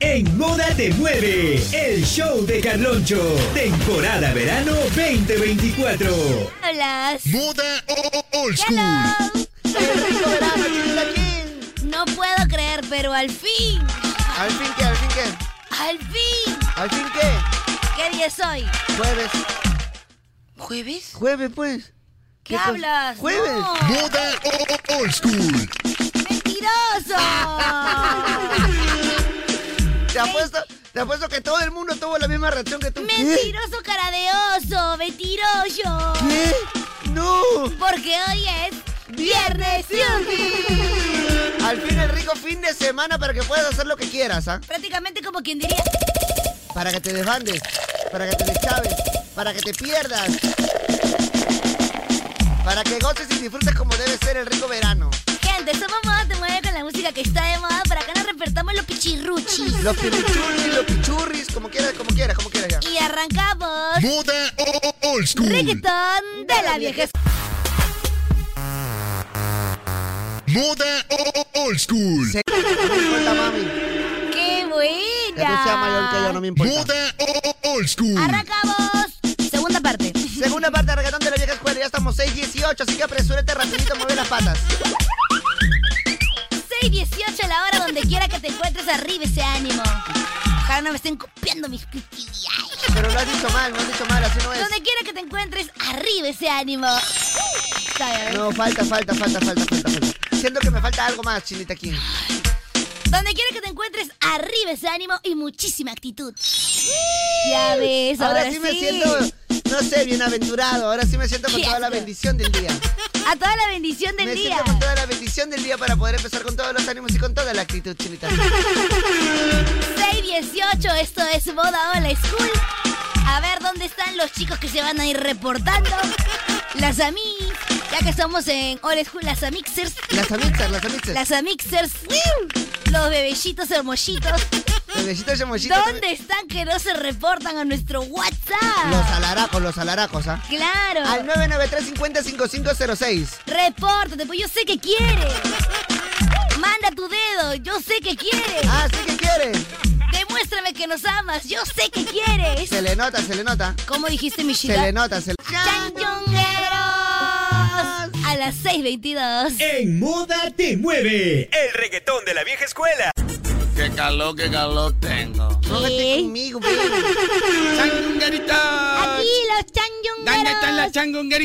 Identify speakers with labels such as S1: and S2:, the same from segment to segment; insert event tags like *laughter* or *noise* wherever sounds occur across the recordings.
S1: En Moda Te Mueve, el show de Carloncho. Temporada verano 2024.
S2: Hola.
S3: Moda o- o- Old School.
S2: Hello. No puedo creer, pero al fin,
S4: Al fin que, al fin que,
S2: al fin,
S4: al fin que,
S2: ¿qué día es hoy?
S4: jueves,
S2: ¿Jueves?
S4: jueves pues.
S2: ¿Qué
S4: cosa?
S2: hablas?
S4: Jueves.
S2: No,
S3: Moda o- o- Old School.
S4: *laughs*
S2: ¡Mentiroso!
S4: Te apuesto, te apuesto que todo el mundo tuvo la misma reacción que tú. ¿Qué?
S2: ¡Mentiroso cara de oso! ¡Mentiroso!
S4: ¿Qué? No.
S2: Porque hoy es Viernes Yugi.
S4: Al fin el rico fin de semana para que puedas hacer lo que quieras, ¿ah?
S2: Prácticamente como quien diría...
S4: Para que te desbandes, para que te deschaves, para que te pierdas. Para que goces y disfrutes como debe ser el rico verano.
S2: Gente, somos Moda Te Mueve con la música que está de moda. Por acá nos repertamos los pichirruchis.
S4: Los pichurris, los pichurris, como quieras, como quieras, como quieras ya.
S2: Y arrancamos...
S3: Moda o- o- Old School.
S2: Reggaetón de la vieja
S3: Moda o- o- Old School.
S4: Se- No me importa, mami.
S2: ¡Qué
S4: Que tú seas mayor que yo, no
S2: buena!
S4: me importa.
S3: Moda o- o- Old School.
S2: Arrancamos. Segunda parte.
S4: Segunda parte de reggaetón de la vieja escuela, ya estamos 6.18, así que apresúrate rapidito, mueve las patas.
S2: 6.18 la hora donde quiera que te encuentres arriba ese ánimo. Ojalá no me estén copiando mis críticas.
S4: Pero lo has dicho mal, lo has dicho mal, así no es.
S2: Donde quiera que te encuentres arriba ese ánimo. Sabe,
S4: No, falta, falta, falta, falta, falta, falta. Siento que me falta algo más, Chinita King.
S2: Donde quiera que te encuentres arriba ese ánimo y muchísima actitud. Ya ves, ahora,
S4: Ahora sí me siento, no sé, bienaventurado. Ahora sí me siento con
S2: Qué
S4: toda la
S2: asco.
S4: bendición del día.
S2: A toda la bendición del
S4: Me
S2: día.
S4: siento con toda la bendición del día para poder empezar con todos los ánimos y con toda la actitud, Chinita.
S2: 618, esto es Moda Ola School. A ver dónde están los chicos que se van a ir reportando. Las Amix, ya que estamos en Ola School, las Amixers.
S4: Las amigas, las amigas.
S2: Las Amixers, los bebellitos hermositos.
S4: Los besitos y amorcitos.
S2: ¿Dónde están que no se reportan a nuestro
S4: Los
S2: WhatsApp?
S4: alaracos, los alaracos, ¿ah? Al
S2: Claro.
S4: 993-50-5506.
S2: Repórtate, pues yo sé que quieres. Manda tu dedo, yo sé que quieres.
S4: Ah, sí que quieren.
S2: Demuéstrame que nos amas, yo sé que quieres.
S4: Se le nota, se le nota.
S2: ¿Cómo dijiste mi
S4: Se
S2: chica?
S4: le nota, se le
S2: ¡Chanchongueros! A las 6.22.
S4: Eh,
S1: En Moda Te Mueve, el reggaetón de la vieja escuela.
S5: Qué calor, qué calor tengo.
S4: Mójate
S2: Sí.
S4: conmigo, baby.
S5: ¡Changunguerita!
S2: Aquí los
S5: ¿Dónde están las
S2: chanchongueros.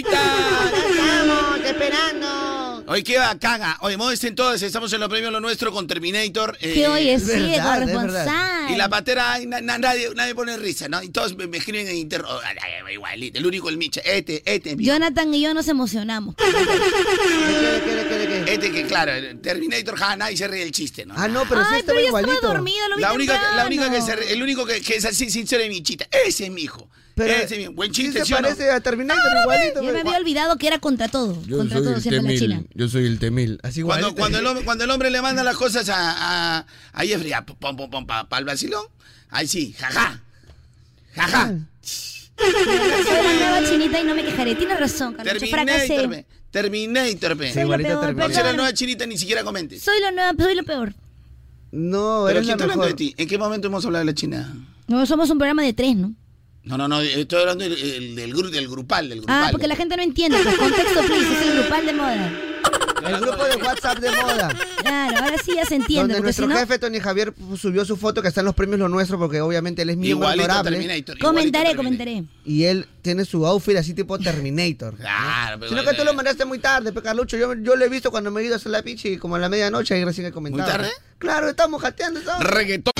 S5: changungueritas?
S4: Ahora estamos esperando.
S5: Hoy qué caga. Hoy módense entonces, estamos en los premios Lo Nuestro con Terminator. eh,
S2: Que hoy es
S4: Es verdad,
S2: ciego,
S4: es verdad.
S2: corresponsal.
S5: Y la patera, ay, na- na- nadie, nadie pone risa, ¿no? Y todos me, me escriben en internet. oh, ay, ay, igualito, el único el Micha. Este, este, mi-
S2: Jonathan y yo nos emocionamos.
S4: ¿De qué, de qué, de qué, de qué?
S5: este que claro, el Terminator, ja, nadie se ríe el chiste, ¿no?
S4: Ah, no, pero sí
S2: Ay,
S4: estaba
S2: pero yo
S4: igualito.
S2: estaba dormido, lo vi
S5: La única, que- la
S2: temprano.
S5: única que se ríe- el único que, que es así sincero es Michita. Ese es mi hijo.
S4: Pero,
S5: Ese es mi Buen
S4: sí
S5: chiste,
S4: se
S5: Eh, ¿sí o no?
S4: parece a Terminator igualito. pues.
S2: Yo Ah, me
S4: pero-
S2: había olvidado que era contra todo. contra todo siempre la China.
S6: Yo soy el Temil.
S4: Así
S5: Cuando,
S4: igualito.
S5: cuando, el hombre, cuando el hombre le manda las cosas a, a, a Jeffrey, a, pom, pom, pom, para el vacilón, ahí sí, jaja.
S4: Ah,
S5: Jaja.
S2: Soy la nueva chinita y no me quejaré. Tienes razón, Carlos.
S5: Terminator,
S2: Fracasé.
S5: ve. Terminator, ve.
S4: Sí,
S2: Soy lo
S4: igualito
S2: peor,
S4: terminó.
S5: No será
S2: perdón.
S5: nueva chinita, ni siquiera comentes.
S2: Soy lo nueva, soy lo peor.
S4: No,
S5: Pero ¿quién
S4: eres la
S5: está hablando de
S4: mejor.
S5: ti? ¿En qué momento hemos hablado de la china?
S2: No, somos un programa de tres, ¿no?
S5: No, no, no, estoy hablando del, del, del gru- del grupal, del grupal.
S2: Ah, porque la gente no entiende. pues, contexto, please, es el grupal de moda.
S4: *laughs* El grupo de WhatsApp de
S2: *laughs*
S4: moda.
S2: Claro, ahora sí ya se entiende.
S4: donde
S2: Porque si
S4: nuestro
S2: no,
S4: jefe Tony Javier subió su foto que está en los premios Lo Nuestro porque obviamente él es miembro
S5: Igualito
S4: adorable.
S5: Terminator. igualito
S2: comentaré,
S5: Terminator.
S2: comentaré.
S4: Y él tiene su outfit así tipo
S5: *laughs*
S4: Terminator.
S5: Claro, pues, pero
S4: Sino que
S5: bueno,
S4: tú lo mandaste muy tarde, pe Carlucho. Yo, yo lo he visto cuando me he ido a hacer la pichi, como a la medianoche, ahí recién he comentado.
S5: tarde?
S4: Claro, estamos jateando, estamos.
S5: Reggaetón.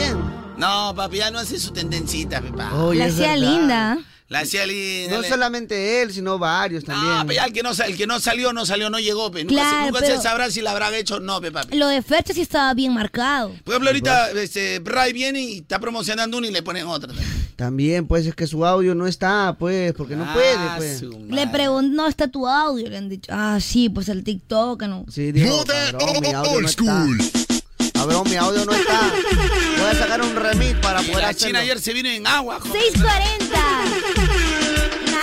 S5: No, papi, ya no hace su tendencita, papá.
S4: Oye,
S2: la
S4: es
S2: hacía
S4: verdad.
S2: linda.
S5: La hacía linda.
S4: Oh. No
S5: le-
S4: solamente él, sino varios
S5: No,
S4: también.
S5: Ah, pe, ya el que no, sa- el que no salió, no salió, no llegó, pe. Nunca,
S2: Claro,
S5: se, nunca
S2: pero-
S5: se sabrá si la habrá hecho o no, pe, papi.
S2: Lo de Fercha sí estaba bien marcado.
S5: Por ejemplo, ahorita este, Bray viene y está promocionando una y le ponen otra. también.
S4: También, pues, es que su audio no está, pues, porque no
S5: Ah,
S4: puede, pues.
S2: Le pregunto, no está tu audio, le han dicho. Ah, sí, pues el TikTok, ¿no?
S4: Sí, dijo,
S3: Moda
S4: cabrón, mi audio
S3: old
S4: no
S3: school.
S4: está. Cabrón, mi audio no está. Voy a sacar un remix para
S5: Y
S4: poder
S5: la
S4: hacerlo.
S5: China ayer se vino en agua, jo-
S2: 640.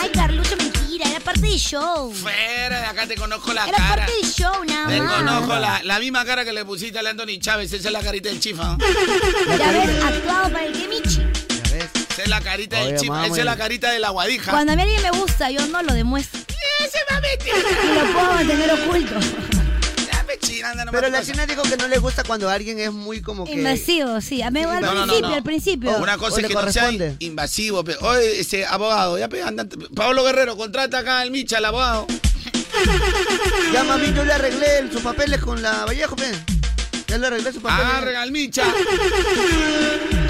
S2: Ay, Carlucho, mentira, era parte de show.
S5: Fuera de acá te conozco la
S2: Era
S5: cara.
S2: parte de show,
S5: Te
S2: nada más.
S4: Ah.
S5: conozco la, la misma cara que le pusiste al Anthony Chávez. Esa es la carita del chifa. ¿no?
S2: Ya ves, actuado para el Kemichi.
S4: ¿Ya ves?
S5: Esa es la carita del
S4: Oye,
S5: chifa.
S4: mami.
S5: Esa es la carita de la guadija.
S2: Cuando a mí alguien me gusta, yo no lo demuestro.
S5: *laughs*
S2: Y lo puedo mantener oculto.
S5: Dame, China, anda nomás
S4: Pero
S5: tu
S4: la
S5: cosa.
S4: China dijo que no le gusta cuando alguien es muy como que...
S2: Invasivo, sí. A mí al
S5: No, no, no,
S2: principio,
S5: no. Oh,
S2: al principio.
S5: Una
S4: ¿O
S5: cosa es
S4: le
S5: que no sea
S4: corresponde?
S5: invasivo. pe- Oye, ese abogado, ya pe, anda- Pablo Guerrero, contrata acá al Micha, al abogado.
S4: Ya, mami, yo le arreglé el- sus papeles con la Vallejo, pe. Ya le arreglé sus papeles.
S5: Arga al Micha.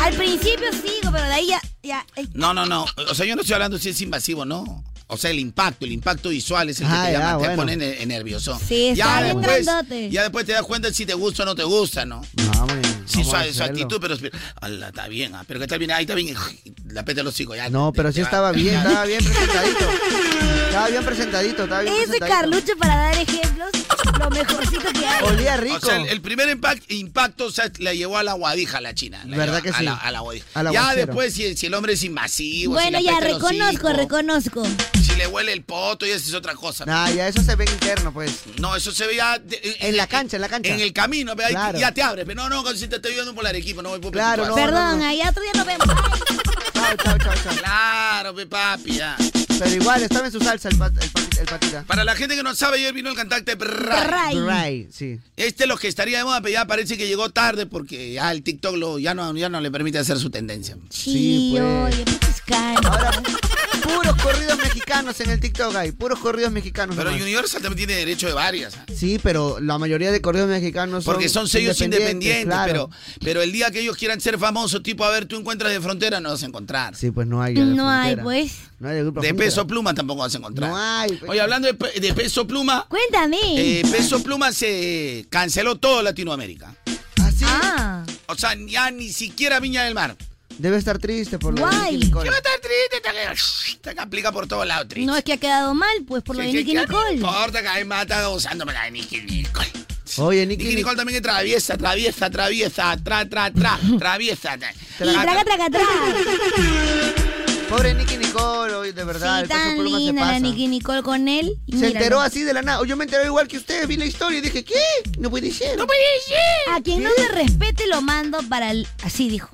S2: Al principio sigo, pero de ahí ya. ya eh,
S5: No, no, no. O sea, yo no estoy hablando si es invasivo, no. O sea, el impacto, el impacto visual es el que
S4: Ah,
S5: te
S4: ya,
S5: llama, te
S4: bueno.
S5: pone ne- nervioso.
S2: Sí, está
S5: ya
S2: bien
S5: después,
S2: grandote.
S5: ya después te das cuenta si te gusta o no te gusta, ¿no?
S4: Vamos,
S5: Sí,
S4: vamos a
S5: su, su
S4: hacerlo.
S5: actitud, pero... Ala, está bien, ah, pero que está bien, ahí está bien. *laughs* La peta los hocico, ya.
S4: No,
S5: te-
S4: pero
S5: te
S4: sí
S5: va- *laughs*
S4: estaba bien,
S5: ya.
S4: estaba bien presentadito. Estaba bien presentadito, estaba bien
S2: Ese
S4: presentadito.
S2: Carlucho, para dar ejemplos, lo mejorcito que hay.
S4: Olía rico.
S5: O sea, el, el primer impact- impacto o sea, la llevó a la guadija la china. La llevó
S4: ¿Verdad que
S5: a
S4: sí?
S5: la- a la guadija.
S4: Al
S5: ya
S4: aguacero.
S5: después, si, si el hombre es invasivo,
S2: Bueno,
S5: si le
S2: ya
S5: aprieta el
S2: reconozco,
S5: hocico,
S2: reconozco.
S5: Si le huele el poto, ya eso es otra cosa.
S4: Nah, ya eso se ve interno, pues.
S5: No, eso se veía de-
S4: En la cancha, en la cancha.
S5: En el camino, ve, ahí
S4: Claro.
S5: ya te abres. Pero no, no, si te estoy viendo por el equipo, no voy por
S4: Claro,
S5: Petituar.
S4: no,
S2: Perdón,
S4: no.
S2: allá otro día nos vemos.
S4: Chao, chao, chao, chao.
S5: Claro, pe, papi, ya.
S4: *laughs* Pero igual, estaba en su salsa el, pat, el, pati- el patita.
S5: Para la gente que no sabe, ayer vino el cantante Bra.
S2: Ray.
S4: Right, sí.
S5: Este es lo que estaría de moda, pero ya parece que llegó tarde porque ya el TikTok lo, ya, no, ya no le permite hacer su tendencia.
S2: Sí,
S4: pues.
S2: oye, muchas caras.
S4: Ahora, pu- puros corridos mexicanos en el TikTok hay. Puros corridos mexicanos.
S5: Pero
S4: nomás.
S5: Universal también tiene derecho de varias. ¿ah?
S4: Sí, pero la mayoría de corridos mexicanos son
S5: Porque son sellos independientes, pero,
S4: claro.
S5: pero el día que ellos quieran ser famosos, tipo, a ver, tú encuentras de frontera, no vas a encontrar.
S4: Sí, pues no hay. de
S2: No hay,
S4: frontera.
S2: pues.
S4: No hay de grupo
S5: De
S4: frontera.
S5: peso pluma tampoco vas a encontrar.
S4: No hay, pues.
S5: Oye, hablando de, pe- de peso pluma,
S2: Cuéntame.
S5: eh, peso pluma se canceló todo Latinoamérica.
S4: Así.
S2: Ah,
S5: O sea, ya ni siquiera Viña del Mar.
S4: Debe estar triste por lo
S2: Guay.
S4: de Nicki Nicole.
S5: ¿Qué va a estar triste? Está que- está que aplica por todos lados, triste.
S2: no es que ha quedado mal, pues, por lo
S5: ¿Qué-
S2: de
S5: qué-
S2: Nicky
S5: qué-
S2: Nicole.
S5: No importa que ahí mata usándome la de Nicky Nicole.
S4: Oye, Nicky,
S5: Nicky Nicole también que traviesa, traviesa, traviesa, tra, tra, tra,
S4: *laughs*
S5: traviesa. tra-
S2: Y traga, traga, traga.
S4: Nic- Pobre Nicky Nicole, oye, de verdad.
S2: sí,
S4: el peso
S2: tan
S4: pluma
S2: linda la
S4: se pasa.
S2: Nicki Nicole con él. Y
S4: Se
S2: míralo.
S4: enteró así de la nada. Yo me enteré igual que ustedes, vi la historia y dije, ¿qué? No puede ser. No puede
S2: A quien no se respete lo mando para el... Así dijo.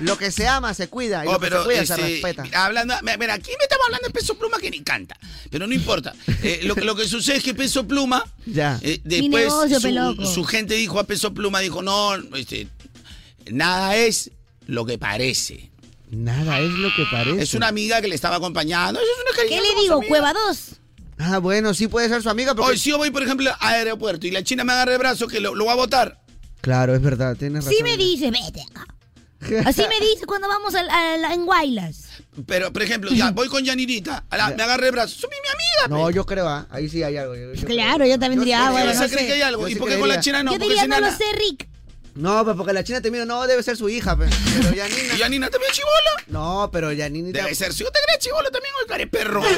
S4: Lo que se ama se cuida y
S5: Oh,
S4: lo que
S5: pero
S4: se cuida se
S5: este,
S4: respeta.
S5: hablando, mira, mira, aquí me estamos hablando de Peso Pluma que ni canta, pero no
S2: *laughs*
S5: importa. Eh, lo, que- lo que sucede es que Peso Pluma,
S4: Ya.
S5: eh, después
S2: negocio,
S5: su-
S2: peloco.
S5: su, gente dijo a Peso Pluma, dijo, no, este, nada es lo que parece.
S4: Nada, es lo que parece.
S5: Es una amiga que le estaba acompañando. eso es una
S2: ¿Qué
S5: cariñosa
S2: le digo?
S5: amiga.
S2: Cueva 2.
S4: Ah, bueno, sí puede ser su amiga porque...
S5: Hoy si yo voy, por ejemplo, al aeropuerto y la china me agarra el brazo que lo, lo va a votar.
S4: Claro, es verdad, tienes razón.
S2: Sí me
S4: *laughs*
S2: ¿Ah, dice, vete acá. Así me dice cuando vamos al- al- en Guaylas.
S5: Pero, por ejemplo, ya voy con Yaninita, a la- me agarra el brazo. ¡Soy mi amiga!
S4: No, yo creo, ah, ahí sí hay algo. yo- yo
S2: Claro, yo también diría, ah,
S5: ¿Por qué
S2: bueno,
S5: vas
S2: no
S5: a creer que hay
S2: sé.
S5: algo?
S4: Yo
S5: ¿Y
S4: sí
S5: por qué con la
S4: creería.
S5: china no?
S2: Yo
S5: Porque
S2: diría,
S5: es
S2: no lo
S5: enana.
S2: sé, Rick.
S4: creo. No, pues porque la china te mira, no, debe ser su hija,
S5: *laughs*
S4: pues. Pero Yanina...
S5: ¿Y Yanina también es chibola?
S4: No, pero Yanina...
S5: Debe ser. Si yo te crees chivolo también, hoy care perro.
S4: *laughs*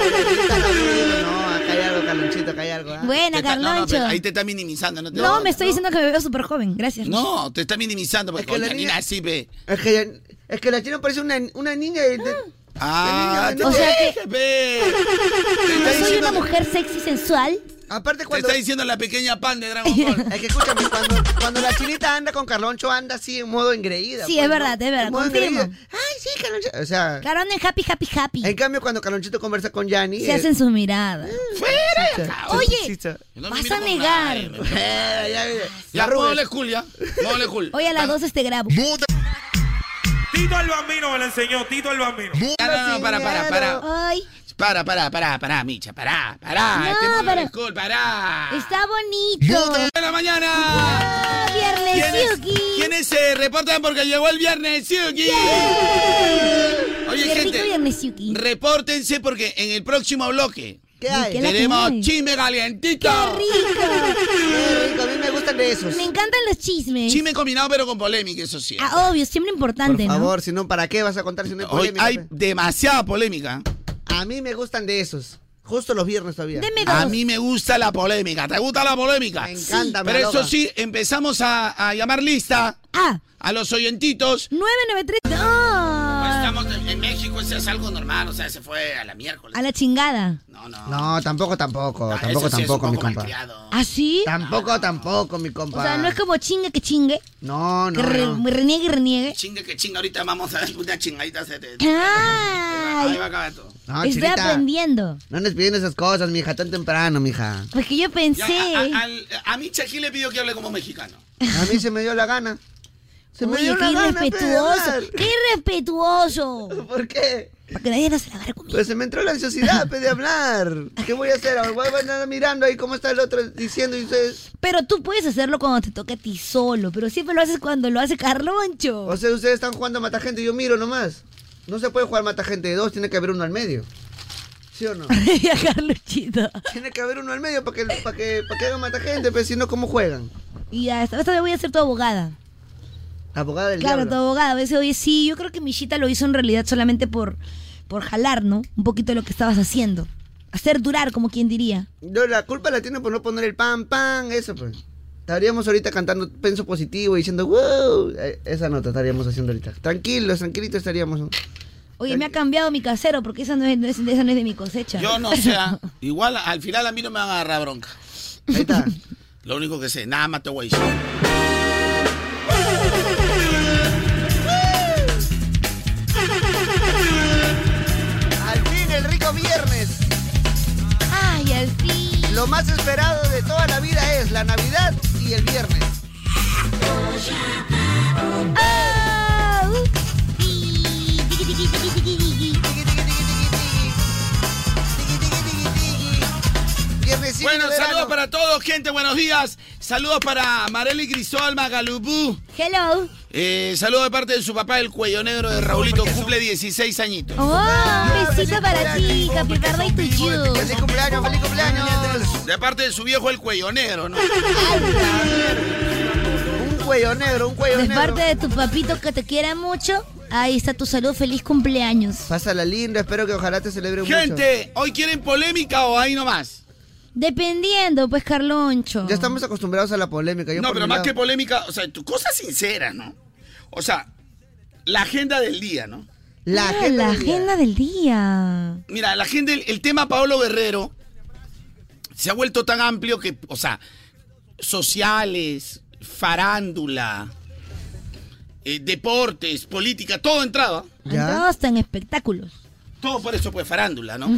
S4: No, acá hay algo, Carlonchito, acá hay algo. ah.
S2: Buena,
S5: Te está- no, no,
S2: Carloncho.
S5: pero ahí te está minimizando. No, te-
S2: No, me estoy diciendo que me veo súper joven. Gracias.
S5: No, te está minimizando porque
S4: Es que
S5: con
S4: la
S5: Yanina
S4: niña-
S5: así ve.
S4: Es que, Yan- es que la china parece una, una niña de- de-
S5: Ah,
S4: niña,
S5: te
S4: o
S2: sea que-
S5: dije,
S2: *laughs*
S5: ve. Te está
S2: Yo soy
S5: diciendo-
S2: una mujer sexy, sensual.
S4: Aparte
S5: Te
S4: cuando...
S5: está diciendo la pequeña pan de
S2: *laughs*
S5: Dragon Ball.
S4: Es que escúchame, cuando, cuando la chinita anda con Carloncho, anda así en modo engreída.
S2: Sí,
S4: pues,
S2: es
S4: ¿no?
S2: verdad, es verdad,
S4: En modo
S2: confirmo.
S4: engreída. Ay, sí, Carloncho. O sea,
S2: Carón es happy, happy, happy.
S4: en cambio, cuando Carlonchito conversa con Yanni.
S2: Se hacen sus miradas.
S5: ¡Fuera!
S4: eh, cha-
S2: Oye,
S4: cha-
S2: *laughs*
S5: Yo no me
S2: vas
S5: miro
S2: a
S5: con
S2: negar.
S5: nadie,
S2: *laughs*
S5: me-
S4: Eh, *laughs* ya, ya, ya.
S5: Ya, ¿ah?
S4: La Rubén.
S5: móvele cool, ya. Móvele cool.
S2: Hoy a las 12 te grabo.
S3: Moda,
S6: Tito el Bambino me lo enseñó, Tito el Bambino.
S5: Ya, no, no, para, para, para.
S2: Ay,
S5: Para, para, para, para, Micha, para, para.
S2: No,
S5: este móvele
S2: para.
S5: cool, para.
S2: está bonito.
S5: ¡De la mañana!
S2: Ah, Viernes
S5: ¿Quiénes,
S2: Yuki.
S5: ¿Quiénes se eh, reportan porque llegó el viernes, Yuki? Oye,
S2: Qué rico
S5: gente,
S2: Viernes Yuki.
S5: repórtense porque en el próximo bloque
S4: ¿Qué
S2: ¿Y
S4: hay?
S2: qué la-
S4: Qué
S5: tenemos
S2: que hay?
S5: chisme calientito.
S2: Rico.
S4: rico, a mí me gusta gustan de esos.
S2: Me encantan los chismes.
S5: Chisme combinado, pero con polémica, eso sí.
S2: Ah, oh. obvio, siempre importante,
S4: Por
S2: ¿no?
S4: favor, si no, ¿para qué vas a contar si no hay
S5: Hoy
S4: polémica? pues.
S5: hay
S4: pe?
S5: demasiada polémica.
S4: A mí me gustan de esos. Justo los viernes todavía.
S2: Deme dos.
S5: A mí me gusta la polémica. ¿Te gusta la polémica?
S4: Me encanta, me
S5: Pero eso
S4: aloca.
S5: sí, empezamos a, a llamar lista
S2: Ah,
S5: a los oyentitos. Pues
S2: 993. No.
S5: Estamos en, en México, eso es algo normal, o sea, se fue a la miércoles.
S2: A la chingada.
S5: No, no.
S4: No, tampoco, tampoco.
S5: Ah,
S4: tampoco,
S5: eso sí es un
S4: tampoco, mi
S5: poco
S4: compa.
S5: malcriado.
S2: ¿Ah, sí?
S4: Tampoco, tampoco, mi compa.
S2: O sea, no es como chingue que chingue.
S4: No, no,
S2: Que re-
S4: no.
S2: reniegue y reniegue.
S5: Chinga que chinga, ahorita vamos a dar una chingadita. se te- Ahí
S2: Ay,
S5: va a acabar todo.
S4: No,
S2: estoy
S4: chinita,
S2: aprendiendo.
S4: No andes pidiendo esas cosas, mija, tan temprano, mija.
S2: Porque yo
S5: Ya,
S2: pensé.
S5: a, a- al- a mí Shaquille le pidió que hable como mexicano.
S4: A mí se me dio la gana. Se me
S2: Oye,
S4: dio
S2: qué
S4: la gana. pe, de
S2: irrespetuoso.
S4: hablar.
S2: Qué irrespetuoso.
S4: ¿Por qué?
S2: Para que nadie no se la agarre conmigo.
S4: Pues se me entró la ansiosidad pe, de hablar. ¿Qué voy a hacer? Voy a andar mirando ahí cómo está el otro diciendo y ustedes.
S2: Pero tú puedes hacerlo cuando te toca a ti solo. Pero siempre lo haces cuando lo hace Carloncho.
S4: O sea, ustedes están jugando a mata gente y yo miro nomás. No se puede jugar mata gente de dos, tiene que haber uno al medio.
S2: *laughs*
S4: ¿Sí o no?
S2: Ya, Carlonchito.
S4: Tiene que haber uno al medio para que, para que, para que hagan mata gente, pero si no, ¿cómo juegan?
S2: Y ya, esta esta vez voy a ser tu abogada.
S4: Abogada del
S2: Claro, tu
S4: diablo.
S2: abogada. A veces, oye, sí, yo creo que Michita lo hizo en realidad solamente por, por jalar, ¿no? Un poquito de lo que estabas haciendo. Hacer durar, como quien diría.
S4: No, la culpa la tiene por no poner el pan, pan, eso pues. Estaríamos ahorita cantando penso positivo y diciendo, wow, eh, esa nota estaríamos haciendo ahorita. Tranquilos, tranquilitos estaríamos. ¿no?
S2: Oye, me ha cambiado mi casero porque esa no es, no es- esa no es de mi cosecha.
S5: Yo no sé. ah. Igual al final a mí no me van a agarrar bronca.
S4: Ahí está.
S5: Lo único que sé, nada más te voy a
S4: *laughs* Al fin, el rico viernes.
S2: *laughs* Ay, al fin.
S4: Lo más esperado de toda la vida es la Navidad y el viernes.
S2: Oh. Tiqui, tiqui, tiqui, tiqui, tiqui, tiqui.
S4: Tiki, tiki, tiki, tiki, tiki. Tiki, tiki, tiki, tiki. Viernesito
S5: Bueno,
S4: de verano.
S5: saludos para todos, gente, buenos días. Saludos para Marely Grisol Magalubú.
S2: Hello.
S5: Eh, saludos de parte de su papá, el cuello negro de Raulito, cumple 16 añitos.
S2: Oh, besito para ti, Capirbardo y tu
S4: ¡Feliz cumpleaños, feliz cumpleaños!
S5: De parte de su viejo, el cuello negro, ¿no?
S4: Un cuello negro, un cuello
S2: De
S4: negro.
S2: parte de tu papito que te quiera mucho, ahí está tu salud. Feliz cumpleaños.
S4: Pásala lindo, espero que ojalá te celebre mucho.
S5: Gente, ¿hoy quieren polémica o ahí nomás?
S2: Dependiendo, pues, Carloncho.
S4: Ya estamos acostumbrados a la polémica. Yo
S5: No,
S4: por
S5: pero
S4: mi
S5: más
S4: lado-
S5: que polémica, o sea, tu cosa sincera, ¿no? O sea, la agenda del día, ¿no?
S4: La
S2: Ah,
S4: agenda.
S2: la
S4: del día.
S2: agenda del día.
S5: Mira, la gente, el, el tema Paolo Guerrero se ha vuelto tan amplio que, o sea, sociales, farándula, eh, deportes, política, todo entraba.
S4: ¿Ya?
S2: Entrado hasta en espectáculos.
S5: Todo por eso, pues, farándula, ¿no?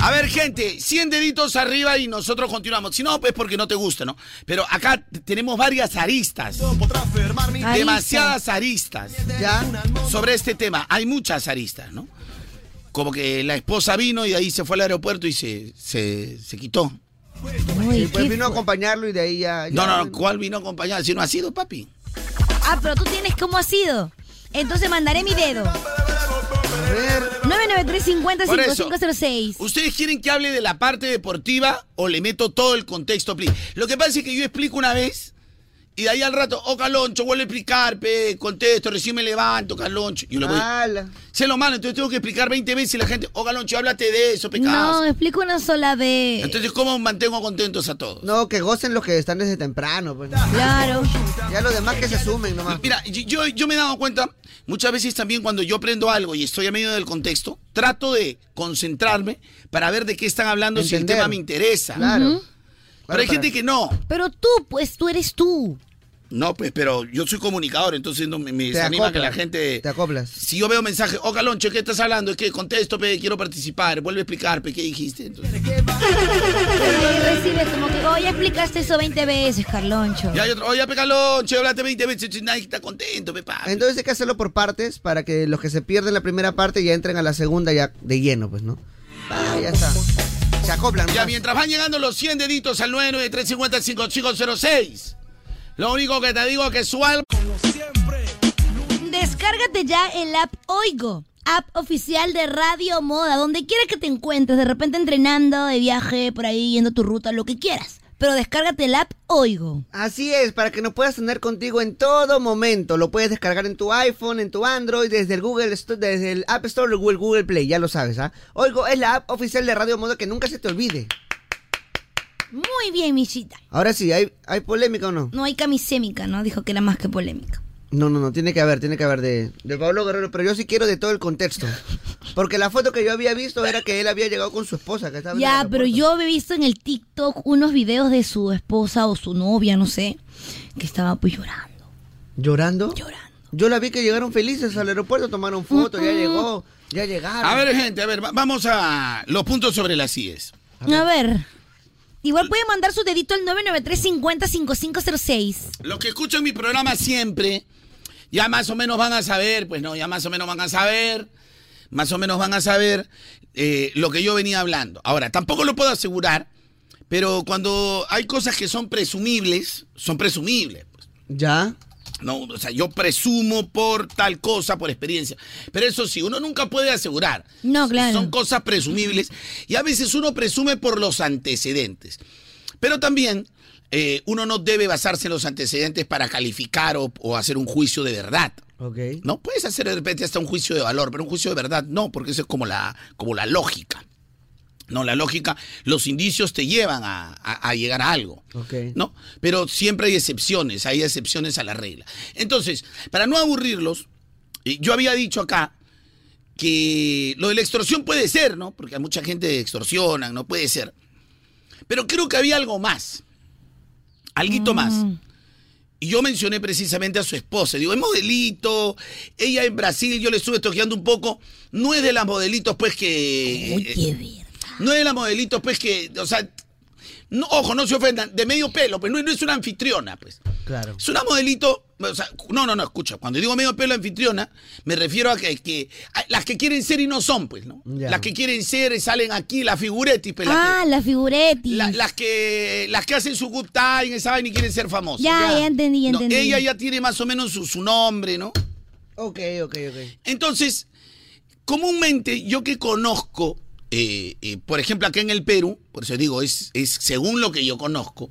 S5: A ver, gente, 100 deditos arriba y nosotros continuamos. Si no, pues porque no te gusta, ¿no? Pero acá t- tenemos varias aristas,
S2: Ahí
S5: demasiadas aristas
S4: ¿Ya?
S5: sobre este tema. Hay muchas aristas, ¿no? Como que la esposa vino y de ahí se fue al aeropuerto y se, se, se quitó.
S2: está. Uy,
S4: Y pues
S2: qué
S4: vino a
S2: fu-
S4: acompañarlo y de ahí ya.
S5: No,
S4: ya-
S5: no, no, ¿cuál vino acompañada? Si no ha sido, papi.
S2: Ah, pero tú tienes cómo ha sido. Entonces mandaré mi dedo.
S4: A ver.
S2: 993-50-5506.
S5: ¿Ustedes quieren que hable de la parte deportiva o le meto todo el contexto, please? Lo que pasa es que yo explico una vez y de ahí al rato, oh, Caloncho, vuelvo a explicar, pe, contesto, recién me levanto, Caloncho. Yo le voy.
S4: Ala.
S5: Se lo malo, entonces tengo que explicar 20 veces y la gente, oh, Caloncho, háblate de eso, pecados.
S2: No, eh. explico una sola vez.
S5: Entonces, ¿cómo mantengo contentos a todos?
S4: No, que gocen los que están desde temprano. Pues.
S2: Claro.
S4: Ya los demás que se sumen nomás.
S5: Mira, y- yo, yo me he dado cuenta, muchas veces también cuando yo aprendo algo y estoy a medio del contexto, trato de concentrarme para ver de qué están hablando si el
S4: Entender.
S5: tema me interesa.
S4: Claro.
S5: Pero hay
S4: Claro,
S5: gente que no.
S2: Pero tú, pues tú eres tú.
S5: No, pues, pero yo soy comunicador, entonces no me, me
S4: Te
S5: desanima
S4: acoplas,
S5: que la gente...
S4: Te acoplas.
S5: Si yo veo mensaje, oh, Caloncho, ¿qué estás hablando? Es que contesto, pe, quiero participar, vuelve a explicar, pe, ¿qué dijiste? Entonces,
S2: Pero ahí recibes como que, oye, explicaste eso 20 veces, Carloncho.
S5: y hay otro, oye, pe, Caloncho, hablaste 20 veces, ch- nadie está contento, pe, papi".
S4: Entonces hay que hacerlo por partes para que los que se pierden la primera parte ya entren a la segunda ya de lleno, pues, ¿no? Ah, ya está. Se acoplan.
S5: Ya
S4: nomás.
S5: mientras van llegando los 100 deditos al 993505506, lo único que te digo es que su alma...
S2: Descárgate ya el app Oigo, app oficial de Radio Moda, donde quiera que te encuentres, de repente entrenando, de viaje, por ahí, yendo tu ruta, lo que quieras. pero descárgate el app Oigo.
S4: Así es, para que nos puedas tener contigo en todo momento. Lo puedes descargar en tu iPhone, en tu Android, desde el Google Sto- desde el App Store o el Google Play, ya lo sabes, ¿ah? Oigo, es la app oficial de Radio Moda que nunca se te olvide.
S2: Muy bien, Michita.
S4: Ahora sí, ¿hay, hay polémica o no?
S2: No hay camisémica, ¿no? Dijo que era más que polémica.
S4: No, no, no, tiene que haber, tiene que haber de, de Pablo Guerrero, pero yo sí quiero de todo el contexto. Porque la foto que yo había visto era que él había llegado con su esposa, que estaba en
S2: Ya,
S4: el
S2: pero
S4: aeropuerto.
S2: yo he visto en el TikTok unos videos de su esposa o su novia, no sé, que estaba pues llorando,
S4: ¿Llorando?
S2: llorando.
S4: Yo la vi que llegaron felices al aeropuerto, tomaron fotos, ya llegó, ya llegaron.
S5: A ver, gente, a ver, va- vamos a los puntos sobre las IES.
S2: A ver. Igual puede mandar su dedito al 993-50-5506.
S5: Los que escuchan mi programa siempre, ya más o menos van a saber, pues no, ya más o menos van a saber, más o menos van a saber eh, lo que yo venía hablando. Ahora, tampoco lo puedo asegurar, pero cuando hay cosas que son presumibles, son presumibles. pues.
S4: ¿Ya?
S5: No, o sea, yo presumo por tal cosa, por experiencia. Pero eso sí, uno nunca puede asegurar.
S2: No,
S5: S-
S2: claro.
S5: Son cosas presumibles. Y a veces uno presume por los antecedentes. Pero también eh, uno no debe basarse en los antecedentes para calificar o, o hacer un juicio de verdad.
S4: Ok.
S5: No puedes hacer de repente hasta un juicio de valor, pero un juicio de verdad no, porque eso es como la, como la lógica. No, la lógica, los indicios te llevan a, a- a llegar a algo.
S4: Ok.
S5: ¿no? Pero siempre hay excepciones, hay excepciones a la regla. Entonces, para no aburrirlos, eh, yo había dicho acá que lo de la extorsión puede ser, ¿no? Porque a mucha gente extorsionan, no puede ser. Pero creo que había algo más, alguito más. Y yo mencioné precisamente a su esposa. Digo, es modelito, ella en Brasil, yo le estuve toqueando un poco. No es de las modelitos, pues, que...
S2: Oye, ver.
S5: No es la modelito, pues que, o sea, no, ojo, no se ofendan, de medio pelo, pues no, no es una anfitriona, pues.
S4: Claro.
S5: Es una modelito, o sea, no, no, no, escucha, cuando digo medio pelo anfitriona, me refiero a que, que- a las que quieren ser y no son, pues, ¿no?
S4: Ya.
S5: Las que quieren ser y salen aquí, las figuretti, pues, las
S2: Ah,
S5: que-
S2: la figuretti.
S5: la- las que las que hacen su good time, esa vaina y quieren ser famosas.
S2: Ya, ya entendí, ya
S5: No,
S2: entendí.
S5: Ella ya tiene más o menos su, su nombre, ¿no?
S4: Ok, ok, ok.
S5: Entonces, comúnmente yo que conozco, eh, eh, por ejemplo, acá en el Perú, por eso digo, es, es según lo que yo conozco,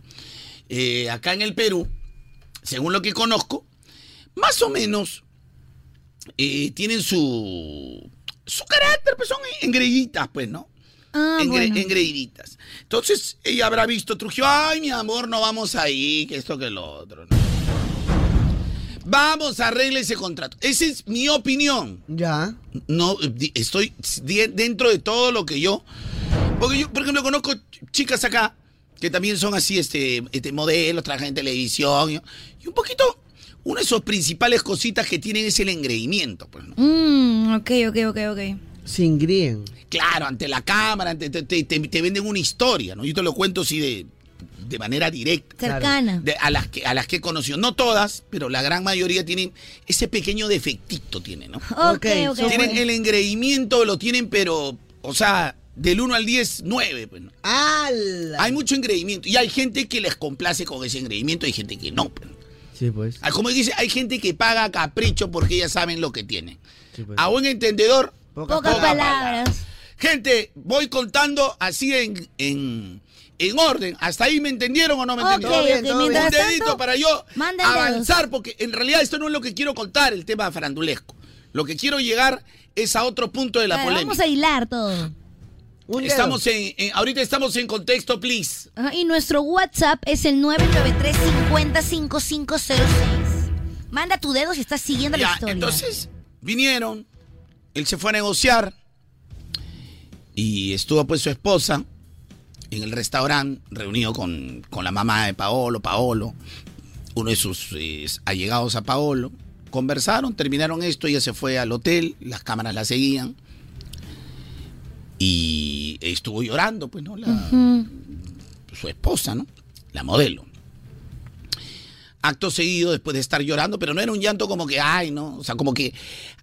S5: eh, acá en el Perú, según lo que conozco, más o menos eh, tienen su, su carácter, pues son engreíditas, pues, ¿no?
S2: Ah,
S5: Engre-
S2: bueno.
S5: engreíditas. Entonces, ella habrá visto Trujillo, ay, mi amor, no vamos ahí, que esto, que lo otro. ¿no? Vamos, arregle ese contrato. Esa es mi opinión
S4: Ya.
S5: no di- estoy di- dentro de todo lo que yo porque yo por ejemplo conozco ch- chicas acá que también son así este este modelos trabajan en televisión y- y un poquito una de sus principales cositas que tienen es el engreimiento pues, ¿no?
S2: Mm, ok, ok, ok, ok.
S4: Sin green.
S5: claro ante la cámara ante- te, te- te- te venden una historia no yo te lo cuento así de de manera directa
S2: Cercana.
S5: de- a las que a las que he conocido no todas pero la gran mayoría tienen ese pequeño defectito tienen no
S2: Ok,
S4: Ok,
S2: ok.
S4: son-
S5: Tienen
S2: bueno.
S5: el engreimiento, lo tienen, pero, o sea, del 1 al 10, 9. pues, ¿no?
S4: ¡Ala!
S5: Hay mucho engreimiento. Y hay gente que les complace con ese engreimiento, hay gente que no. pues.
S4: Sí, pues.
S5: Ah, Como dice, hay gente que paga a capricho porque ya saben lo que tienen.
S4: Sí, pues.
S5: A buen entendedor,
S4: Pocas
S2: Pocas
S5: Poca
S2: palabras.
S5: gente, voy contando así en, en, en orden. ¿Hasta ahí me entendieron o no me
S2: Ok,
S5: entendieron?
S4: bien,
S2: ok,
S4: todo bien.
S5: Un
S2: mientras
S5: dedito
S2: tanto,
S5: para yo
S2: manda el dedo.
S5: avanzar, porque en realidad esto no es lo que quiero contar, el tema farandulesco. Lo que quiero llegar es a otro punto de la
S2: Claro,
S5: polémica.
S2: ah, Vamos a hilar todo.
S4: Un dedo.
S5: Estamos en, en- ahorita estamos en contexto, please.
S2: Ajá, y nuestro WhatsApp es el 993-50-5506. Manda tu dedo si estás siguiendo la
S5: Ya,
S2: historia.
S5: entonces vinieron, él se fue a negociar y estuvo pues su esposa en el restaurante reunido con, con la mamá de Paolo, Paolo, uno de sus eh, allegados a Paolo. Conversaron, terminaron esto, ella se fue al hotel, las cámaras la seguían y estuvo llorando, pues, ¿no? La, su esposa, ¿no? La modelo. Acto seguido, después de estar llorando, pero no era un llanto como que, ay, ¿no? O sea, como que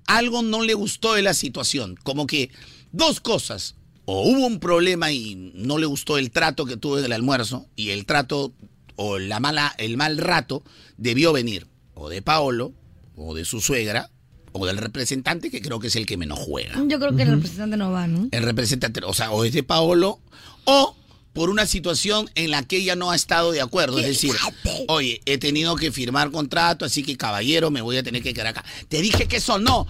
S5: algo no le gustó de la situación. Como que dos cosas. O hubo un problema y no le gustó el trato que tuvo en el almuerzo, y el trato o la mala, el mal rato debió venir o de Paolo, o de su suegra, o del representante, que creo que es el que menos juega
S2: Yo creo que el representante no va, ¿no?
S5: el representante, o sea, o es de Paolo, o por una situación en la que ella no ha estado de acuerdo. Es decir,
S2: Quédate.
S5: oye, he tenido que firmar contrato, así que caballero, me voy a tener que quedar acá. Te dije que eso no.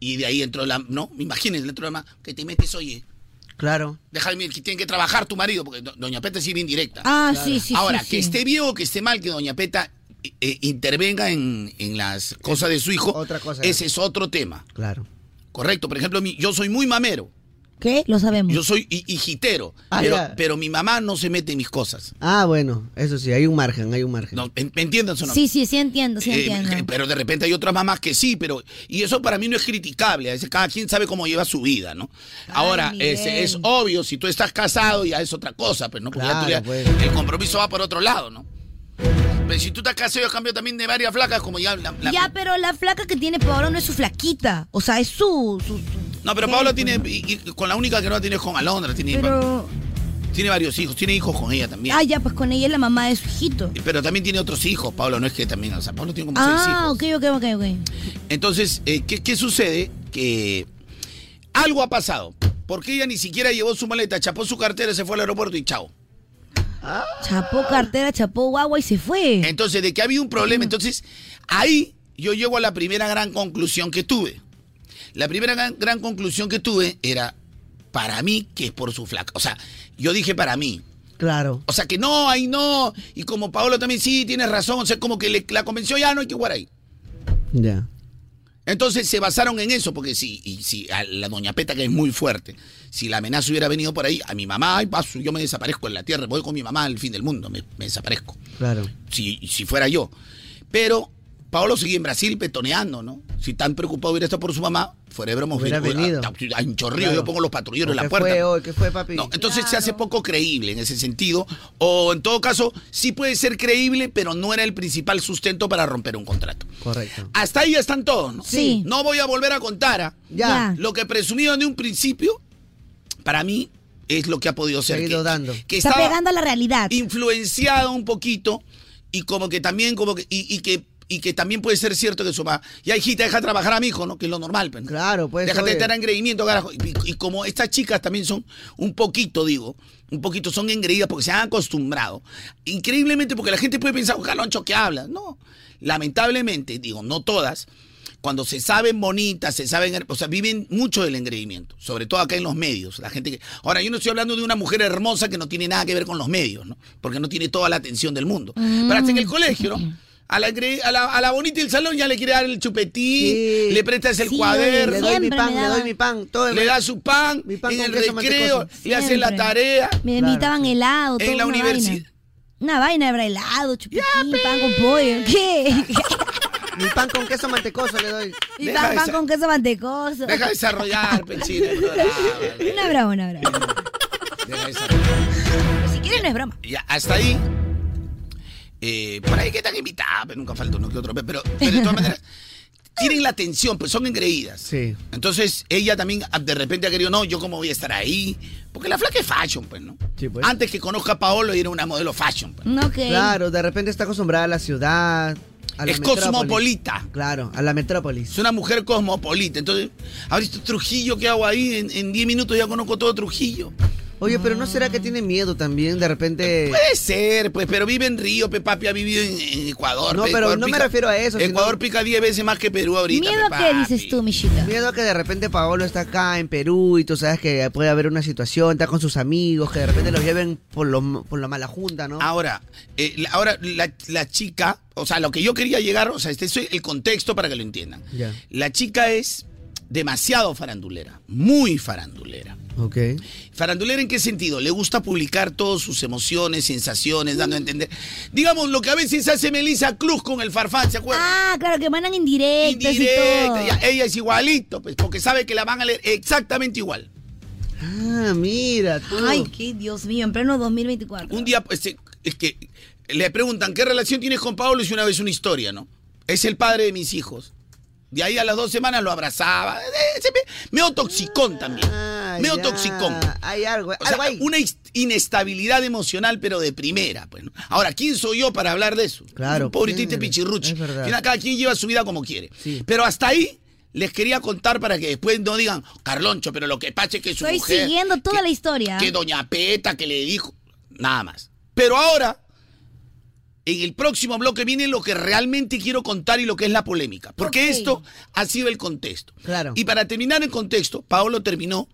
S5: Y de ahí entró la... No, imagínense, entró la ma- que te metes, oye,
S4: Claro.
S5: déjame, que tiene que trabajar tu marido, porque do- doña Peta sí bien directa.
S2: Ah, sí, sí.
S5: Ahora,
S2: sí,
S5: que
S2: sí.
S5: esté bien o que esté mal, que doña Peta eh, eh, intervenga en, en las cosas de su hijo,
S4: Otra cosa.
S5: ese es otro tema.
S4: Claro.
S5: Correcto, por ejemplo, mi- yo soy muy mamero,
S2: ¿Qué? Lo sabemos.
S5: yo soy hi- hijitero,
S4: Ah,
S5: pero,
S4: ya.
S5: pero mi mamá no se mete en mis cosas.
S4: Ah, bueno, eso sí, hay un margen, hay un margen.
S5: No, ¿Me me entiendes o no?
S2: Sí, sí, sí entiendo, sí
S5: Eh, que-
S2: entiendo.
S5: pero de repente hay otras mamás que sí, pero y eso para mí no es criticable. A veces cada quien sabe cómo lleva su vida, ¿no? Ahora
S2: Miguel.
S5: ese es, obvio si tú estás casado ya es otra cosa, pero no porque ya tú
S4: Claro,
S5: ya-
S4: pues.
S5: el compromiso va por otro lado, ¿no? Pero si tú estás casado yo cambio también de varias flacas como ya. la- la-
S2: Ya, pero la flaca que tiene Paola no es su flaquita. O sea, es su. su- su-
S5: no, pero
S2: ¿qué?
S5: Paola tiene y- y con la única que no tiene es con Alondra, tiene,
S2: Pero.
S5: tiene varios hijos, tiene hijos con ella también.
S2: Ah, ya, pues con ella es la mamá de su hijito.
S5: Pero también tiene otros hijos, Paola, no es que también, o sea, Paola tiene como seis
S2: Ah,
S5: hijos.
S2: ok, ok, ok, ok.
S5: Entonces, eh, ¿qué, qué sucede? Que algo ha pasado. Porque ella ni siquiera llevó su maleta, chapó su cartera, se fue al aeropuerto y chao.
S2: Chapó cartera, chapó guagua y se fue.
S5: Entonces, de que había un problema, entonces ahí yo llego a la primera gran conclusión que tuve. La primera gran, gran conclusión que tuve era para mí que es por su flaca. O sea, yo dije para mí.
S4: Claro.
S5: O sea, que no, ahí no. Y como Paolo también sí, tienes razón. O sea, como que le- la convenció ya no hay que jugar ahí.
S4: Ya.
S5: Entonces se basaron en eso, porque si, y si a la doña Peta, que es muy fuerte, si la amenaza hubiera venido por ahí, a mi mamá, ay, paso, yo me desaparezco en la tierra, voy con mi mamá al fin del mundo, me, me desaparezco,
S4: Claro.
S5: si, si fuera yo. Pero Paolo sigue en Brasil petoneando, ¿no? Si tan preocupado hubiera estado por su mamá, fuera de broma,
S4: Hubiera
S5: hubiera-
S4: venido.
S5: A, a Hinchorrío,
S4: Claro.
S5: yo pongo los patrulleros en la
S4: ¿Qué
S5: puerta.
S4: fue hoy? ¿Qué fue, papi?
S5: No, entonces se hace poco creíble en ese sentido, o en todo caso, sí puede ser creíble, pero no era el principal sustento para romper un contrato.
S4: Correcto.
S5: Hasta ahí ya están todos, ¿no?
S2: Sí.
S5: No voy a volver a contar. ¿ah?
S4: Ya.
S2: Ya.
S5: Lo que presumieron de un principio, para mí, es lo que ha podido ser.
S4: Se ha
S5: que,
S4: ido dando.
S5: que
S2: Está
S5: estaba
S2: pegando a la realidad.
S5: influenciado un poquito y como que también, como que, y, y que y que también puede ser cierto que su mamá, ya hijita, deja trabajar a mi hijo, ¿no? Que es lo normal, pues, ¿no?
S4: Claro, pues,
S5: Déjate
S4: oye.
S5: de estar engreimiento, carajo. Y, y como estas chicas también son un poquito, digo, un poquito son engreídas porque se han acostumbrado. Increíblemente, porque la gente puede pensar, ojalá ancho que habla. No, lamentablemente, digo, no todas. Cuando se saben bonitas, se saben, her- o sea, viven mucho del engreimiento, sobre todo acá en los medios. La gente que, ahora yo no estoy hablando de una mujer hermosa que no tiene nada que ver con los medios, ¿no? Porque no tiene toda la atención del mundo. Pero hasta en
S4: Mm.
S5: el colegio, ¿no? A la, engre- a la, a la bonita del salón ya le quiere dar el chupetín,
S4: Sí.
S5: le prestas el
S2: Sí,
S5: cuaderno,
S4: Le doy mi
S2: Siempre
S4: pan,
S2: me
S4: le
S2: daban-
S4: doy mi pan. Todo
S5: le
S4: el-
S5: da su pan,
S4: Mi pan
S5: en
S4: con
S5: el
S4: queso
S5: recreo,
S4: mantecoso.
S5: le hace la
S2: Siempre.
S5: tarea.
S2: Me
S4: Claro,
S2: invitaban
S4: sí.
S2: helado,
S5: En
S2: toda
S5: la
S2: una
S5: universi-
S2: vaina. Una vaina habrá helado, chupetín, pan con pollo.
S5: *laughs*
S2: ¿Qué?
S4: Mi pan con queso mantecoso le doy.
S2: Y
S5: Deja
S2: pan, pan
S5: esa-
S2: con queso mantecoso.
S5: Deja de desarrollar,
S4: *laughs*
S5: pechino. Deja
S2: Una broma, una broma.
S5: de desarrollar.
S2: Si quieren no es broma.
S5: Ya, hasta ahí. Eh, por ahí que están invitadas, pero nunca falta uno que otro. Pero, pero de todas
S4: *laughs*
S5: maneras, tienen la atención, pues son engreídas.
S4: Sí.
S5: Entonces, ella también ah, de repente ha querido, no, yo cómo voy a estar ahí. Porque la flaca es fashion, pues, ¿no?
S4: Sí, pues.
S5: Antes que conozca a Paolo, era una modelo fashion. pues.
S2: No, que.
S4: Claro, de repente está acostumbrada a la ciudad. a la
S5: Es
S4: metrópolis.
S5: cosmopolita.
S4: Claro, a la metrópolis.
S5: Es una mujer cosmopolita. Entonces, ahorita Trujillo, ¿qué hago ahí? En- En 10 minutos ya conozco todo Trujillo.
S4: Oye, pero ¿no será que tiene miedo también de repente?
S5: Puede ser, pues, pero vive en Río, pe, papi, ha vivido en, en Ecuador.
S4: No,
S5: pe,
S4: pero
S5: Ecuador
S4: no me refiero a eso,
S5: Ecuador
S4: sino-
S5: pica 10 veces más que Perú ahorita.
S2: ¿Miedo
S5: pe,
S2: a qué
S5: papi.
S2: dices tú, Michita?
S4: Miedo que de repente Paolo está acá en Perú y tú sabes que puede haber una situación, está con sus amigos, que de repente los lleven por lo, por la mala junta,
S2: Ah.
S4: ¿no?
S5: Ahora, eh, la- ahora la, la chica, o sea, lo que yo quería llegar, o sea, este es el contexto para que lo entiendan.
S4: Ya.
S5: La chica es demasiado farandulera, muy farandulera.
S4: Ok.
S5: ¿Farandulera en qué sentido? Le gusta publicar todas sus emociones, sensaciones, dando a entender. Digamos, lo que a veces hace Melissa Cruz con el farfán, ¿se acuerdan?
S2: Ah, claro, que mandan indirectas y todo.
S5: Indirecta, ya, ella es igualito, pues, porque sabe que la van a leer exactamente igual.
S4: Ah, mira tú.
S2: Ay, qué Dios mío, en pleno 2024.
S5: Un día, este, es que le preguntan, ¿qué relación tienes con Pablo? Y una vez una historia, ¿no? Es el padre de mis hijos. De ahí a las dos semanas lo abrazaba. Eh, se me- Meo toxicón también.
S4: Ah,
S5: Meo
S4: ya.
S5: toxicón.
S4: Hay algo,
S5: O sea,
S4: algo ahí.
S5: una is- inestabilidad emocional, pero de primera. Pues, ¿no? Ahora, ¿quién soy yo para hablar de eso?
S4: Claro,
S5: Un pobritito
S4: ¿quién eres?
S5: pichirruchi.
S4: Es verdad.
S5: Al final, cada quien lleva su vida como quiere.
S4: Sí.
S5: Pero hasta ahí les quería contar para que después no digan, Carloncho, pero lo que pasa es que su
S2: Estoy
S5: mujer...
S2: siguiendo toda
S5: que-
S2: la historia.
S5: Que doña Peta, que le dijo... Nada más. Pero ahora, en el próximo bloque viene lo que realmente quiero contar y lo que es la polémica. Porque
S2: Ok.
S5: esto ha sido el contexto.
S4: Claro.
S5: Y para terminar el contexto, Paolo terminó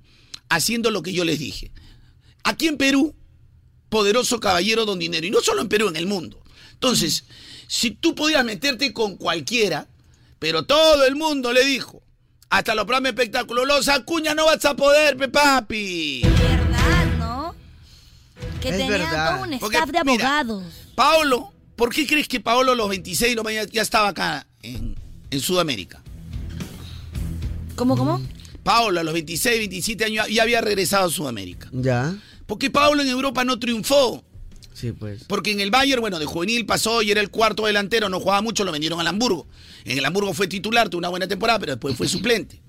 S5: haciendo lo que yo les dije. Aquí en Perú, poderoso caballero don dinero. Y no solo en Perú, en el mundo. Entonces, si tú podías meterte con cualquiera, pero todo el mundo le dijo, hasta los programas de espectáculos, los acuñas no vas a poder, pe papi.
S2: ¿Verdad, no? Que
S4: Es
S2: tenían
S4: verdad.
S2: todo un
S5: Porque,
S2: staff de
S5: mira,
S2: abogados.
S5: Paolo, ¿por qué crees que Paolo a los 26 no, ya, ya estaba acá en, en Sudamérica?
S2: ¿Cómo, cómo?
S5: Mm. Paolo a los 26, 27 años ya había regresado a Sudamérica.
S4: Ya.
S5: Porque Paolo en Europa no triunfó.
S4: Sí, pues.
S5: Porque en el Bayern, bueno, de juvenil pasó y era el cuarto delantero, no jugaba mucho, lo vendieron al Hamburgo. En el Hamburgo fue titular, tuvo una buena temporada, pero después
S4: *laughs*
S5: fue suplente.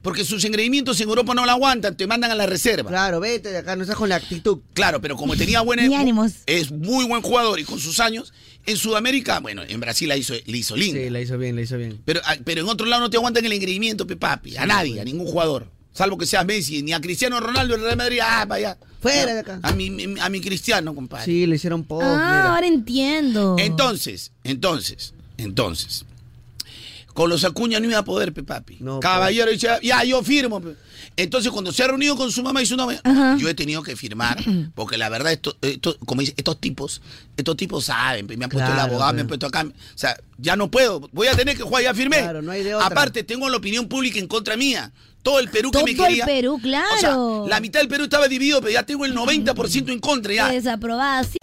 S5: Porque sus engreimientos en Europa no la aguantan, te mandan a la reserva.
S4: Claro, vete de acá, no estás con la actitud.
S5: Claro, pero como tenía buena
S2: Ni ánimos.
S5: es muy buen jugador y con sus años, en Sudamérica, bueno, en Brasil la hizo, le hizo linda.
S4: Sí, la hizo bien, la hizo bien.
S5: Pero, ah, pero en otro lado no te aguantan el engreimiento, pe papi, a nadie,
S4: pues.
S5: a ningún jugador. Salvo que seas Messi, ni a Cristiano Ronaldo del Real Madrid, ah, vaya.
S4: Fuera de acá.
S5: A mi, mi- a mi Cristiano, compadre.
S4: Sí, le hicieron poco.
S2: Ah, ahora entiendo.
S5: Oh, Entonces, entonces, entonces. Con los Acuña no iba a poder, pe, papi.
S4: No, pues.
S5: Caballero dice, ya, yo firmo. pe". Entonces, cuando se ha reunido con su mamá y su novia,
S2: Ajá.
S5: yo he tenido que firmar,
S2: *clears throat*
S5: porque la verdad, esto, esto- como dice, estos tipos, estos tipos saben, pe, me han puesto el
S4: Claro,
S5: abogado,
S4: pe.
S5: me han puesto acá. O sea, ya no puedo, voy a tener que jugar, ya firmé.
S4: Claro, no hay de otra.
S5: Aparte, tengo la opinión pública en contra mía. Todo el Perú
S2: Todo
S5: que me
S2: el
S5: quería.
S2: Perú,
S5: O sea,
S2: claro.
S5: la mitad del Perú estaba dividido, pero ya tengo el 90% en contra, ya.
S2: Desaprobada. sí.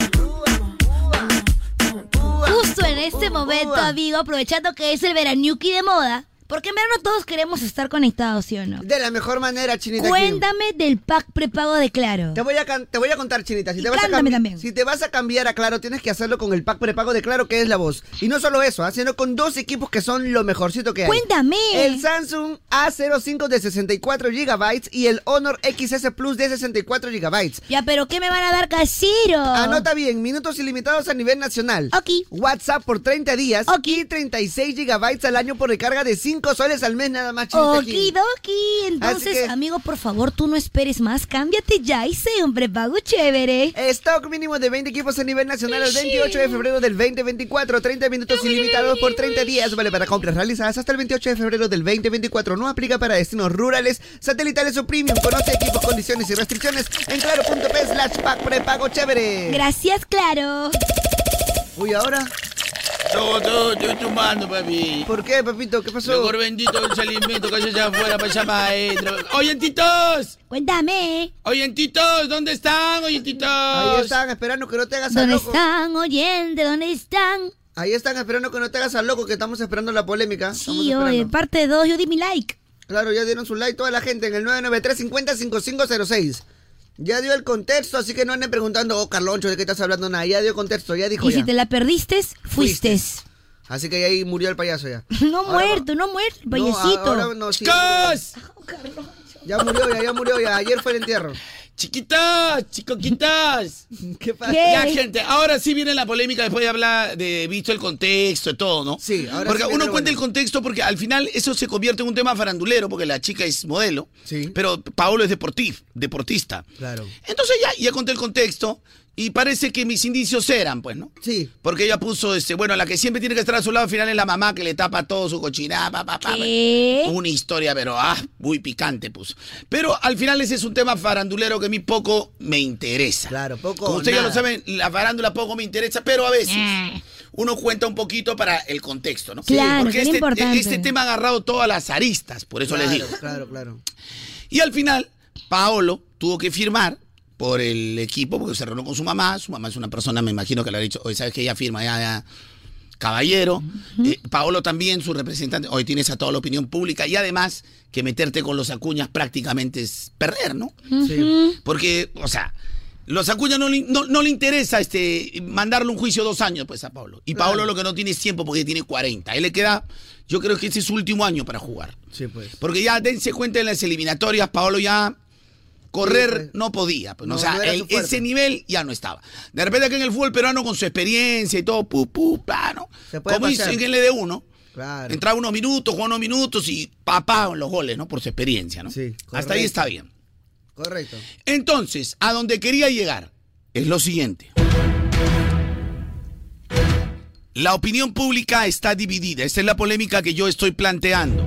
S2: Justo en este momento, amigo, aprovechando que es el veraniuki de moda, porque en verano todos queremos estar conectados, ¿sí o no?
S4: De la mejor manera, Chinita. Kim.
S2: Cuéntame del pack prepago de Claro.
S4: Te voy, a can- te voy a contar, Chinita. Si
S2: Y
S4: te, vas a
S2: cántame
S4: cambi-
S2: también.
S4: si te vas a cambiar a Claro, tienes que hacerlo con el pack prepago de Claro, que es la voz. Y no solo eso, ¿ah? sino con dos equipos que son lo mejorcito que hay.
S2: Cuéntame.
S4: El Samsung A05 de 64 GB y el Honor XS Plus de 64 GB.
S2: Ya, pero ¿qué me van a dar casero?
S4: Anota bien, minutos ilimitados a nivel nacional.
S2: Oh. Ok.
S4: WhatsApp por 30 días
S2: Ok.
S4: y 36 GB al año por recarga de 5 soles al mes nada más, Chinita. Kim.
S2: Okidoki. Entonces,
S4: que-
S2: amigo, por favor, tú no esperes más. Cámbiate ya y sé un prepago
S4: Eh.
S2: chévere.
S4: Stock mínimo de 20 equipos a nivel nacional el 28 de febrero del 2024. 30 minutos ilimitados por 30 días. Vale para compras realizadas hasta el 28 de febrero del 2024. No aplica para destinos rurales, satelitales o premium. Conoce equipos, condiciones y restricciones en claro.p slash pack prepago chévere.
S2: Gracias, claro.
S4: Uy, ahora,
S5: Yo, yo, yo chumando, papi.
S4: ¿por qué, papito? ¿Qué pasó?
S5: Mejor bendito el alimento que haces allá afuera para allá maestro. ¡Oyentitos!
S2: Cuéntame.
S5: ¡Oyentitos! ¿Dónde están, oyentitos?
S4: Ahí están esperando que no te hagas al
S2: ¿Dónde
S4: loco.
S2: están, oyente? ¿Dónde están?
S4: Ahí están esperando que no te hagas al loco, que estamos esperando la polémica. Estamos
S2: Sí, oye,
S4: esperando.
S2: parte 2, yo di mi like.
S4: Claro, ya dieron su like toda la gente en el 993-50-5506. Ya dio el contexto, así que no anden preguntando, oh, Carloncho, ¿de qué estás hablando? Nada, ya dio contexto, ya dijo
S2: Y si
S4: ya.
S2: te la perdiste, fuiste.
S4: Así que ahí murió el payaso ya.
S2: No muerto, no muerto, *laughs*
S4: No,
S2: payasito.
S4: ahora no, sí,
S5: ¡Chicos!
S4: ya murió ya, ya murió ya. Ayer fue el entierro.
S5: ¡Chiquitas! ¡Chicoquitas!
S4: *laughs* ¿Qué pasa?
S2: ¿Qué?
S5: Ya, gente, ahora sí viene la polémica después de hablar, de visto el contexto y todo, ¿no?
S4: Sí, ahora
S5: Porque
S4: sí viene
S5: uno
S4: lo
S5: cuenta el
S4: bueno.
S5: contexto porque al final eso se convierte en un tema farandulero porque la chica es modelo.
S4: Sí.
S5: Pero Paolo es deportiv, deportista.
S4: Claro.
S5: Entonces ya, ya conté el contexto y parece que mis indicios eran, pues, ¿no?
S4: Sí.
S5: Porque ella puso, este, bueno, la que siempre tiene que estar a su lado al final es la mamá que le tapa todo su cochinada, pa, pa, pa, pa.
S2: ¿Qué?
S5: Una historia, pero ah, muy picante puso. Pero al final ese es un tema farandulero que a mí poco me interesa.
S4: Claro, poco
S5: Como
S4: o
S5: ustedes ya lo
S4: nada.
S5: saben, la farándula poco me interesa, pero a veces
S2: Eh.
S5: uno cuenta un poquito para el contexto, ¿no?
S2: Mm. Claro,
S5: Porque
S2: es
S5: este,
S2: importante.
S5: este tema ha agarrado todas las aristas, por eso les
S4: claro,
S5: digo.
S4: claro, claro.
S5: Y al final, Paolo tuvo que firmar por el equipo porque se reunió con su mamá. Su mamá es una persona, me imagino que le ha dicho, oye, ¿sabes que Ella firma, ya, ya. Caballero. Eh, Paolo también, su representante. Hoy tienes a toda la opinión pública. Y además, que meterte con los acuñas prácticamente es perder, ¿no?
S4: Sí.
S5: Porque, o sea, los Acuña no le, no, no le interesa este, mandarle un juicio dos años pues, a Pablo. Y Pablo lo que no tiene es tiempo porque tiene 40. A él le queda, yo creo que ese es su último año para jugar.
S4: Sí, pues.
S5: Porque ya dense cuenta en las eliminatorias, Pablo ya correr
S4: Sí, pues.
S5: no podía. pues, ¿no? o
S4: No,
S5: sea,
S4: no era
S5: el-
S4: su fuerte.
S5: ese nivel ya no estaba. De repente acá en el fútbol peruano con su experiencia y todo, pu, pu, pa, ¿no?
S4: Se puede
S5: Como hizo
S4: pasear.
S5: en el LD1.
S4: Claro.
S5: Entraba unos minutos, jugaba unos minutos y papá en los goles, ¿no? Por su experiencia, ¿no?
S4: Sí,
S5: Hasta ahí
S4: correcto.
S5: está bien.
S4: Correcto.
S5: Entonces, a donde quería llegar, es lo siguiente. La opinión pública está dividida. Esta es la polémica que yo estoy planteando.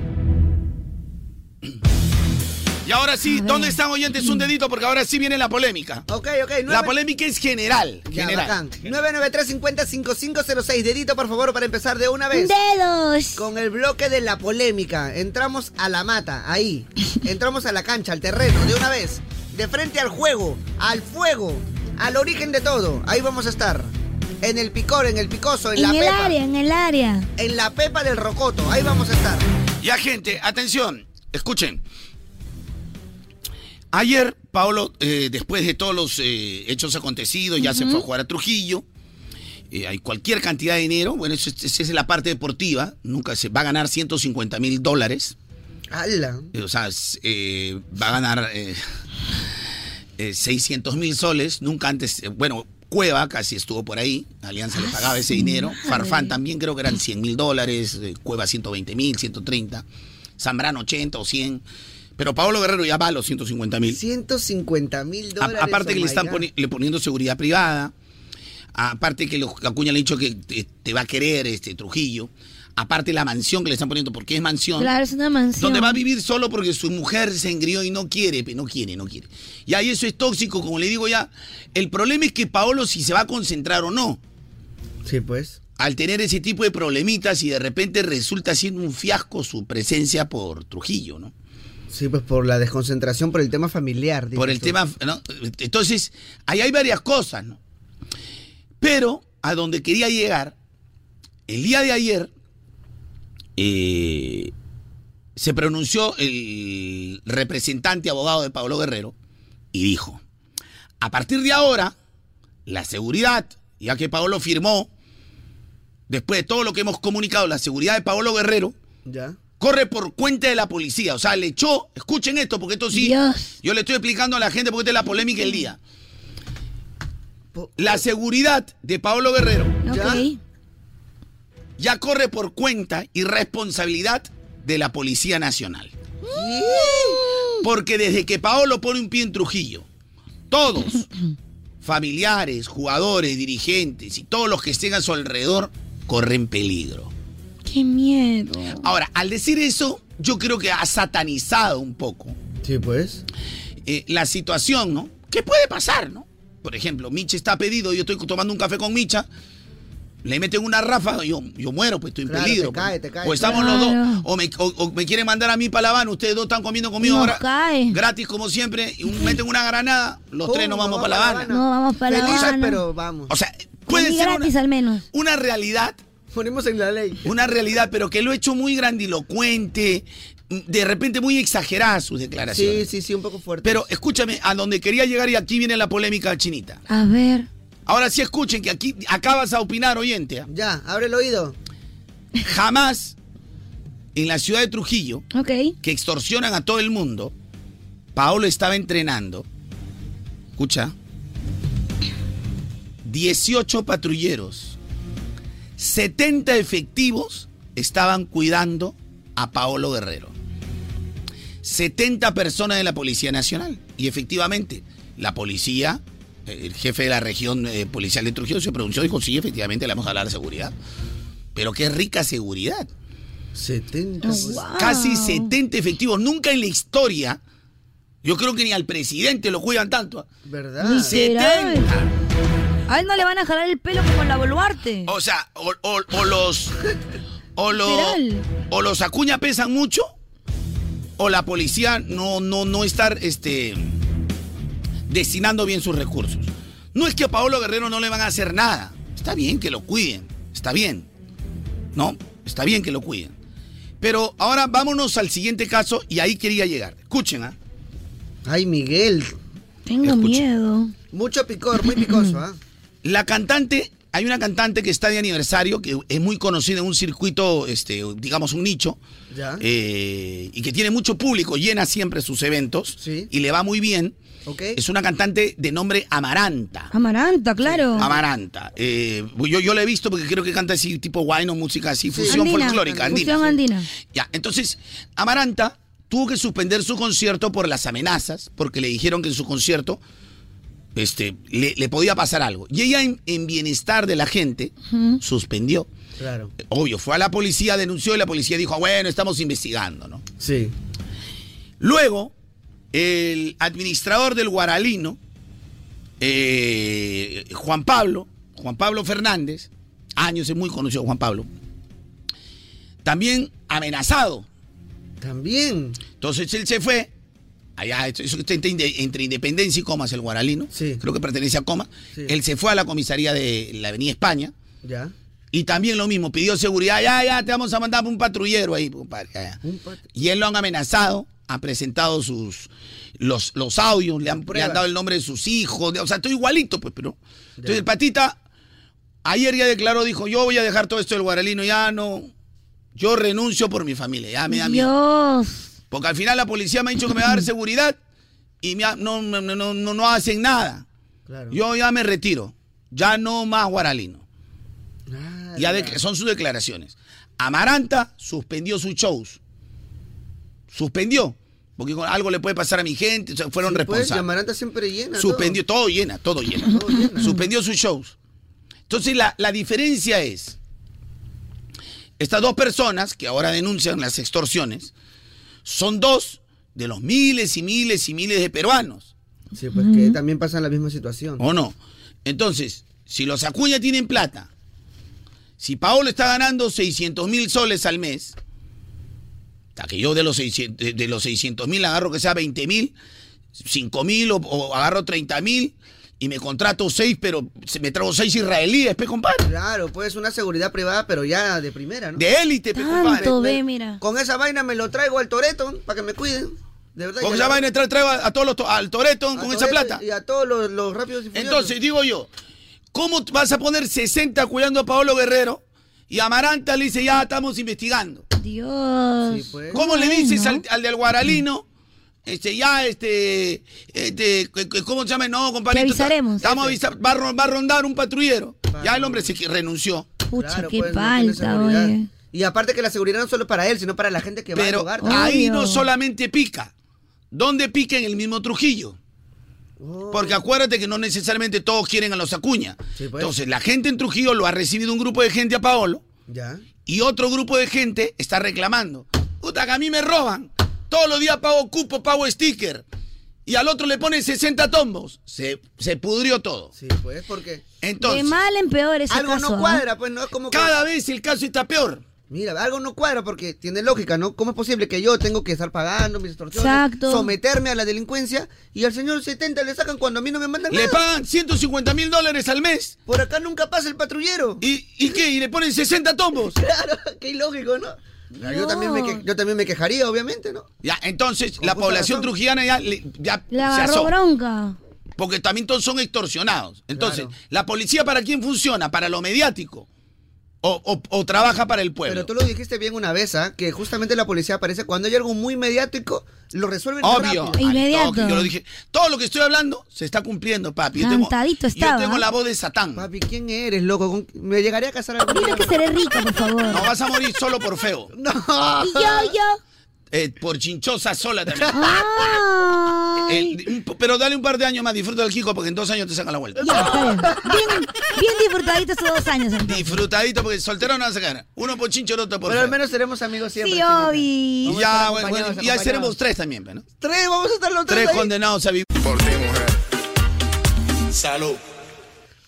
S5: Y ahora sí, ¿dónde están oyentes? Un dedito porque ahora sí viene la polémica.
S4: Ok, ok.
S5: La
S4: nueve-
S5: polémica es general.
S4: Ya,
S5: general.
S4: bacán. 993-50-5506. Dedito, por favor, para empezar de una
S5: Pues,
S4: vez.
S2: Dedos.
S4: Con el bloque de la polémica. Entramos a la mata, ahí. Entramos a la cancha, al terreno, de una vez. De frente al juego, al fuego, al origen de todo. Ahí vamos a estar. En el picor, en el picoso, en, la
S2: En el
S4: pepa.
S2: área, en el área.
S4: En la pepa del rocoto. Ahí vamos a estar.
S5: Ya, gente, atención, escuchen. Ayer, Paolo, eh, después de todos los eh, hechos acontecidos, ya se fue a jugar a Trujillo. Eh, hay cualquier cantidad de dinero. Bueno, eso es- esa es la parte deportiva. Nunca se va a ganar 150 mil dólares.
S4: ¡Hala!
S5: Eh, O sea, es, eh, va a ganar eh, eh, 600 mil soles. Nunca antes, eh, bueno, Cueva casi estuvo por ahí. Alianza
S4: Ah,
S5: le pagaba ese dinero. Farfán también creo que eran 100 mil dólares. eh, Cueva 120 mil, 130. Zambrano 80 o 100. Pero Pablo Guerrero ya va a los 150 mil.
S4: 150 mil
S5: A-
S4: dólares.
S5: aparte
S4: oh
S5: que le
S4: my
S5: están
S4: God.
S5: poni- le poniendo seguridad privada. Aparte que los- la cuña le ha dicho que te, te va a querer este Trujillo. Aparte la mansión que le están poniendo, porque es mansión.
S2: Claro, es una mansión.
S5: Donde va a vivir solo porque su mujer se engrió y no quiere, pe- no quiere, no quiere. Y ahí eso es tóxico, como le digo ya. El problema es que Paolo si se va a concentrar o no.
S4: Sí, pues.
S5: Al tener ese tipo de problemitas y de repente resulta siendo un fiasco su presencia por Trujillo, ¿no?
S4: Sí, pues por la desconcentración, por el tema familiar. dices
S5: Por el
S4: tú.
S5: tema, ¿no? Entonces, ahí hay varias cosas, ¿no? Pero a donde quería llegar, el día de ayer eh, se pronunció el representante abogado de Pablo Guerrero y dijo, a partir de ahora, la seguridad, ya que Pablo firmó, después de todo lo que hemos comunicado, la seguridad de Pablo Guerrero,
S4: Ya.
S5: corre por cuenta de la policía. O sea, le echó, escuchen esto, porque esto sí,
S2: Dios.
S5: yo le estoy explicando a la gente porque esta es la polémica del día.
S4: Po-
S5: La seguridad de Pablo Guerrero
S2: Ok.
S5: ya corre por cuenta y responsabilidad de la Policía Nacional. Porque desde que Paolo pone un pie en Trujillo, todos, familiares, jugadores, dirigentes y todos los que estén a su alrededor, corren peligro.
S2: Qué miedo.
S5: Ahora, al decir eso, yo creo que ha satanizado un poco
S4: Sí, pues.
S5: eh, la situación, ¿no? ¿Qué puede pasar, no? Por ejemplo, Micha está pedido, yo estoy tomando un café con Micha, le meten una ráfaga, yo, yo muero, pues estoy en
S4: Claro,
S5: peligro.
S4: te
S5: pues.
S4: cae, te cae.
S5: O estamos los
S2: Claro.
S5: dos, o me, o- o me quieren mandar a mí para La Habana, ustedes dos están comiendo conmigo
S2: Nos
S5: ahora,
S2: cae.
S5: gratis como siempre, y un- meten una granada, los tres nos
S4: Uh,
S5: vamos para La Habana.
S2: No, vamos para La
S4: Felices,
S2: Habana.
S4: pero vamos.
S5: O sea, puede
S2: Y
S5: ser
S2: gratis
S5: una,
S2: al menos.
S5: una realidad
S4: Ponemos en la ley.
S5: una realidad, pero que lo he hecho muy grandilocuente, de repente muy exagerada sus
S4: Sí,
S5: declaraciones.
S4: sí, sí, un poco fuerte.
S5: Pero escúchame, a donde quería llegar y aquí viene la polémica chinita.
S2: A ver.
S5: Ahora sí escuchen que aquí acabas a opinar, oyente. ¿ah?
S4: Ya, abre el oído.
S5: Jamás en la ciudad de Trujillo,
S2: Ok.
S5: que extorsionan a todo el mundo, Paolo estaba entrenando, escucha, 18 patrulleros, 70 efectivos estaban cuidando a Paolo Guerrero. 70 personas de la Policía Nacional. Y efectivamente, la policía, eh, el jefe de la región eh, policial de Trujillo se pronunció y dijo, sí, efectivamente le vamos a hablar de seguridad. Pero qué rica seguridad.
S4: 70.
S2: Oh, wow.
S5: Casi 70 efectivos. Nunca en la historia, yo creo que ni al presidente lo cuidan tanto. ¿ah?
S4: ¿Verdad?
S2: Literal.
S5: 70.
S2: A él no le van a jalar el pelo como la boluarte.
S5: O sea, o, o- o los. O, los
S2: Literal.
S5: o los acuña pesan mucho, o la policía no, no, no estar este, destinando bien sus recursos. No es que a Paolo Guerrero no le van a hacer nada. Está bien que lo cuiden. Está bien. ¿No? Está bien que lo cuiden. Pero ahora vámonos al siguiente caso y ahí quería llegar. Escuchen, ¿ah?
S4: Ay, Miguel.
S2: Tengo
S5: Escucha.
S2: miedo.
S4: Mucho picor, muy
S5: *clears throat*
S4: picoso, ¿ah?
S5: La cantante, hay una cantante que está de aniversario, que es muy conocida en un circuito, este, digamos un nicho,
S4: Ya.
S5: eh, y que tiene mucho público, llena siempre sus eventos,
S4: Sí.
S5: y le va muy bien.
S4: ¿Ok?
S5: Es una cantante de nombre Amaranta.
S2: Ah. Amaranta, claro.
S5: Amaranta. Eh, yo, yo la he visto porque creo que canta así tipo guayno, música así, fusión
S2: Andina.
S5: folclórica, andina.
S2: Fusión andina.
S5: Ya, entonces, Amaranta tuvo que suspender su concierto por las amenazas, porque le dijeron que en su concierto este, le, le podía pasar algo. Y ella, en, en bienestar de la gente, suspendió.
S4: Claro.
S5: Obvio, fue a la policía, denunció y la policía dijo, "Ah, bueno, estamos investigando, ¿no?
S4: Sí.
S5: Luego, el administrador del Guaralino, eh, Juan Pablo, Juan Pablo Fernández, años es muy conocido Juan Pablo, también amenazado.
S4: También.
S5: Entonces él se fue, allá, eso eso está entre, Inde- entre Independencia y Comas, el Guaralino,
S4: Sí.
S5: creo que pertenece a Comas,
S4: Sí.
S5: él se fue a la comisaría de la Avenida España,
S4: Ya.
S5: y también lo mismo, pidió seguridad, ya, ya, te vamos a mandar un patrullero ahí, compadre. ya, ya.
S4: Un pat-
S5: Y él lo han amenazado, han presentado sus los, los audios, le han, le han
S4: Pruebas.
S5: dado el nombre de sus hijos, de- o sea, todo igualito, pues, pero. Entonces
S4: Ya.
S5: el patita, ayer ya declaró, dijo, yo voy a dejar todo esto del guaralino, ya no. Yo renuncio por mi familia, ya me da miedo.
S2: Dios.
S5: Porque al final la policía me ha dicho que me va a dar seguridad y me ha- no, no, no, no, no hacen nada.
S4: Claro.
S5: Yo ya me retiro. Ya no más guaralino.
S4: Ah,
S5: Ya de- son sus declaraciones. Amaranta suspendió sus shows. Suspendió. Porque dijo, algo le puede pasar a mi gente. o sea, fueron
S4: Sí, pues,
S5: responsables.
S4: Yamaranta siempre llena.
S5: suspendió, todo. llena, todo llena. *clears throat*
S4: Todo llena.
S5: Suspendió sus shows. Entonces la, la diferencia es, estas dos personas que ahora denuncian las extorsiones, son dos de los miles y miles y miles de peruanos.
S4: todo. Sí, pues que también pasa la misma situación.
S5: ¿O no? Entonces, si los Acuña tienen plata, si Paolo está ganando 600 mil soles al mes, hasta que yo de los 600 de- de los 600 mil agarro que sea 20 mil, 5 mil o, o agarro 30 mil y me contrato 6, pero se- me trago 6 israelíes, pe compadre.
S4: Claro, pues una seguridad privada, pero ya de primera, ¿no?
S5: De élite, pe compadre.
S2: Tanto, ve, mira.
S4: Con esa vaina me lo traigo al Toreto para que me cuiden. De verdad.
S5: Con
S4: ya-
S5: esa vaina tra- traigo a, a todos los to- al Toreto
S4: a
S5: con
S4: Toretto
S5: esa plata.
S4: Y a todos los, los rápidos y furiosos.
S5: Entonces, digo yo, ¿cómo vas a poner 60 cuidando a Paolo Guerrero y Amaranta le dice, ya estamos investigando?
S2: Dios.
S4: Sí, pues.
S5: ¿Cómo le dices
S2: Bueno.
S5: al, al del Guaralino? Este, ya, este, este, cu- cu- ¿cómo se llama? No, compadre.
S2: Te avisaremos.
S5: Vamos a avisar, va, a ro- va a rondar un patrullero. Ya el hombre se qui- renunció.
S2: Pucha,
S4: Claro,
S2: qué
S4: pues, no tiene
S2: falta,
S4: seguridad.
S2: oye.
S4: Y aparte que la seguridad no solo es para él, sino para la gente que
S5: Pero
S4: va a hogar.
S2: ah,
S5: ahí
S2: Obvio.
S5: no solamente pica. ¿Dónde pica en el mismo Trujillo?
S4: Oh,
S5: Porque acuérdate que no necesariamente todos quieren a los Acuña.
S4: Sí, pues.
S5: Entonces, la gente en Trujillo lo ha recibido un grupo de gente a Paolo.
S4: Ya.
S5: y otro grupo de gente está reclamando. Puta, que a mí me roban. Todos los días pago cupo, pago sticker. Y al otro le ponen 60 tombos. Se, se pudrió todo.
S4: Sí, pues, porque
S2: De
S5: Entonces,
S2: mal en peor ese
S4: algo
S2: caso,
S4: no
S2: ¿ah?
S4: cuadra, pues, ¿no? Como que-
S5: cada vez el caso está peor.
S4: Mira, algo no cuadra porque tiene lógica, ¿no? ¿Cómo es posible que yo tengo que estar pagando mis extorsiones,
S2: Exacto.
S4: someterme a la delincuencia y al señor 70 le sacan cuando a mí no me mandan
S5: Le
S4: nada?
S5: pagan 150 mil dólares al mes.
S4: Por acá nunca pasa el patrullero.
S5: ¿Y, ¿Y qué? Y le ponen 60 tombos.
S4: Claro, *laughs* qué ilógico, ¿no? Claro, Yo también, me que- yo también me quejaría, obviamente, ¿no?
S5: Ya, entonces
S4: Con
S5: la
S4: justa
S5: población
S4: razón.
S5: trujillana ya, le- ya
S2: Le
S5: se
S2: agarró
S5: asó.
S2: bronca.
S5: Porque también todos son extorsionados. Entonces,
S4: Claro.
S5: ¿la policía para quién funciona? ¿Para lo mediático? ¿O, o- o trabaja para el pueblo?
S4: Pero tú lo dijiste bien una vez, ¿ah? Que justamente la policía aparece cuando hay algo muy mediático, lo resuelven
S5: Obvio.
S4: rápido.
S2: Ay, Inmediato.
S5: Al toque, Yo lo dije. Todo lo que estoy hablando se está cumpliendo, papi. Yo tengo,
S2: Cantadito
S5: yo
S2: estaba.
S5: tengo la voz de Satán.
S4: Papi, ¿quién eres, loco? ¿Con- Me llegaría a casar algún
S5: *laughs*
S2: Dime
S4: día?
S2: que seré rica, por favor.
S5: No vas a morir solo por feo.
S4: No.
S2: Y yo, yo.
S5: Eh, por chinchosa sola también.
S2: Ay.
S5: Eh, un po- pero dale un par de años más, disfruta del Kiko porque en dos años te sacan la vuelta.
S2: Ya, está bien. Bien, bien disfrutadito estos dos años. entonces.
S5: Disfrutadito porque soltero no vas a sacar. Uno por chincho, el otro por
S4: Pero al
S5: feo.
S4: menos seremos amigos siempre.
S2: Sí,
S4: chingate.
S2: Obi.
S5: Y
S4: Vamos a
S5: ya,
S4: estar
S5: bueno,
S4: acompañados,
S5: ya
S4: acompañados.
S5: seremos tres también, ¿no?
S4: Tres, vamos a estar los tres.
S5: Tres
S4: ahí.
S5: condenados a vivir.
S3: Por ti, mujer.
S5: Salud.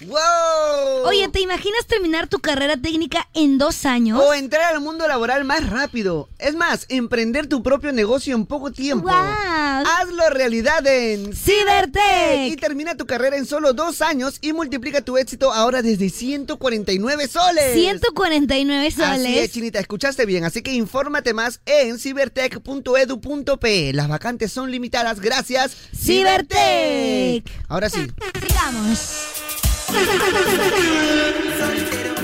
S4: ¡Wow!
S2: Oye, ¿te imaginas terminar tu carrera técnica en dos años?
S4: O entrar al mundo laboral más rápido. Es más, emprender tu propio negocio en poco tiempo. Ah,
S2: ¡Guau!
S4: Hazlo realidad en... Y
S2: ¡Cibertech!
S4: termina tu carrera en solo dos años y multiplica tu éxito ahora desde 149 soles.
S2: 149
S4: Así es,
S2: soles.
S4: Chinita, escuchaste bien, así que infórmate más en cibertech.edu.pe. Las vacantes son limitadas, gracias.
S2: Cibertech.
S4: Ahora sí.
S2: Sigamos.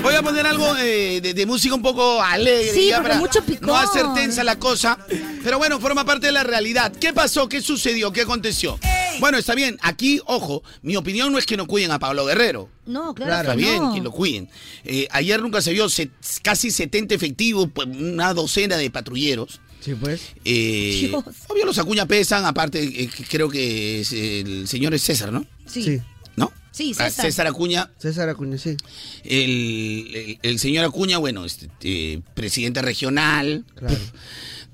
S5: Voy a poner algo eh, de, de música un poco alegre.
S2: Sí,
S5: ya
S2: porque
S5: para
S2: mucho picón.
S5: No hacer tensa la cosa. Pero bueno, forma parte de la realidad. ¿Qué pasó? ¿Qué sucedió? ¿Qué aconteció? Bueno, está bien. Aquí, ojo, mi opinión no es que no cuiden a Pablo Guerrero.
S2: No, claro,
S4: Claro,
S5: Está
S2: que
S5: bien,
S2: no.
S5: que lo cuiden. Eh, ayer nunca se vio se- casi 70 efectivos, pues, una docena de patrulleros.
S4: Sí, pues.
S5: Eh,
S2: Dios.
S5: obvio, los Acuña pesan, aparte, eh, creo que es el señor es César, ¿no?
S2: Sí.
S4: Sí.
S5: ¿no?
S2: Sí,
S5: A
S2: César.
S5: César Acuña,
S4: César Acuña, sí.
S5: el, el- el señor Acuña, bueno, este, eh, presidente regional.
S4: Claro.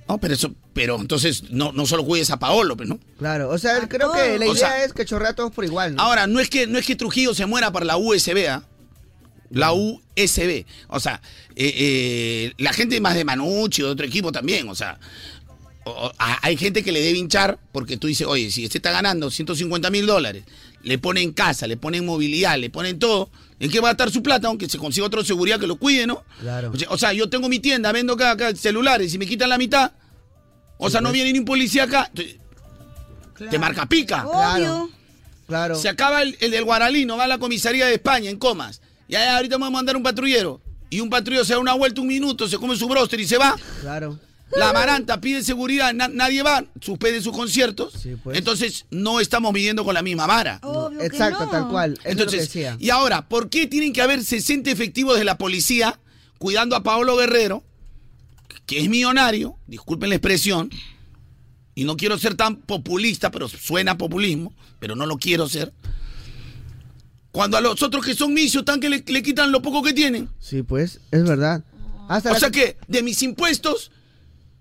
S5: No, pero eso, pero entonces no, no solo cuides a Paolo, pues, ¿no?
S4: Claro, o sea, creo que la idea
S5: O sea-
S4: es que chorrea a todos por igual, ¿no?
S5: Ahora, no es que, no es que Trujillo se muera para la USB, ¿ah? La USB. O sea, eh, eh, la gente más de Manucci o de otro equipo también, o sea. o- o- a- hay gente que le debe hinchar porque tú dices, oye, si este está ganando 150 mil dólares, le ponen casa, le ponen movilidad, le ponen todo, ¿en qué va a estar su plata? Aunque se consiga otro de seguridad que lo cuide, ¿no?
S4: Claro.
S5: O sea, O sea, yo tengo mi tienda, vendo acá, acá celulares, y me quitan la mitad, o sea, no viene ni un policía acá, entonces, te marca pica.
S2: Obvio.
S4: Claro.
S5: Se acaba el, el del Guaralino, va a la comisaría de España, en comas. Y ahí ahorita vamos a mandar un patrullero. Y un patrullero se da una vuelta, un minuto, se come su broster y se va.
S4: Claro.
S5: La Maranta pide seguridad, na- nadie va, suspende sus conciertos.
S4: Sí, pues.
S5: Entonces, no estamos midiendo con la misma vara.
S2: Obvio que
S4: Exacto,
S2: no.
S4: tal cual. Eso es lo que
S5: Entonces,
S4: decía.
S5: y ahora, ¿por qué tienen que haber 60 efectivos de la policía cuidando a Paolo Guerrero, que es millonario, disculpen la expresión, y no quiero ser tan populista, pero suena a populismo, pero no lo quiero ser. Cuando a los otros que son misios tan que le, le quitan lo poco que tienen.
S4: Sí, pues, es verdad. Hasta
S5: O
S4: la-
S5: sea que de mis impuestos,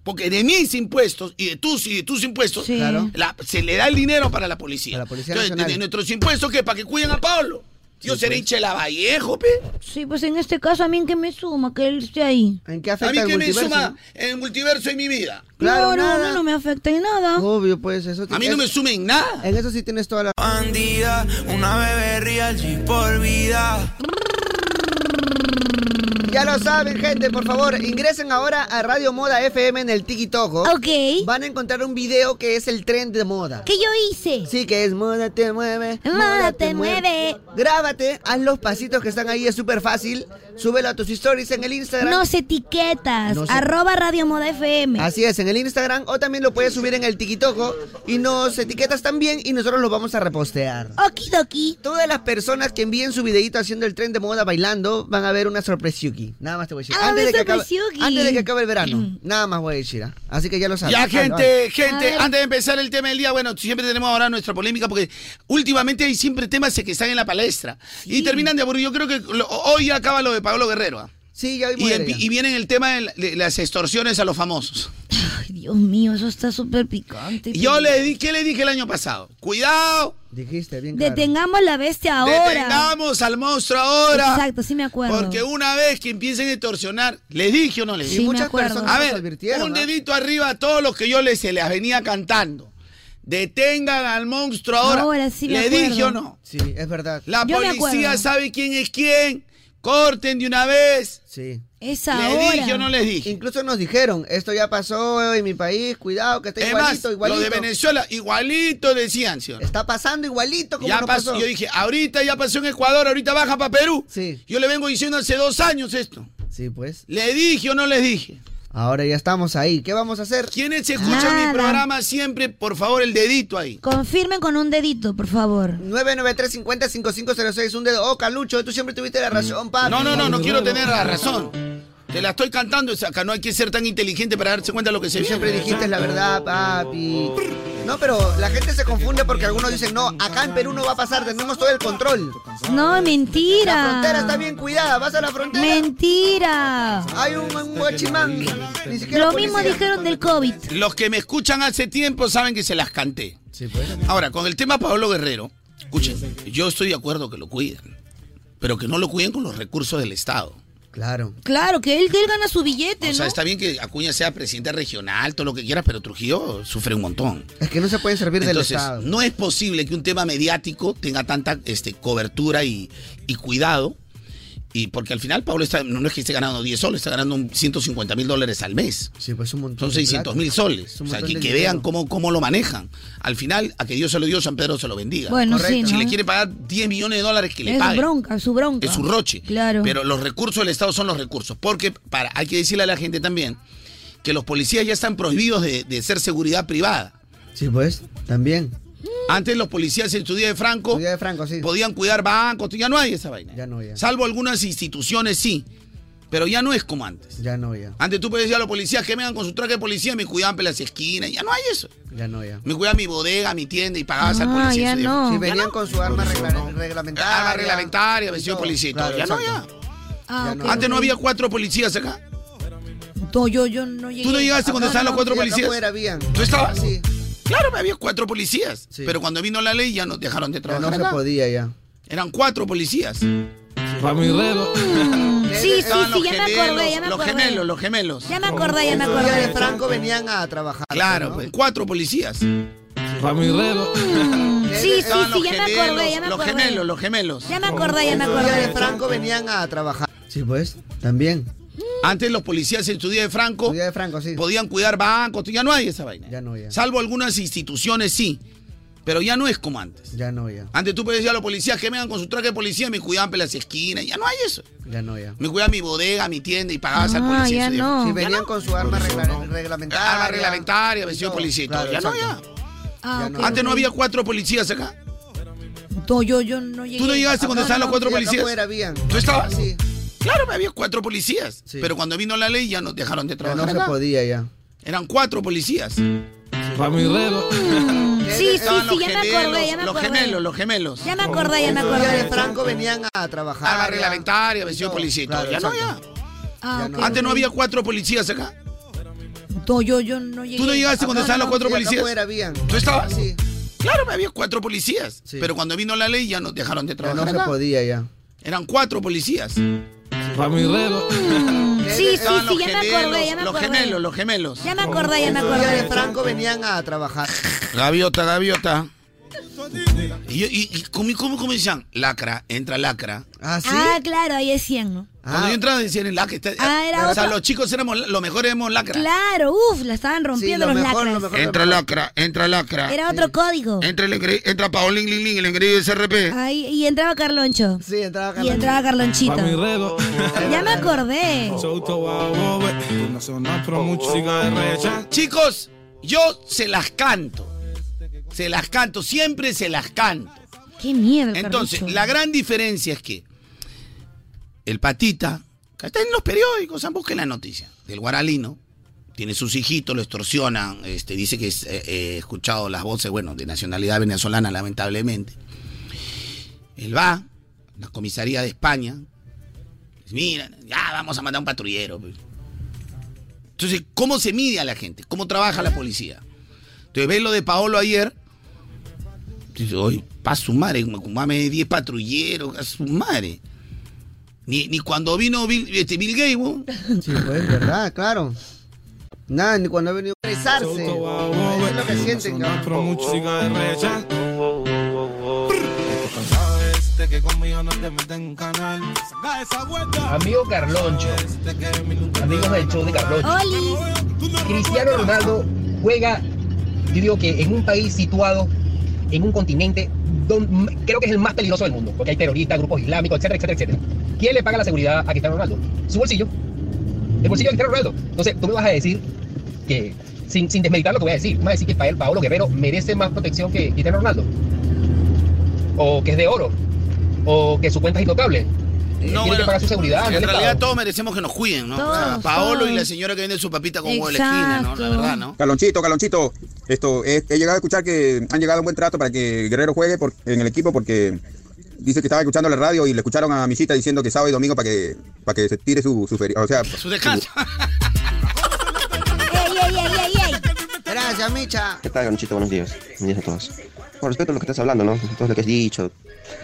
S5: porque de mis impuestos y de tus y de tus impuestos,
S2: Sí.
S4: Claro.
S5: la- se le da el dinero para la policía.
S4: Para la Policía
S5: Entonces,
S4: Nacional. pues.
S5: de, de nuestros impuestos, ¿qué? Para que cuiden a Pablo. Yo seré hincha de la Vallejo, pe.
S2: Sí, pues en este caso a mí en qué me suma que él esté ahí.
S4: ¿En qué
S5: A mí
S4: afecta el
S5: que me
S4: multiverso?
S5: suma el multiverso en mi vida.
S4: Claro,
S2: no, no,
S4: nada.
S2: no, no me afecta en nada.
S4: Obvio, pues, eso
S5: A mí no me sumen nada.
S4: En eso sí tienes toda la...
S7: Bandida, una bebé real y por vida.
S4: Ya lo saben, gente, por favor, ingresen ahora a Radio Moda FM en el TikTok.
S2: Ok.
S4: Van a encontrar un video que es el tren de moda.
S2: ¿Qué yo hice?
S4: Sí, que es moda te mueve.
S2: Moda te mueve.
S4: Grábate, haz los pasitos que están ahí, es súper fácil. Súbelo a tus stories en el Instagram.
S2: Nos etiquetas.
S4: No sé.
S2: Arroba Radio Moda FM.
S4: Así es, en el Instagram o también lo puedes subir en el TikTok y nos etiquetas también y nosotros lo vamos a repostear.
S2: Okidoki.
S4: Todas las personas que envíen su videito haciendo el tren de moda bailando van a ver una sorpresyuki. Nada más te voy a decir.
S2: Ah,
S4: de que acabe,
S2: sorpresyuki.
S4: antes de que acabe
S2: *clears throat*
S4: el verano. Nada más voy a decir. ¿ah? Así que ya lo sabes.
S5: Ya,
S4: Hazlo, hazlo.
S5: gente, gente,
S2: ver.
S5: antes de empezar el tema del día, bueno, siempre tenemos ahora nuestra polémica porque últimamente hay siempre temas que están en la palestra y terminan de aburrir. Yo creo que lo- hoy acaba lo de Pablo Guerrero. ¿ah?
S4: Sí, ya hoy
S5: Y,
S4: muere
S5: empi-
S4: ya.
S5: y viene el tema de, la- de las extorsiones a los famosos.
S2: Ay, Dios mío, eso está súper picante.
S4: pues.
S5: Yo le di, ¿qué le dije el año pasado? Cuidado,
S4: Dijiste bien claro.
S2: Detengamos la bestia ahora.
S5: detengamos al monstruo ahora.
S2: Exacto, sí me acuerdo.
S5: Porque una vez que empiecen a extorsionar, les dije o no les
S4: Y
S5: dije.
S2: Sí, me
S4: muchas
S2: acuerdo.
S4: personas
S5: A
S4: nos
S5: ver,
S4: advirtieron.
S5: un
S4: ¿ah?
S5: dedito arriba a todos los que yo les se les venía cantando. Detengan al monstruo ahora.
S2: Ahora sí me
S5: ¿Le
S2: acuerdo.
S5: dije o no?
S4: Sí, es verdad.
S5: La
S2: Yo me
S5: policía
S2: acuerdo.
S5: sabe quién es quién. Corten de una vez.
S4: Sí.
S2: Es
S5: ¿Le
S2: ahora.
S5: dije o no les dije?
S4: Incluso nos dijeron, esto ya pasó en mi país, cuidado que está
S5: Es más,
S4: igualito, igualito.
S5: lo de Venezuela, igualito decían, ¿sí o no?
S4: Está pasando igualito como
S5: Ya
S4: no
S5: pasó.
S4: pasó.
S5: Yo dije, ahorita ya pasó en Ecuador, ahorita baja para Perú.
S4: Sí.
S5: Yo le vengo diciendo hace dos años esto.
S4: Sí, pues.
S5: ¿Le dije o no les dije?
S4: Ahora ya estamos ahí. ¿Qué vamos a hacer?
S5: Quienes se escuchan
S2: Nada.
S5: mi programa siempre, por favor, el dedito ahí.
S2: Confirmen con un dedito, por favor.
S4: 993-50-5506, un dedo. Oh, Calucho, tú siempre tuviste la razón, papi.
S5: Mm. No, no, no, no quiero tener la razón. Te la estoy cantando, o sea, acá no hay que ser tan inteligente para darse cuenta de lo que se
S4: Tú siempre
S5: viene.
S4: dijiste la verdad, papi. No, pero la gente se confunde porque algunos dicen, no, acá en Perú no va a pasar, tenemos todo el control.
S2: No, mentira.
S4: La frontera está bien cuidada, vas a la frontera.
S2: Mentira.
S4: Hay un un guachimán. Ni siquiera
S2: Lo mismo
S4: policía.
S2: dijeron del COVID.
S5: Los que me escuchan hace tiempo saben que se las canté.
S2: pues.
S5: Ahora, con el tema Pablo Guerrero, escuchen, yo estoy de acuerdo que lo cuiden, pero que no lo cuiden con los recursos del Estado.
S4: Claro.
S2: Claro, que él, que él gana su billete,
S5: O
S2: ¿no?
S5: sea, está bien que Acuña sea presidente regional, todo lo que quieras, pero Trujillo sufre un montón.
S4: Es que no se pueden servir del
S5: Entonces,
S4: Estado.
S5: no es posible que un tema mediático tenga tanta este, cobertura y, y cuidado. Y porque al final Pablo está, no es que esté ganando 10 soles, está ganando un 150 mil dólares al mes.
S4: Sí, pues un
S5: Son
S4: montón. de
S5: 600
S4: plata.
S5: mil soles.
S4: un
S5: O sea,
S4: montón
S5: que,
S4: de
S5: que
S4: dinero.
S5: vean cómo, cómo lo manejan. Al final, a que Dios se lo dio, San Pedro se lo bendiga.
S2: Bueno, sí,
S4: Correcto.
S5: Si
S2: ¿no?
S5: le quiere pagar 10 millones de dólares, que le
S2: es su
S5: paguen.
S2: bronca, su bronca.
S5: Es su roche.
S2: Claro.
S5: Pero los recursos del Estado son los recursos. Porque para, hay que decirle a la gente también que los policías ya están prohibidos de, de ser seguridad privada.
S4: Sí, pues, también.
S5: Antes los policías en su día de Franco
S4: Ciudad de Franco, sí.
S5: podían cuidar bancos, ya no hay esa vaina.
S4: Ya no, ya.
S5: Salvo algunas instituciones, sí. Pero ya no es como antes.
S4: Ya no, ya.
S5: Antes tú pedías a los policías que vengan con su traje de policía y me cuidaban por las esquinas. Ya no hay eso.
S4: Ya no, ya.
S5: Me cuidaban mi bodega, mi tienda y pagabas al
S2: Ah,
S5: policía.
S2: ya
S5: Eso ya-
S4: Si
S2: no.
S4: venían con su arma regla- reglamentaria.
S5: Arma reglamentaria, vestido
S4: todo.
S5: policía y todo.
S4: Claro,
S5: ya no, ya.
S4: exacto.
S2: Ah,
S4: Ya
S2: ok,
S4: no.
S5: Antes no
S2: ok.
S5: había cuatro policías acá.
S2: No, yo, yo no llegué.
S5: Tú no llegaste cuando
S2: Ah,
S5: estaban
S2: no,
S5: los cuatro
S4: Sí, acá
S5: policías.
S4: afuera habían. Ah,
S5: ¿Tú estabas?
S4: Sí.
S5: Claro, había cuatro policías.
S4: Sí.
S5: Pero cuando vino la ley ya nos dejaron de
S4: Ya
S5: trabajar.
S4: no se
S5: acá.
S4: podía ya.
S5: Eran cuatro policías.
S2: Mm, Sí, sí,
S5: Estaban
S2: sí,
S5: los
S2: ya me
S5: gemelos,
S2: acordé, ya me
S5: los
S2: acordé.
S5: gemelos, los gemelos.
S2: Ya me acordé, ya me
S4: Los días de
S2: acordé.
S4: Franco venían a trabajar.
S5: Claro,
S4: ¿no?
S5: pues, cuatro policías.
S2: Mm, Sí, sí,
S5: Estaban
S2: sí, ya me acordé, ya me
S5: los
S2: acordé.
S5: gemelos, los gemelos.
S2: Ya me acordé, ya me
S4: Los días de
S2: acordé.
S4: Franco venían a trabajar. Sí, pues, también.
S5: Antes los policías en su día de Franco
S4: Los días de Franco, sí.
S5: podían cuidar bancos, ya no hay esa vaina.
S4: Ya no, ya.
S5: Salvo algunas instituciones, sí. Pero ya no es como antes.
S4: Ya no, ya.
S5: Antes tú pedías a los policías que vengan con su traje de policía y me cuidaban por las esquinas. Ya no hay eso.
S4: Ya no, ya.
S5: Me cuidaban mi bodega, mi tienda y pagabas al
S2: Ah,
S5: policía.
S2: ya
S5: eso
S4: Si
S2: no.
S4: venían con su arma regla- reglamentaria.
S5: Arma reglamentaria, vestido
S4: Todo,
S5: policía y todo.
S4: claro,
S5: ya no, ya.
S4: exacto.
S2: Ah,
S4: ya
S2: ok,
S4: no.
S2: ok.
S5: Antes no había cuatro policías acá.
S2: No, yo, yo no llegué.
S5: Tú no llegaste cuando
S2: Ah,
S5: estaban los
S2: no.
S5: cuatro
S4: Sí, acá
S5: policías.
S4: afuera habían.
S5: ¿Tú estabas?
S4: Sí.
S5: Claro, había cuatro policías.
S4: Sí.
S5: Pero cuando vino la ley ya nos dejaron de
S4: Ya
S5: trabajar.
S4: no se
S5: acá.
S4: podía ya.
S5: Eran cuatro policías.
S2: Sí, sí,
S5: Estaban
S2: sí,
S5: los
S2: ya me
S5: gemelos,
S2: acordé, ya me
S5: Los
S2: acordé.
S5: gemelos, los gemelos.
S2: Ya me acordé, ya me
S4: Los días de
S2: acordé.
S4: Franco venían a trabajar.
S5: Arma
S4: ya.
S5: reglamentaria, vestido policía y todo.
S4: claro,
S5: ya no, ya.
S4: exacto.
S2: Ah,
S4: Ya
S2: ok,
S4: no.
S2: ok.
S5: Antes no había cuatro policías acá.
S2: No, yo, yo no llegué.
S5: Tú no llegaste cuando
S2: Ah,
S5: estaban
S2: no,
S5: los cuatro
S4: Sí, acá
S5: policías.
S4: afuera habían.
S5: ¿Tú estabas?
S4: Sí.
S5: Claro, había cuatro policías.
S4: Sí.
S5: Pero cuando vino la ley ya nos dejaron de
S4: Ya
S5: trabajar.
S4: no se
S5: acá.
S4: podía ya.
S5: Eran cuatro policías.
S2: Sí, sí,
S5: Estaban
S2: sí,
S5: los
S2: ya me
S5: gemelos,
S2: acordé, ya me
S5: Los
S2: acordé.
S5: gemelos, los gemelos.
S2: Ya me acordé, ya me
S4: Los días de
S2: acordé.
S4: Franco venían a trabajar.
S5: Gaviota, gaviota. Y, y- y cómo, cómo, cómo decían? Lacra, entra lacra.
S4: Ah, sí.
S2: Ah, claro, ahí es 100, ¿no?
S4: Ah.
S5: Cuando yo entraba decían el lacra. está-
S2: Ah, era
S5: o sea,
S2: otro.
S5: los chicos éramos, los mejores éramos lacra.
S2: Claro, uff, la estaban rompiendo
S4: lo
S2: los
S4: mejor,
S2: lacras.
S4: lo mejor.
S5: Entra lacra, entra lacra.
S2: Era otro código.
S5: Entra, el, engre- entra Paolín Lin Lin, el engreído del CRP.
S2: Ahí, y entraba Carloncho.
S4: Sí, entraba
S2: Y
S4: Carlos.
S2: entraba Carlonchito. Ya me acordé.
S5: Chicos, yo se las canto. Se las canto, siempre se las canto.
S2: Qué miedo, el
S5: Entonces,
S2: Carloncho.
S5: la gran diferencia es que el patita, que está en los periódicos, ah, busquen la noticia, del guaralino, tiene sus hijitos, lo extorsionan, este, dice que es, eh, eh, he escuchado las voces, bueno, de nacionalidad venezolana, lamentablemente. Él va, a la comisaría de España, dice, mira, ya vamos a matar a un patrullero. pues". Entonces, ¿cómo se mide a la gente? ¿Cómo trabaja la policía? Entonces, ves lo de Paolo ayer, Dice, oye, pa' su madre, mame 10 patrulleros, a su madre. Ni, ni cuando vino Bill, este, Bill Gates, weón.
S2: Eh,
S4: Sí, pues, verdad, claro. Nada, ni cuando ha venido a expresarse. Es lo que sienten, cabrón.
S8: Amigo Carloncho, amigos del show de Carloncho,
S2: Oli,
S8: Cristiano Ronaldo juega, yo digo que en un país situado en un continente donde creo que es el más peligroso del mundo, porque hay terroristas, grupos islámicos, etcétera, etcétera, etcétera. ¿Quién le paga la seguridad a Cristiano Ronaldo? Su bolsillo, el bolsillo de Cristiano Ronaldo. Entonces, tú me vas a decir que, sin, sin desmeditar lo que voy a decir, tú me vas a decir que para él, Paolo Guerrero merece más protección que Cristiano Ronaldo, o que es de oro, o que su cuenta es intocable.
S5: No,
S8: No, tiene
S5: bueno,
S8: que pagar su seguridad. no
S5: En
S8: el
S5: realidad
S8: Estado.
S5: todos merecemos que nos cuiden, ¿no? O sea,
S2: Todos,
S5: Paolo
S2: todos.
S5: y la señora que vende su papita con huevo de la esquina, ¿no? La
S2: Exacto.
S5: verdad, ¿no?
S9: Calonchito, Calonchito, esto, he, he llegado a escuchar que han llegado a un buen trato para que Guerrero juegue por- en el equipo porque dice que estaba escuchando la radio y le escucharon a Mijita diciendo que sábado y domingo para que, para que se tire su, su feria, o sea,
S5: Su descanso.
S2: ey, ey, ey, ey, ey.
S4: Gracias, Micha.
S10: ¿Qué tal, Ganchito? Buenos días. Buenos días a todos. Con respecto a lo que estás hablando, ¿no? Todo lo que has dicho.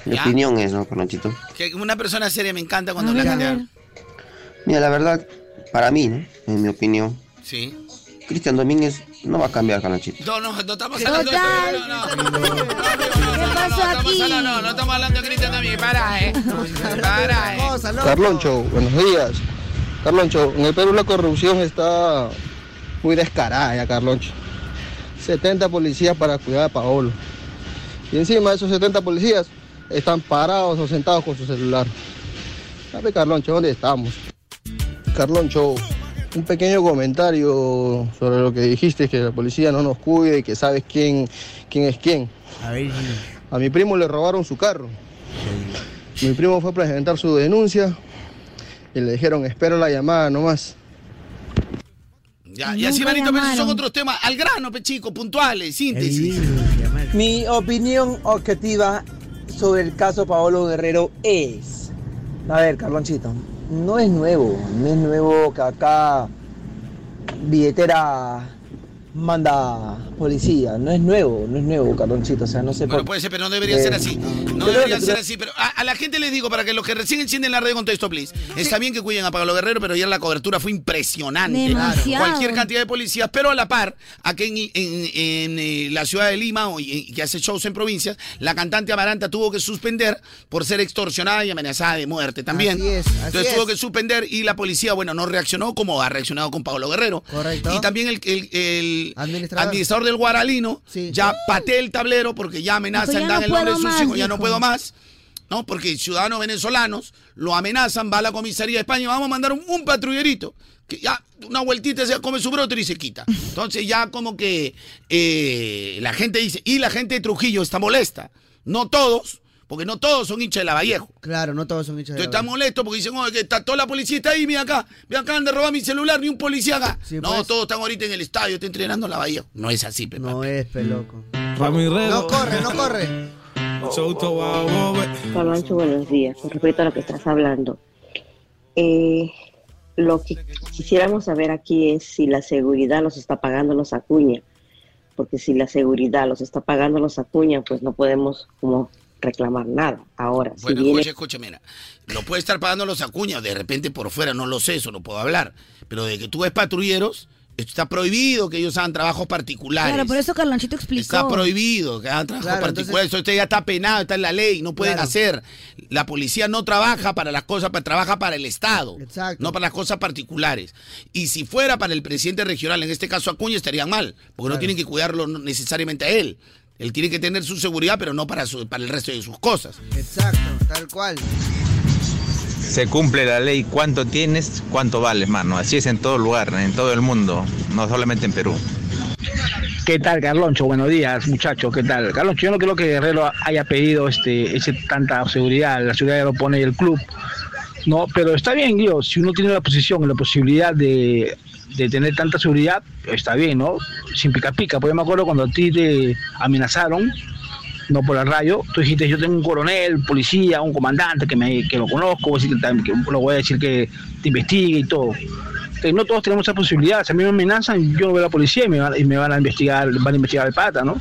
S10: Mi
S5: Ya.
S10: opinión es, ¿no, Ganchito?
S5: *laughs* que una persona seria me encanta cuando
S2: A
S5: habla
S2: ver, a
S5: gente.
S2: ver.
S10: Mira, la verdad, para mí, ¿no? En mi opinión,
S5: Sí.
S10: Cristian Domínguez no va a cambiar, Ganchito.
S5: No, no, no estamos hablando de
S2: Total.
S5: no, no, no. No, no, no,
S2: pasó
S5: no, estamos
S2: aquí?
S5: hablando- No, no estamos hablando de Cristian también. Para,
S2: *laughs*
S5: eh. Para, eh.
S4: Cosa, loco.
S8: Carloncho, buenos días. Carloncho, en el Perú la corrupción está muy descarada ya, Carloncho. 70 policías para cuidar a Paolo. Y encima de esos 70 policías están parados o sentados con su celular. ¿Sabe, Carloncho, dónde estamos? Carloncho, un pequeño comentario sobre lo que dijiste, que la policía no nos cuide y que sabes quién, quién es quién.
S4: A ver,
S8: A mi primo le robaron su carro. Mi primo fue a presentar su denuncia
S11: y le dijeron, espero la llamada nomás.
S5: Ya, y así, manito, pero esos son otros temas. Al grano, pe chico, puntuales, síntesis.
S12: Mi opinión objetiva sobre el caso Paolo Guerrero es. A ver, Carlonchito, no es nuevo, no es nuevo que acá billetera manda policía, no es nuevo, no es nuevo, Carlonchito, o sea, no sé
S5: Bueno,
S12: por-
S5: puede ser, pero no debería
S12: Eh,
S5: ser así. No
S12: creo
S5: debería
S12: que-
S5: ser así. Pero a, a la gente les digo, para que los que recién encienden la red, contesto, please. Está bien que cuiden a Pablo Guerrero, pero ayer la cobertura fue impresionante.
S13: Demasiado.
S5: Cualquier cantidad de policías, pero a la par, aquí en, en- en, eh, la ciudad de Lima, o- y- que hace shows en provincias, la cantante Amaranta tuvo que suspender por ser extorsionada y amenazada de muerte también.
S4: Así es, así
S5: Entonces
S4: es.
S5: tuvo que suspender y la policía, bueno, no reaccionó como ha reaccionado con Pablo Guerrero.
S4: Correcto.
S5: Y también el, el- el
S4: Administrador.
S5: administrador del Guaralino ya pateé el tablero porque ya
S13: Dijo,
S5: amenazan,
S13: Ah, "Ya
S5: dan
S13: no
S5: el nombre de
S13: puedo
S5: sus
S13: más",
S5: hijos, ya no
S13: dijo.
S5: puedo más. ¿no? Porque ciudadanos venezolanos lo amenazan, va a la comisaría de España, vamos a mandar un, un patrullerito. Que ya una vueltita se come su brote y se quita. Entonces ya como que eh, la gente dice, y la gente de Trujillo está molesta. No todos, porque no todos son hinchas de la Vallejo.
S4: Claro, no todos son hinchas de
S5: Entonces está molesto porque dicen, oye, que está toda la policía está ahí, mira acá, me acaban de robar mi celular, ni un policía acá. no, todos están ahorita en el estadio, están entrenando en la Vallejo. No es así, Pepe.
S4: No es, peloco.
S14: Mm.
S5: No
S4: corre, no corre.
S10: Carloncho, buenos días. Con respecto a lo que estás hablando, eh, lo que quisiéramos saber aquí es si la seguridad los está pagando los Acuña, porque si la seguridad los está pagando los Acuña, pues no podemos como reclamar nada. Ahora,
S5: Bueno,
S10: si viene
S5: escucha, escucha, mira. Lo puede estar pagando los acuñas, de repente por fuera, no lo sé, eso no puedo hablar. Pero de que tú ves patrulleros, esto está prohibido que ellos hagan trabajos particulares.
S2: Claro, por eso Carlonchito explicó.
S5: Está prohibido que hagan trabajos
S2: Claro,
S5: particulares. Eso ya está penado, está en la ley, no pueden
S4: Claro.
S5: hacer. La policía no trabaja para las cosas, pa- trabaja para el Estado, no para las cosas particulares. Y si fuera para el presidente regional, en este caso Acuña, estarían mal, porque no tienen que cuidarlo no- necesariamente a él. Él tiene que tener su seguridad, pero no para, su- para el resto de sus cosas.
S4: Exacto, tal cual.
S8: Se cumple la ley, cuánto tienes, cuánto vales, mano. Así es en todo lugar, en todo el mundo, no solamente en Perú.
S15: ¿Qué tal, Carloncho? Buenos días, muchachos. ¿Qué tal? Carloncho, yo no creo que Guerrero haya pedido este, ese tanta seguridad. La ciudad ya lo pone y el club. No, pero está bien, digo, si uno tiene la posición y la posibilidad de, de tener tanta seguridad, está bien, ¿no? Sin pica pica. Porque yo me acuerdo cuando a ti te amenazaron, no por el rayo, tú dijiste, yo tengo un coronel, policía, un comandante que, me, que lo conozco, voy a decir que tam- que lo voy a decir que te investigue y todo. Que eh, no todos tenemos esa posibilidad. Si a mí me amenazan, yo no veo a la policía y me van, y me van a investigar, van a investigar al pata, ¿no?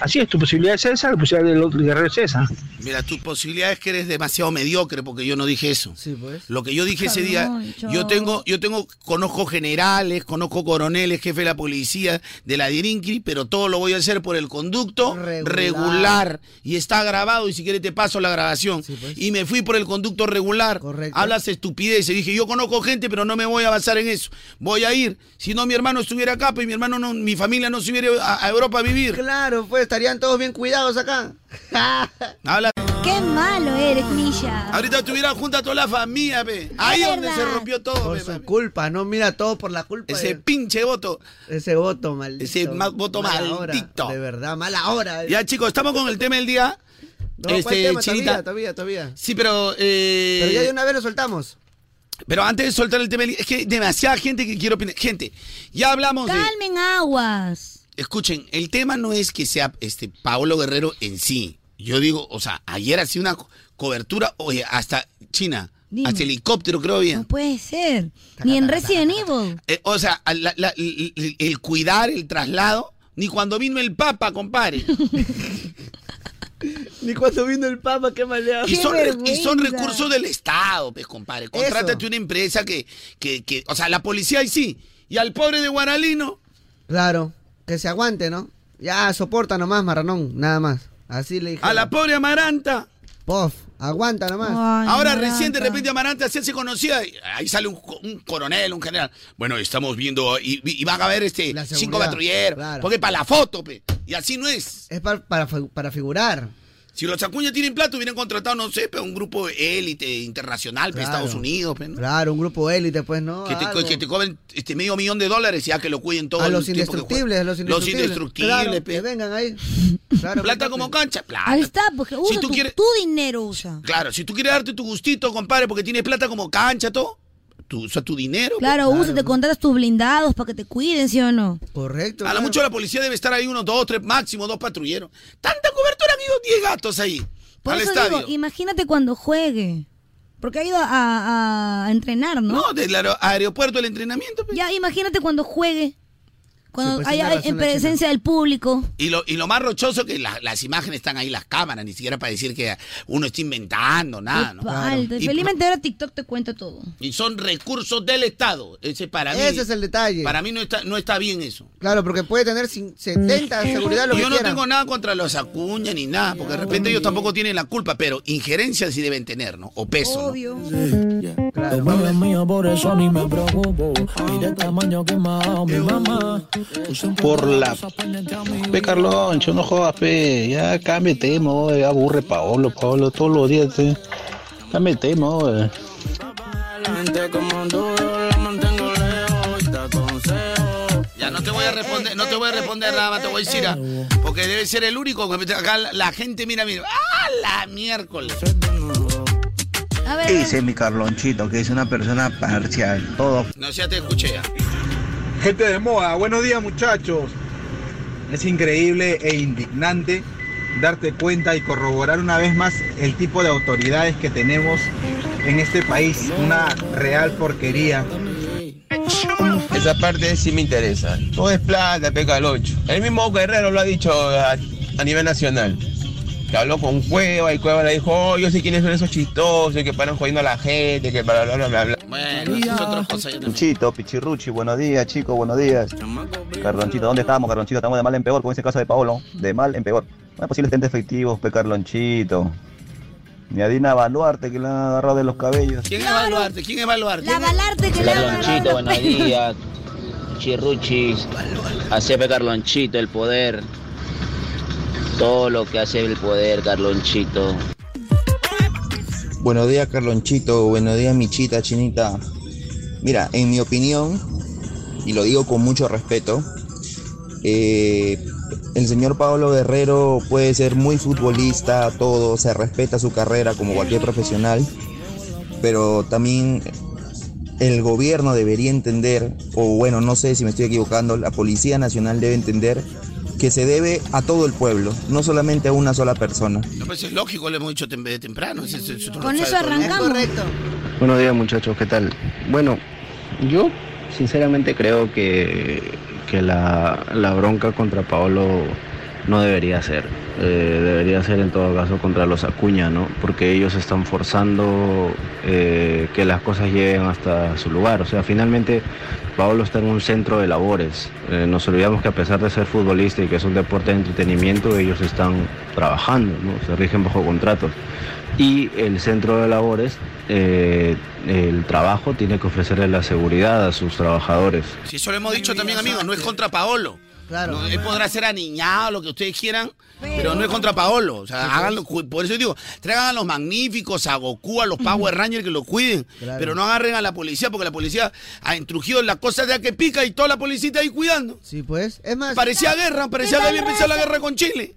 S15: Así es, tu posibilidad es esa, la posibilidad del otro guerrero es esa.
S5: Mira, tus posibilidades que eres demasiado mediocre porque yo no dije eso. Lo que yo dije ese día,
S13: Carloncho.
S5: yo tengo, yo tengo, conozco generales, conozco coroneles, jefe de la policía, de la DIRINCRI, pero todo lo voy a hacer por el conducto regular. Y está grabado y si quieres te paso la grabación. Y me fui por el conducto regular. Hablas estupidez. Y dije, yo conozco gente, pero no me voy a basar en eso. Voy a ir. Si no, mi hermano estuviera acá, pues mi hermano no, mi familia no se hubiera ido a, a Europa a vivir.
S4: Claro, pues estarían todos bien
S5: *laughs*
S4: cuidados acá.
S5: Habla.
S2: Qué malo eres, Misha.
S5: Ahorita estuviera junta toda la familia, ve. Ahí
S2: Es
S5: donde se
S2: verdad.
S5: rompió todo,
S4: Por
S5: pe,
S4: su culpa, eh. no mira todo por la culpa.
S5: Ese
S4: de-
S5: pinche voto.
S4: Ese voto maldito.
S5: Ese ma- voto
S4: Mala hora,
S5: maldito.
S4: de verdad, mala hora.
S5: Ya, chicos, estamos con el tema del día.
S4: No,
S5: Este,
S4: ¿cuál tema?
S5: Chinita.
S4: Todavía, todavía, todavía.
S5: Sí, pero. eh,
S4: Pero ya de una vez lo soltamos.
S5: pero antes de soltar el tema, del día, es que hay demasiada gente que quiere opinar. Gente, ya hablamos de.
S2: Calmen aguas.
S5: Escuchen, el tema no es que sea este Paolo Guerrero en sí. Yo digo, o sea, ayer hacía una co- cobertura, oye, hasta China,
S2: Dime.
S5: hasta helicóptero, creo bien.
S2: Puede ser. Ni en Resident Evil.
S5: Eh, o sea, al- la- la- el, el- el cuidar, el traslado, ni cuando vino el Papa,
S4: *laughs*
S5: compadre.
S4: Ni cuando vino el Papa, qué maleado.
S5: Y son, re- y son recursos del Estado, pues, compadre. Contrátate una empresa que, que, que- o sea, la policía ahí sí. Y al pobre de Guaralino,
S4: Claro, que se aguante, ¿no? Ya, soporta nomás, marranón, nada más. Así le dije.
S5: a la pobre Amaranta.
S4: Pof, aguanta nomás.
S5: Ahora recién de repente Amaranta se hace conocida. y Ahí sale un, co- un coronel, un general. Bueno, estamos viendo, y, y van a ver este cinco
S4: seguridad,
S5: patrulleros.
S4: claro.
S5: Porque para la foto, pe. Y así no es.
S4: Es para, para, fi- para figurar.
S5: Si los acuñas tienen plata, hubieran contratado, no sé, pe, un grupo élite internacional, pe,
S4: Claro.
S5: Estados Unidos, pe, ¿no?
S4: Claro, un grupo élite, pues, ¿no?
S5: Que te,
S4: Algo.
S5: que te cobren este medio millón de dólares y ya que lo cuiden todo.
S4: a
S5: el
S4: los
S5: tiempo que juegan.
S4: indestructibles, a los indestructibles.
S5: Los indestructibles, *laughs*
S4: Claro, pues, que vengan ahí.
S5: plata como cancha, plata.
S16: Ahí está, porque usa
S5: Si
S16: tu,
S5: tú quieres-
S16: tu dinero usa.
S5: Claro, si tú quieres darte tu gustito, compadre, porque tienes plata como cancha, todo, tú usas tu dinero.
S16: Claro, usa, te contratas tus blindados para que te cuiden, ¿sí o no?
S4: Correcto.
S5: A lo mucho la policía debe estar ahí unos dos, tres, máximo dos patrulleros. Tanta cobertura han ido 10 gatos ahí.
S16: Por
S5: al
S16: eso
S5: estadio.
S16: digo, imagínate cuando juegue. Porque ha ido a, a entrenar, ¿no?
S5: no, del aero- aeropuerto el entrenamiento.
S16: Ya, imagínate cuando juegue. Cuando
S5: presenta
S16: haya
S5: pues, la
S16: en
S5: zona
S16: presencia del público.
S5: Y lo, y lo más rochoso que la- las imágenes están ahí, las cámaras, ni siquiera para decir que uno está inventando, nada, Ah, ¿no?
S16: Falta.
S5: Y-
S16: Felizmente ahora TikTok te cuenta todo.
S5: Y son recursos del Estado. Ese para mí.
S4: Ese es el detalle.
S5: Para mí no está, no está bien eso.
S4: Claro, porque puede tener cin- 70 de seguridad lo
S5: Yo no
S4: que quiera.
S5: tengo nada contra los Acuña ni nada, porque de repente ellos tampoco tienen la culpa, pero injerencia sí deben tener, ¿no? O peso. ¿no?
S14: Los bebés míos por eso ni me preocupo. Mira el tamaño que me ha dado mi mamá.
S17: Por la... Pe, Carloncho, no jodas, pe. Ya cámbiate, mo. eh, Aburre Paolo, Paolo. Todos los días, te... Cámbiate, mo. eh.
S14: La gente como duro la mantengo lejos y te aconsejo.
S5: Ya no te voy a responder, no te
S4: Eh,
S5: voy a responder nada más, te voy a decir, ah, porque debe ser el único que acá la, la gente mira, mira, ¡ah, la miércoles!
S16: A
S10: Ese es mi Carlonchito, que es una persona parcial. Todo.
S5: No, ya te escuché ya.
S18: Gente de moda, buenos días muchachos. Es increíble e indignante darte cuenta y corroborar una vez más el tipo de autoridades que tenemos en este país. Una real porquería.
S19: Esa parte sí me interesa. Todo es plata, peca al 8. El mismo Guerrero lo ha dicho a, a nivel nacional. Que habló con Cueva y Cueva le dijo, "Oh, yo sé quiénes son esos chistosos que paran jodiendo a la gente, que bla, bla, bla, bla, bla.
S5: Bueno, eso es otra cosa. yo también.
S10: Carlonchito, Pichirruchi, buenos días, chicos, buenos días. Carlonchito, ¿dónde estamos, Carlonchito? Estamos de mal en peor, como ese caso de Paolo. De mal en peor. No es posible estar efectivos, pe Carlonchito. Ni a Dina Baluarte, que le han agarrado de los cabellos.
S5: ¿Quién es Baluarte? ¿Quién es Baluarte?
S16: La balarte que le haga.
S20: Carlonchito, buenos días. Chirruchis. Hace pe Carlonchito el poder. Todo lo que hace el poder, Carlonchito.
S19: Buenos días, Carlonchito. Buenos días, Michita, Chinita. Mira, en mi opinión, y lo digo con mucho respeto, eh, el señor Pablo Guerrero puede ser muy futbolista, todo, se respeta su carrera como cualquier profesional, pero también el gobierno debería entender, o bueno, no sé si me estoy equivocando, la Policía Nacional debe entender que se debe a todo el pueblo, no solamente a una sola persona.
S5: No, pues es lógico, lo hemos dicho tem- de temprano. es- es- es- tú lo
S16: Con
S5: sabes
S16: eso
S5: todo, ¿no?
S16: arrancamos. Correcto.
S21: Buenos días muchachos, ¿qué tal? Bueno, yo sinceramente creo que, que la, la bronca contra Paolo no debería ser. Eh, debería ser en todo caso contra los Acuña, ¿no? Porque ellos están forzando eh, que las cosas lleguen hasta su lugar. O sea, finalmente Paolo está en un centro de labores. Eh, nos olvidamos que a pesar de ser futbolista y que es un deporte de entretenimiento, ellos están trabajando, ¿no? Se rigen bajo contratos y el centro de labores, eh, el trabajo tiene que ofrecerle la seguridad a sus trabajadores.
S5: Si eso lo hemos dicho también, amigos, no es contra Paolo. No, él podrá ser aniñado, lo que ustedes quieran, pero, no es contra Paolo. O sea, háganlo,
S16: pues.
S5: cu- por eso digo, traigan a los magníficos, a Goku, a los Power Rangers que lo cuiden,
S4: Claro.
S5: pero no agarren a la policía, porque la policía ha entrujido la cosa de la que pica y toda la policía está ahí cuidando.
S4: Sí, pues, es más.
S5: Parecía guerra, parecía que había empezado la guerra con Chile.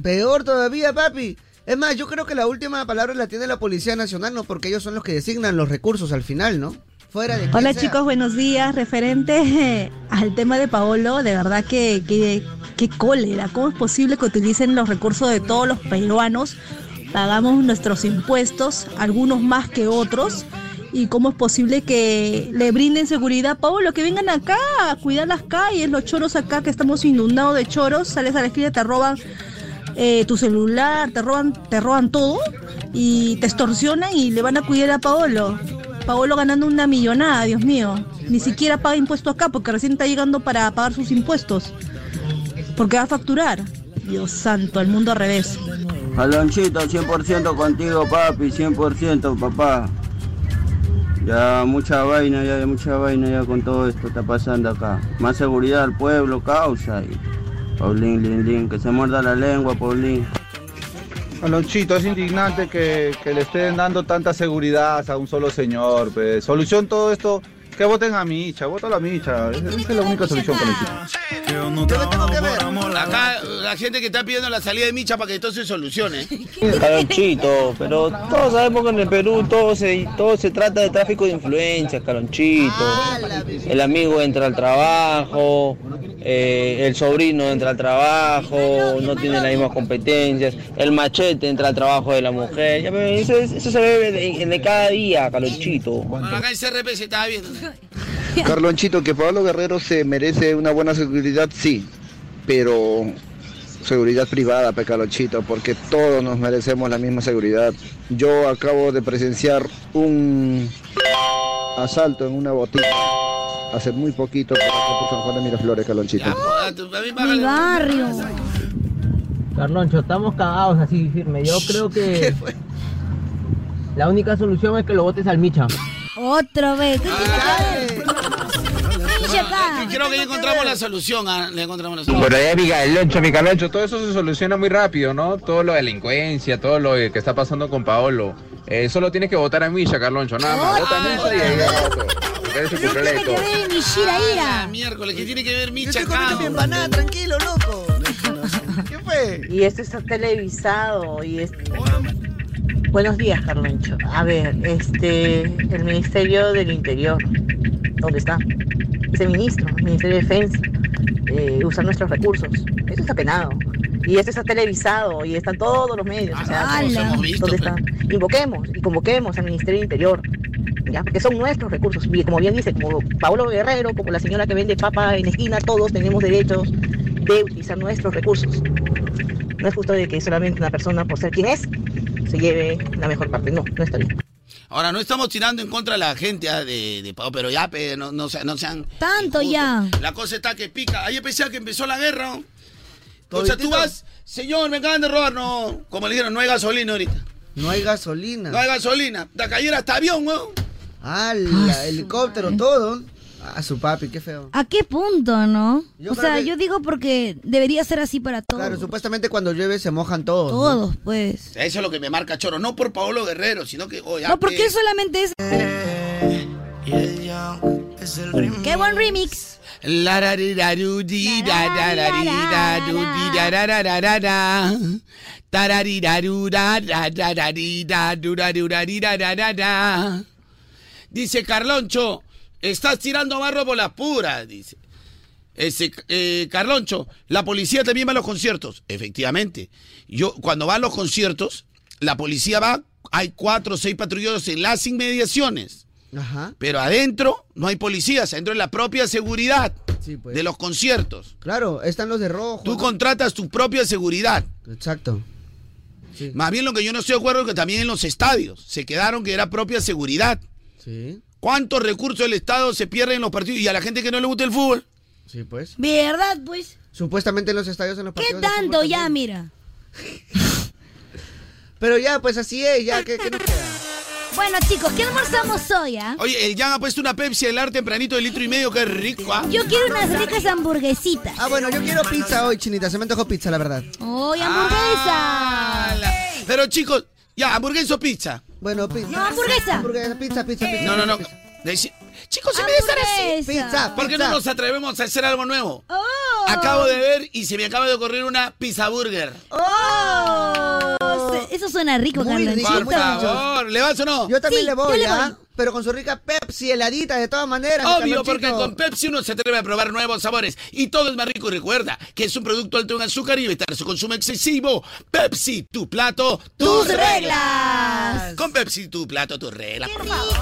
S4: Peor todavía, papi. Es más, yo creo que la última palabra la tiene la Policía Nacional, ¿no? Porque ellos son los que designan los recursos al final, ¿no? Fuera de...
S2: Hola
S4: quien sea.
S2: chicos, buenos días. Referente eh, al tema de Paolo, de verdad que, que, que cólera. ¿Cómo es posible que utilicen los recursos de todos los peruanos? Pagamos nuestros impuestos, algunos más que otros. ¿Y cómo es posible que le brinden seguridad a Paolo? Que vengan acá a cuidar las calles, los choros acá, que estamos inundados de choros. Sales a la esquina, y te roban eh, tu celular, te roban, te roban todo y te extorsionan y le van a cuidar a Paolo. Paolo ganando una millonada, Dios mío. Ni siquiera paga impuesto acá porque recién está llegando para pagar sus impuestos. Porque va a facturar. Dios santo, el mundo al revés.
S22: Alonchito, 100% contigo, papi, 100% papá. Ya mucha vaina, ya, ya mucha vaina ya con todo esto que está pasando acá. Más seguridad al pueblo, causa. Y... Paulín, lin, lin, que se muerda la lengua, Paulín.
S18: Alonchito, es indignante que, que le estén dando tanta seguridad a un solo señor. pues. pe. Solución todo esto, que voten a Micha, vota a la Micha. Esa es la única solución, Alonchito.
S5: Yo tengo que ver. Acá la gente que está pidiendo la salida de Micha para que esto
S16: *laughs*
S5: se solucione.
S1: Calonchito, pero todos sabemos que en el Perú todo se, todo se trata de tráfico de influencias, Calonchito.
S4: Ah,
S1: El amigo entra al trabajo, eh, el sobrino entra al trabajo, no tiene las mismas competencias, el machete entra al trabajo de la mujer. Ya, pero Eso, es- eso se ve de, de cada día, Calonchito.
S5: Bueno, acá el CRP se estaba viendo.
S6: Carlonchito, que Pablo Guerrero se merece una buena seguridad, sí, pero seguridad privada, pe Carlonchito, porque todos nos merecemos la misma seguridad. Yo acabo de presenciar un asalto en una botica hace muy poquito por acá por San Juan de Miraflores, Carlonchito.
S2: Mi barrio.
S23: Carloncho, estamos cagados así firme. Yo creo
S8: *laughs*
S23: que la única solución es que lo votes al Micha.
S2: Otra vez. ¿Qué tiene
S4: Ah,
S5: Creo que ya encontramos la solución. ah, le encontramos la solución.
S24: Por allá, mi Galoncho, mi Galoncho, todo eso se soluciona muy rápido, ¿no? Todo lo de delincuencia, todo lo que está pasando con Paolo. Eh, solo tienes que votar a Misha, Carloncho, nada más. Vota a Misha y ahí va todo. Porque eres su completo.
S2: que ver mi Shira
S5: Ah, miércoles, ¿qué tiene que ver Micha
S15: estoy comiendo
S5: acá?
S15: mi empanada,
S5: tranquilo, loco.
S15: ¿Qué fue?
S25: Y esto está televisado y es... Buenos días, Carloncho. A ver, este, el Ministerio del Interior, ¿dónde está? Ese ministro, el Ministerio de Defensa, eh, usar nuestros recursos. Eso está penado. Y esto está televisado y están todos los medios. o sea,
S5: Ah, todos hemos visto,
S25: ¿dónde está? ah, Invoquemos y convoquemos al Ministerio del Interior. ¿ya? Porque son nuestros recursos. Y como bien dice, como Pablo Guerrero, como la señora que vende papa en esquina, todos tenemos derechos de utilizar nuestros recursos. No es justo de que solamente una persona, por ser pues, quien es, se lleve la mejor parte. No, no está bien.
S5: Ahora, no estamos tirando en contra de la gente ah, de, de Pau, pero ya, pe, no, no, se- no sean.
S2: Tanto ya.
S5: La cosa está que pica. Ahí pensaba que empezó la guerra. ¿no? O sea, tú vas, señor, me acaban de robar. No, como le dijeron, no hay gasolina ahorita.
S4: No hay gasolina.
S5: No hay gasolina. De ayer hasta avión, weón.
S4: ¡Hala! Helicóptero, todo. A su papi, qué feo.
S2: ¿A qué punto, no?
S4: Yo
S2: o
S4: creo
S2: sea,
S4: que-
S2: yo digo porque debería ser así para todos.
S4: Claro, supuestamente cuando llueve se mojan todos. ¿no?
S2: todos, pues.
S5: Eso es lo que me marca Choro. No por Paolo Guerrero, sino que. oh, ya,
S2: No, porque
S5: pe.
S2: él solamente es. ¡Qué buen remix!
S5: La ra ri ra ru di da da ra ri ra ru di da ra ra ra ra ra. Ta ra ri ra ru ra ra ra ra ri ra ru ra ru ra ri ra ra ra ra. Dice Carloncho, estás tirando barro por las puras, dice. Ese, eh, Carloncho, la policía también va a los conciertos. Efectivamente. Yo, cuando va a los conciertos, la policía va, hay cuatro o seis patrulleros en las inmediaciones.
S4: Ajá.
S5: Pero adentro no hay policías, adentro es la propia seguridad
S4: pues.
S5: de los conciertos.
S4: Claro, están los de rojo.
S5: Tú contratas tu propia seguridad.
S4: Exacto.
S5: Más bien lo que yo no estoy de acuerdo es que también en los estadios se quedaron que era propia seguridad.
S4: Sí,
S5: ¿Cuántos recursos del Estado se pierden en los partidos? Y a la gente que no le gusta el fútbol.
S4: sí, pues.
S2: ¿Verdad, pues?
S4: Supuestamente en los estadios en los
S2: ¿Qué
S4: partidos. de
S2: tanto
S4: fútbol
S2: ya,
S4: también.
S2: mira?
S4: Pero ya, pues así es, ya, ¿qué, qué nos queda?
S2: Bueno, chicos, ¿qué almorzamos hoy, ah?
S5: Oye, el Jan ha puesto una Pepsi al arte tempranito de litro y medio, que rico, ¿ah?
S2: Yo quiero unas ricas hamburguesitas.
S4: Ah, bueno, yo quiero pizza hoy, chinita. Se me antojó pizza, la verdad.
S2: ¡Hoy
S5: Ah,
S2: hamburguesa!
S5: Pero chicos, ya, hamburguesa o pizza.
S4: Bueno, pizza.
S2: No, hamburguesa.
S4: Hamburguesa, pizza, pizza, pizza.
S5: No, no, no. Decí- Chicos, se me debe estar así.
S4: Hamburguesa. Pizza,
S5: ¿Por qué no
S4: pizza.
S5: nos atrevemos a hacer algo nuevo? Acabo de ver y se me acaba de ocurrir una pizza burger.
S2: ¡Oh! Se- Eso suena rico,
S4: Muy rico,
S2: Carlonchito.
S4: muy richo.
S5: ¿le vas o no?
S4: Yo también
S5: Sí,
S4: le voy,
S5: yo le
S4: ¿ah?
S5: voy.
S4: Pero con su rica Pepsi heladita, de todas maneras.
S5: Obvio,
S4: Carlonchito.
S5: porque con Pepsi uno se atreve a probar nuevos sabores y todo es más rico. Y recuerda que es un producto alto en azúcar y evitar su consumo excesivo. Pepsi, tu plato, tus, reglas. Con Pepsi, tu plato, tus reglas. por favor.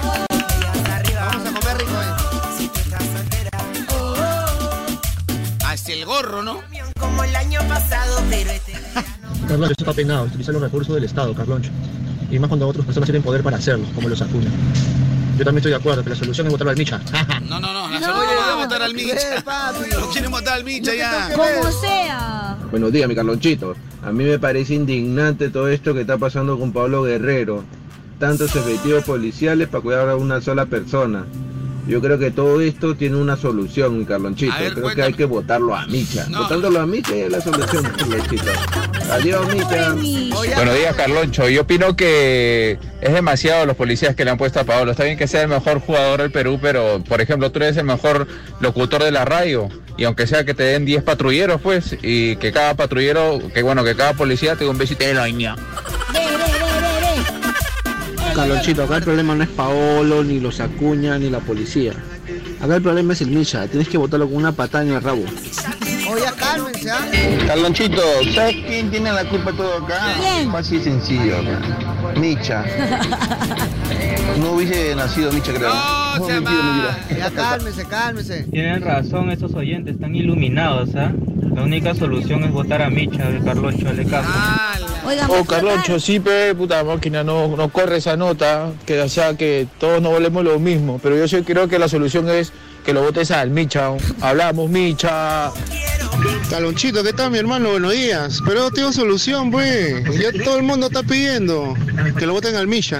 S4: Vamos a comer rico, eh.
S5: Hasta Ah, el gorro, ¿no?
S15: Como el año pasado, pero este
S26: Carloncho eso está peinado, utilizar los recursos del Estado, Carloncho. Y más cuando otras personas tienen poder para hacerlo, como los acunan. Yo también estoy de acuerdo que la solución es votar al Micha.
S5: No, no, no. La
S26: No.
S5: salud no va a matar al
S26: Eh,
S5: Micha. No quieren matar al Micha ya.
S2: Como sea.
S26: Buenos días, mi Carlonchito. A mí me parece indignante todo esto que está pasando con Pablo Guerrero. Tantos efectivos policiales para cuidar a una sola persona.
S19: Yo creo que todo esto tiene una solución, Carlonchito.
S5: A ver,
S19: creo que
S5: cuéntame.
S19: hay que votarlo a Micha.
S5: No.
S19: Votándolo a Micha es la solución, *laughs* Carlonchito. Adiós, Micha.
S27: Buenos días, Carloncho. Yo opino que es demasiado los policías que le han puesto a Paolo. Está bien que sea el mejor jugador del Perú, pero, por ejemplo, tú eres el mejor locutor de la radio. Y aunque sea que te den 10 patrulleros, pues, y que cada patrullero, que bueno, que cada policía te dé un besito de la ña.
S28: Carlonchito, acá el problema no es Paolo, ni los Acuña, ni la policía. Acá el problema es el Micha. Tienes que botarlo con una patada en el rabo.
S4: Oye, cálmense, ¿ah?
S29: Carlonchito, ¿sabes quién tiene la culpa de todo acá? Fácil y sencillo. acá. Micha. No hubiese nacido Micha, creo. No, mentira, mentira.
S4: Ya cálmense, cálmense.
S30: Tienen razón esos oyentes, están iluminados, ¿ah? La única solución es votar a Micha, el Carloncho, le caso.
S2: Oigan,
S31: Oh, Carloncho, sí, pe, puta máquina, no, no corre esa nota, que o sea que todos no volvemos lo mismo, pero yo sí creo que la solución es que lo votes al Micha. Hablamos, Micha.
S30: Talonchito, ¿qué tal mi hermano? Buenos días. Pero no tengo solución, pues. Ya todo el mundo está pidiendo que lo voten al Misha.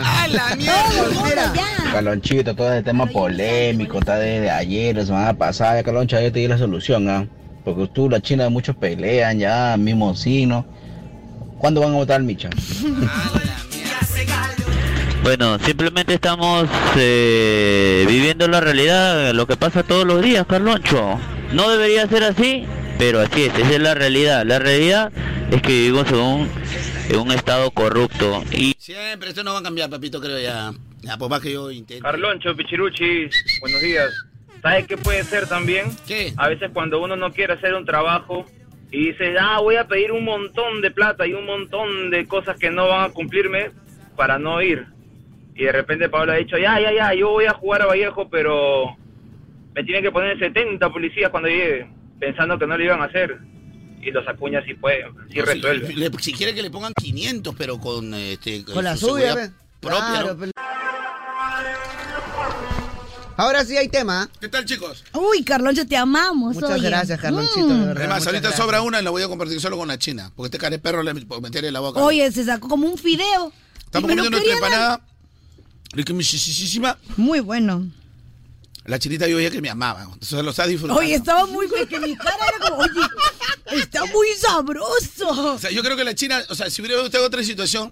S10: Calonchito, todo ese tema polémico, está desde ayer, la semana pasada, ya Caloncha, yo te di la solución, ¿ah? Porque tú, la China, muchos pelean ya, mismo sino. ¿Cuándo van a votar al Micha? *laughs* Bueno, simplemente estamos eh, viviendo la realidad, lo que pasa todos los días, Carloncho. No debería ser así, pero así es, esa es la realidad. La realidad es que vivimos en un, en un estado corrupto y
S5: Siempre, esto no va a cambiar, papito, creo ya. Ya, por más que yo intente.
S8: Carloncho, Pichiruchi, buenos días. ¿Sabes qué puede ser también? A veces cuando uno no quiere hacer un trabajo y dice, ah, voy a pedir un montón de plata y un montón de cosas que no van a cumplirme para no ir. Y de repente Pablo ha dicho, ya, ya, ya, yo voy a jugar a Vallejo, pero me tienen que poner 70 policías cuando llegue, pensando que no lo iban a hacer. Y los pues, acuñas sí pueden, sí
S5: No, si-
S8: resuelven.
S5: le- si quiere que le pongan 500, pero con este
S4: Con la
S5: su
S4: suya,
S5: seguridad
S4: ve.
S5: propia,
S4: Claro, pues.
S5: ¿no?
S4: pe- Ahora sí hay tema. ¿ah?
S5: ¿Qué tal, chicos?
S2: Uy, Carloncho, te amamos.
S4: Muchas
S2: oye. Mm.
S4: gracias, Carlonchito, de verdad.
S5: Además,
S4: muchas
S5: ahorita
S4: gracias.
S5: sobra una y la voy a compartir solo con la China, porque este care perro le por meterle la boca.
S2: Oye, se sacó como un fideo.
S5: Estamos
S2: Y me lo
S5: comiendo nuestra
S2: quería dar.
S5: empanada. riquisísima.
S2: Muy bueno.
S5: La chinita yo veía que me amaba. Entonces lo está disfrutando.
S2: Oye, estaba muy bien, que mi cara era como, oye, está muy sabroso.
S5: O sea, yo creo que la China, o sea, si hubiera usted otra situación,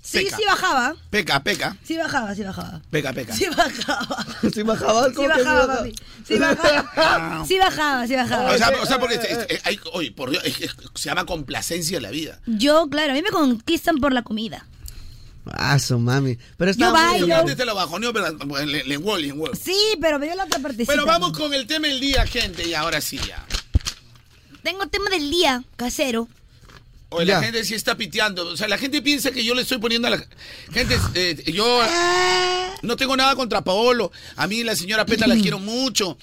S2: Sí,
S5: peca.
S2: sí bajaba.
S5: peca, peca,
S2: Sí bajaba, sí bajaba.
S5: peca, peca.
S2: Sí bajaba.
S4: *laughs* Sí bajaba,
S2: Sí bajaba, papi. Sí bajaba. Sí bajaba, sí bajaba.
S5: Ah, O sea, o sea, porque este- este- hay- oye, por Dios, es- es- se llama complacencia en la vida.
S2: Yo, claro, a mí me conquistan por la comida.
S4: Ah, su mami. Pero está
S2: Yo bailo.
S5: Yo antes te lo bajoneo, pero le, le envuelvo, le envuelvo.
S2: Sí, pero me dio la otra partecita.
S5: Pero vamos con el tema del día, gente, y ahora sí ya.
S2: Tengo tema del día, casero.
S5: Oye, la gente sí está piteando. O sea, la gente piensa que yo le estoy poniendo a la gente. eh, yo
S2: Ah.
S5: no tengo nada contra Paolo. A mí la señora Peta la quiero mucho.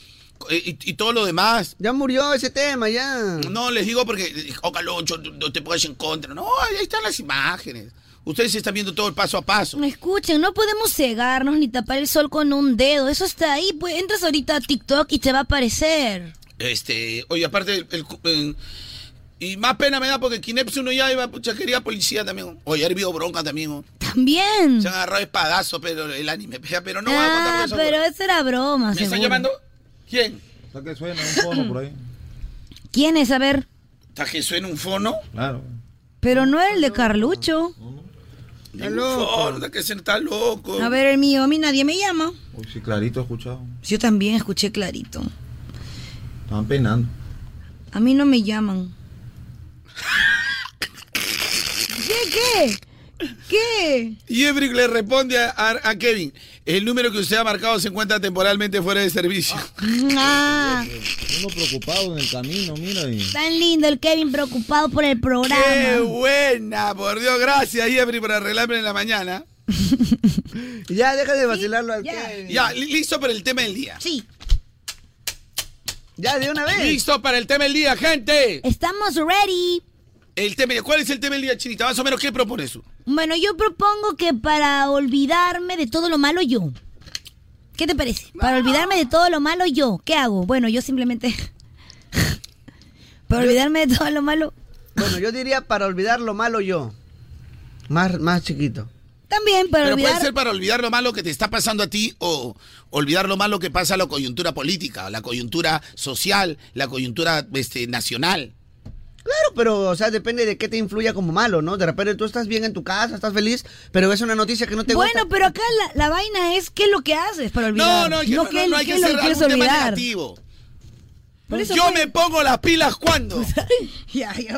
S5: eh, Y, y todo lo demás.
S4: Ya murió ese tema, ya.
S5: No, les digo porque, eh, oh, Caloncho, no te pongas en contra. No, ahí están las imágenes. Ustedes están viendo todo el paso a paso.
S2: Escuchen, no podemos cegarnos ni tapar el sol con un dedo. Eso está ahí. Pues entras ahorita a TikTok y te va a aparecer.
S5: Este, oye, aparte, el, el cu- eh, y más pena me da porque Kinepsi uno ya iba, pucha, quería policía también. Oye, ha habido bronca también. oh.
S2: También.
S5: Se han agarrado espadazos, pero el anime. Pero no voy a contar
S2: Mm. ah,
S5: eso.
S2: pero esa era broma.
S5: ¿Me están
S2: seguro.
S5: llamando? ¿Quién?
S14: Está que suena un fono por ahí.
S2: ¿Quién es? A ver.
S5: Está que suena un fono.
S14: Claro.
S2: Pero no el de Carlucho.
S5: Está loco. Está que suena, está loco.
S2: A ver, el mío. A mí nadie me llama.
S14: Uy, sí, clarito he escuchado.
S2: Yo también escuché clarito.
S14: Estaban penando.
S2: A mí no me llaman. *laughs* ¿Qué? ¿Qué? ¿Qué?
S5: Yebrick le responde a, a- a Kevin. El número que usted ha marcado se encuentra temporalmente fuera de servicio.
S2: Ah,
S14: Uno preocupado en el camino, mira.
S5: *laughs*
S14: Y...
S2: tan lindo el Kevin preocupado por el programa.
S5: ¡Qué buena! Por Dios, gracias, Yebrick, por arreglarme en la mañana.
S4: Ya, deja de vacilarlo al que.
S5: Ya, li- listo para el tema del día.
S2: Sí.
S4: Ya, de una vez.
S5: Listo para el tema del día, gente.
S2: Estamos ready.
S5: El tema, ¿Cuál es el tema del día, Chinita? Más o menos, ¿qué propones tú?
S2: Bueno, yo propongo que para olvidarme de todo lo malo yo. ¿Qué te parece? Para olvidarme de todo lo malo yo. ¿Qué hago? Bueno, yo simplemente... *laughs* para olvidarme de todo lo malo.
S4: Bueno, yo diría para olvidar lo malo yo. Más, más chiquito.
S2: También, para
S5: Pero
S2: olvidar.
S5: puede ser para olvidar lo malo que te está pasando a ti o olvidar lo malo que pasa a la coyuntura política, la coyuntura social, la coyuntura este, nacional.
S4: Claro, pero, o sea, depende de qué te influya como malo, ¿no? De repente tú estás bien en tu casa, estás feliz, pero ves una noticia que no te
S2: bueno,
S4: gusta.
S2: pero acá la, la vaina es qué es lo que haces para olvidar.
S5: No, no, hay que- no,
S2: qué-
S5: no hay
S2: qué
S5: que
S2: es lo
S5: hacer
S2: quieres
S5: algún tema
S2: olvidar. *laughs*
S5: negativo.
S2: Por eso
S5: Yo
S2: fue-
S5: me pongo las pilas
S2: *laughs*
S5: cuando.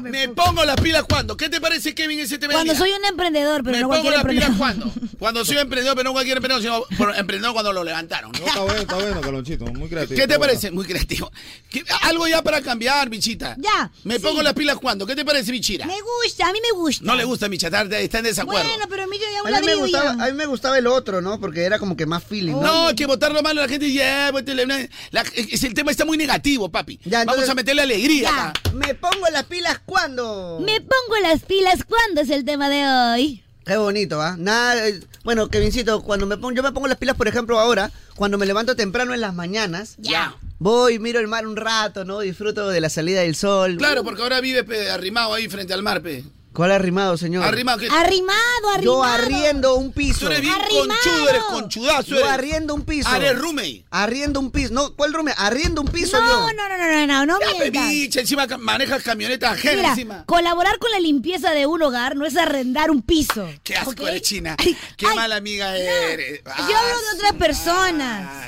S2: me,
S5: pongo. las pilas cuando. ¿Qué te parece, Kevin, ese tema? del
S2: Cuando
S5: día?
S2: soy un emprendedor, pero
S5: me
S2: no
S5: pongo
S2: cualquier
S5: las pilas
S2: emprendedor. *laughs*
S5: cuando. Cuando soy emprendedor, pero no cualquier emprendedor, sino por- emprendedor cuando lo levantaron.
S32: *laughs*
S5: ¿no?
S32: Está bueno, está bueno, Calonchito. Muy creativo.
S5: ¿Qué
S32: está
S5: te
S32: bueno.
S5: parece? Muy creativo. ¿Qué- algo ya para cambiar, bichita.
S2: Ya.
S5: Me
S2: sí.
S5: pongo las pilas cuando. ¿Qué te parece, bichira?
S2: Me gusta, a mí me gusta.
S5: No le gusta, bichita. está- Está en desacuerdo.
S2: Bueno, pero a mí yo ya un
S4: a, mí me
S2: ladrillo ya.
S4: gustaba, a mí me gustaba el otro, ¿no? Porque era como que más feeling.
S2: Oh,
S5: No, que votar lo malo la gente ya, bótele, bla, la- es- el tema está muy negativo, papi. Vamos a meterle alegría. acá.
S4: Me pongo las pilas cuando.
S2: Me pongo las pilas cuando es el tema de hoy.
S4: Qué bonito, ¿ah? Nada, eh, bueno, Kevincito, cuando me pongo, yo me pongo las pilas, por ejemplo, ahora, cuando me levanto temprano en las mañanas,
S5: Ya.
S4: voy, miro el mar un rato, ¿no? Disfruto de la salida del sol.
S5: Claro, porque ahora vive pe, arrimado ahí frente al mar, pe.
S4: ¿Cuál arrimado, señor?
S5: Arrimado, ¿qué?
S2: Arrimado,
S4: Yo arriendo un piso.
S5: Tú eres bien conchudo, eres conchudazo.
S4: Yo
S5: eres.
S4: arriendo un piso.
S5: Ah, eres roommate.
S4: Arriendo un piso. No, ¿cuál rume? Arriendo un piso
S2: No,
S4: yo.
S2: no, no, no, no, no,
S5: Ya, pe,
S2: mientas.
S5: bicha, encima ca- manejas camioneta ajena
S2: Mira,
S5: encima.
S2: colaborar con la limpieza de un hogar no es arrendar un piso.
S5: Qué asco eres, China. Qué mala amiga eres. Ah,
S2: Yo hablo de otras personas.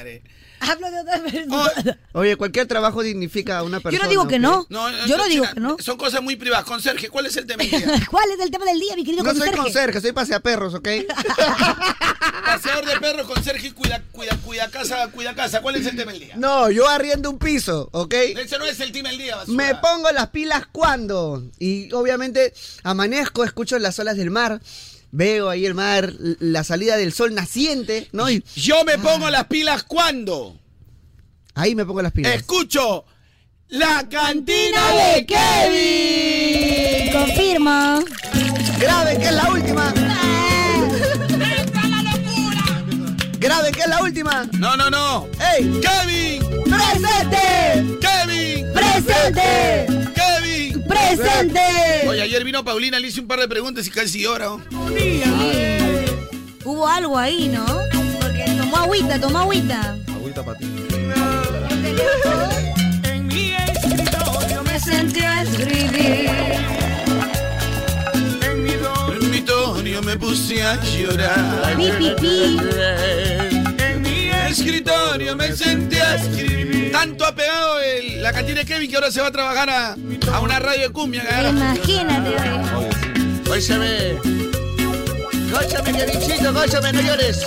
S2: Hablo de otras personas.
S4: Oye, cualquier trabajo dignifica a una persona.
S2: no digo que no. Yo no *laughs* digo
S5: que no. Son cosas muy privadas. Conserje, ¿cuál es el tema?
S2: ¿Cuál es el tema del día, mi querido
S4: No soy
S2: conserje?
S4: conserje, soy paseaperros, ¿ok?
S5: Paseador de perros, conserje, cuida, cuida, cuida casa, cuida casa. ¿Cuál es el tema del día?
S4: No, yo arriendo un piso, ¿ok?
S5: Ese no es el tema del día, basura.
S4: Me pongo las pilas cuando. Y obviamente amanezco, escucho las olas del mar, veo ahí el mar, l- la salida del sol naciente, ¿no? Y
S5: Yo me pongo las pilas cuando.
S4: ahí me pongo las pilas.
S5: Escucho la cantina de Kevin.
S2: Confirmo.
S4: Grave que es la última. Grave que es la última.
S5: No, no, no.
S4: ¡Ey!
S5: ¡Kevin!
S4: ¡Presente!
S5: ¡Kevin!
S2: ¡Presente!
S5: ¡Kevin!
S2: ¡Presente!
S5: Oye, ayer vino Paulina, le hice un par de preguntas y casi llora.
S2: Hubo algo ahí, ¿no? Porque tomó agüita, tomó agüita.
S32: Agüita para ti.
S2: En mi escritorio me senté a escribir.
S5: En mi dormitorio me puse a llorar.
S2: Pi, pi, pi.
S5: En mi escritorio me senté a escribir. Tanto ha pegado el- la cantina de Kevin que ahora se va a trabajar a, a una radio de cumbia. cara.
S2: Imagínate.
S5: Óyeme. Góchame, Kevinchito, góchame, no llores.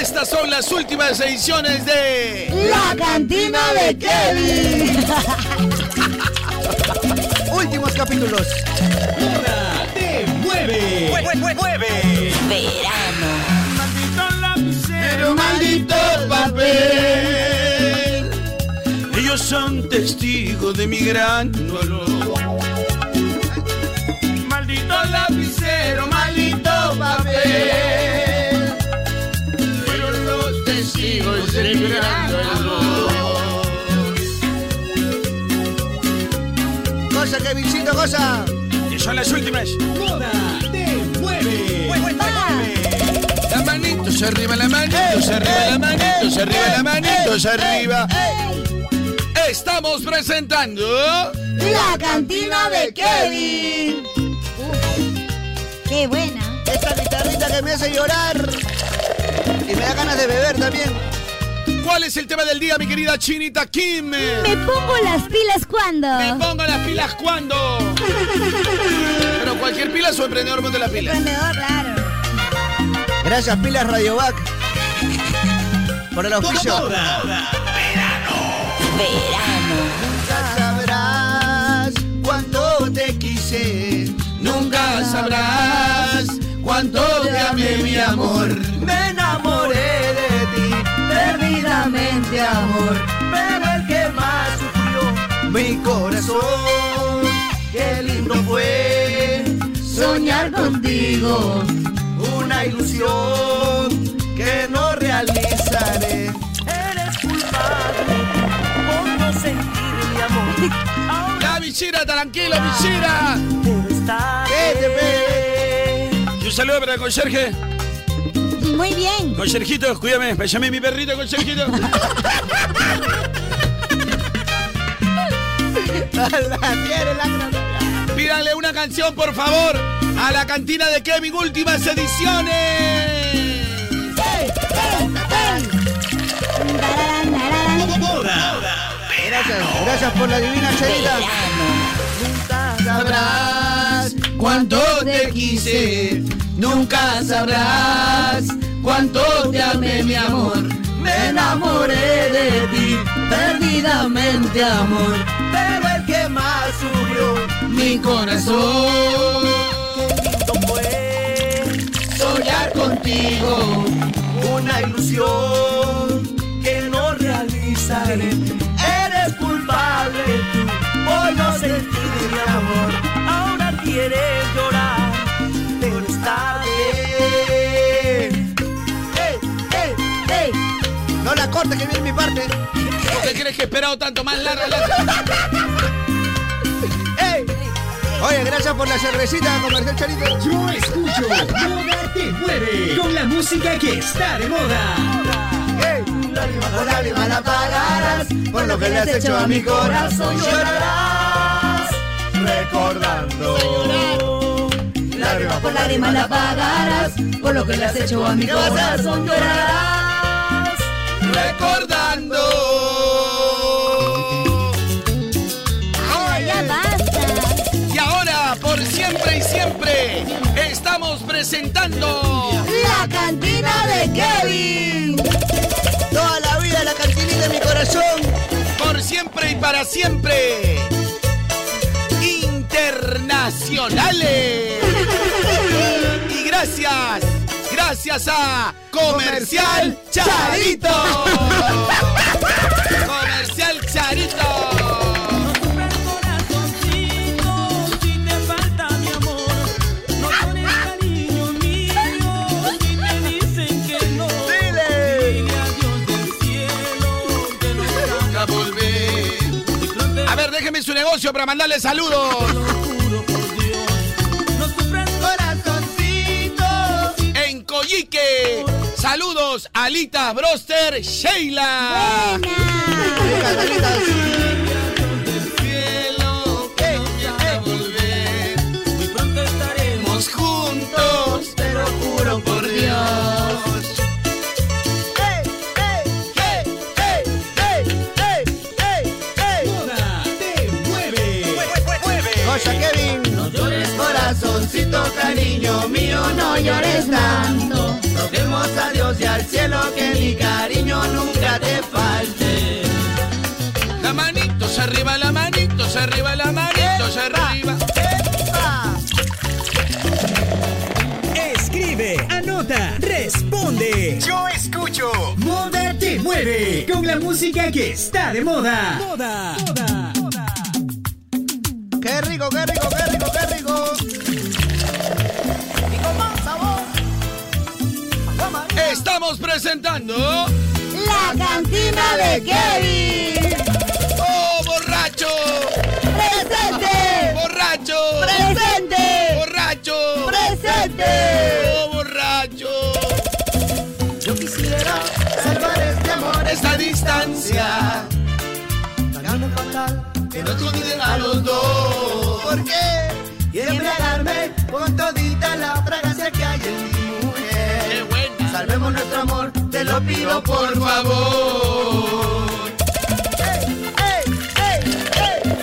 S5: Estas son las últimas ediciones de...
S2: La cantina de Kevin.
S4: Últimos capítulos.
S5: te mueve. Mueve.
S2: Verano.
S5: Maldito lapicero, maldito papel. Ellos son testigos de mi gran dolor. Maldito lapicero, maldito papel. Fueron los testigos de mi gran dolor.
S4: Cosa que bichito, cosa.
S5: Y son las últimas. La manito se arriba, la manito se arriba, la manito se arriba, la manito se arriba. Estamos presentando
S2: La cantina de Kevin. Qué buena.
S4: Esta guitarrita que me hace llorar. Y me da ganas de beber también.
S5: ¿Cuál es el tema del día, mi querida Chinita Kim?
S2: Me pongo las pilas cuando.
S5: Me pongo las pilas cuando. Pero cualquier pila su emprendedor ponte las pilas.
S2: Emprendedor, claro.
S4: Gracias, pilas Radio Back. Por el auspicio.
S5: Como toda.
S4: Nunca sabrás cuánto te quise. Nunca sabrás cuánto te amé, mi amor. Me enamoré de ti, perdidamente, amor. Pero el que más sufrió, mi corazón. Qué lindo fue soñar contigo. Una ilusión que no realizaré. Eres culpable por no sentir mi amor.
S5: Ya, bichira, tranquilo, bichira.
S4: ¿Qué te
S5: Y un saludo para el conserje.
S2: muy bien.
S14: Con Sergito, cuídame, me llamé mi perrito con Sergito.
S5: Pídale una canción, por favor, a la cantina de Kevin Últimas Ediciones.
S4: Gracias, gracias por la divina cherita.
S5: Sabrás cuánto te quise, nunca sabrás cuánto te amé, mi amor.
S15: Me enamoré de ti, perdidamente amor. Pero el que más sufrió mi corazón.
S14: Soñar contigo,
S15: una ilusión que no realizaré. Eres culpable tú por no sentir mi amor. Ahora quieres llorar, pero es tarde.
S4: ¡Ey, ey, ey! No la cortes, que viene mi parte.
S5: ¿No te crees que he esperado tanto más larga la
S4: ¡Ey! Oye, gracias por la cervecita, comercial Charito.
S15: Yo *laughs* escucho Moda Te Mueve con la música que está de moda. Lágrima por lágrima la pagarás por lo que le has hecho a mi corazón. Llorarás recordando. Lágrima por lágrima la pagarás por lo que le has hecho a mi corazón. Llorarás
S5: recordando.
S2: Ahora ya basta.
S5: Y ahora, por siempre y siempre, estamos presentando
S15: La cantina de Kevin.
S4: Toda la vida la cantina de mi corazón.
S5: Por siempre y para siempre. Internacionales. y gracias, gracias a Comercial Charito. Comercial Charito.
S15: Si te falta mi amor, no tienes cariño mío. Si te dicen que no, dile a Dios del cielo que no
S5: nunca volver. A ver, déjeme su negocio para mandarle saludos. En Coyique, saludos Alita Broster Sheila.
S15: estaremos juntos, te lo juro por Dios. No llores Corazoncito cariño mío, no llores tanto. Roguemos a Dios y al cielo que mi cariño nunca te falte.
S5: La manitos arriba, la manitos arriba, la manitos arriba.
S15: Escribe, anota, responde. Yo escucho. Moda te mueve con la música que está de moda. Moda.
S4: Qué rico, qué rico, qué rico, qué rico.
S5: Estamos presentando
S15: La cantina de Kevin.
S5: ¡Oh, borracho!
S15: ¡Presente!
S5: ¡Borracho!
S15: ¡Presente!
S5: ¡Borracho!
S15: ¡Presente!
S5: ¡Oh, borracho!
S15: Yo quisiera salvar este amor, esta distancia. Pagando fatal, que nos conviene a los dos. ¿Por qué? Y embriagarme con todita la fragancia que hay en mi mujer. Salvemos nuestro amor, te lo pido por favor. ¡Ey, ey, ey, ey!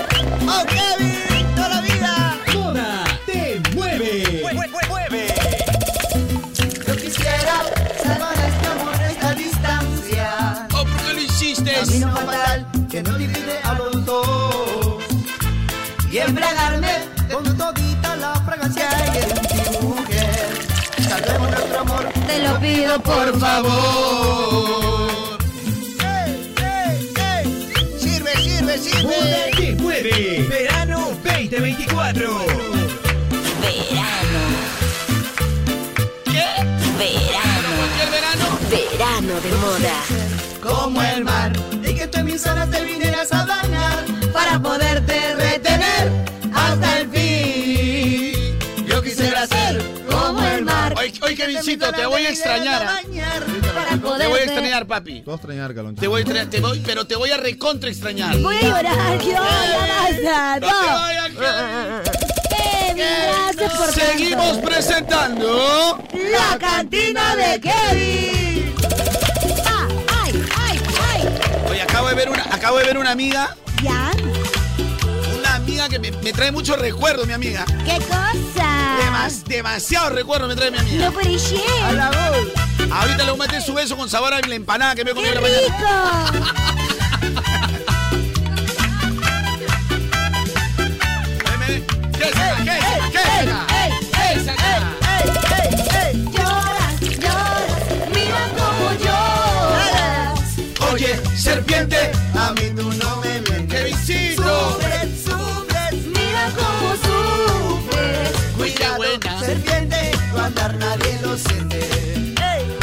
S15: ¡Oh, Kevin! ¡Toda la vida! ¡Moda te mueve! ¡Mueve! Yo quisiera salvar a este amor esta distancia.
S5: ¡Oh, por qué lo hiciste!
S15: Camino fatal que no divide a los dos. Y embriagarme con todita la fragancia que hay en tu mujer. Salvemos nuestro amor,
S2: Te lo pido por
S5: favor.
S4: Sirve, sirve,
S15: Moda
S4: sirve.
S15: te mueve. Verano 2024. Verano. Verano. verano? Verano de moda. Como el mar. Y que tú en mis horas te vinieras a bañar. Para poderte retener hasta el fin. Yo quisiera ser como el mar.
S5: Hoy, hoy que qué, Vincito? Te voy a extrañar. Te voy a extrañar,
S32: Te
S5: papi.
S32: voy a extrañar, Caloncho.
S5: Te voy a extrañar, te voy, pero te voy a recontra extrañar.
S2: Voy a llorar yo, ya basta.
S5: No te
S2: No.
S5: vayas,
S15: Ah,
S5: que-
S2: Eh, Gracias por tanto.
S5: Seguimos presentando.
S2: La cantina de Kevin. Ah, ay, ay, ay.
S5: Oye, acabo de ver una, acabo de ver una amiga.
S2: ¿Ya?
S5: Una amiga que me, me trae muchos recuerdos, mi amiga.
S2: ¿Qué
S15: Ah.
S2: cosa?
S5: Demas- demasiados recuerdos me trae mi amiga.
S2: No puede ser.
S5: A la voz. Ahorita le voy a meter su beso con sabor a la empanada que me he comido en la mañana.
S2: Rico.
S5: ¿Qué es esa? ¿Qué es esa? ¿Qué es esa?
S2: Lloras, lloras, mira cómo lloras.
S5: Oye, serpiente,
S15: a mí tú no me mientes.
S5: Kevincito.
S15: Sufres, sufres, mira cómo sufres. Cuidado, serpiente, tu andar nadie lo siente.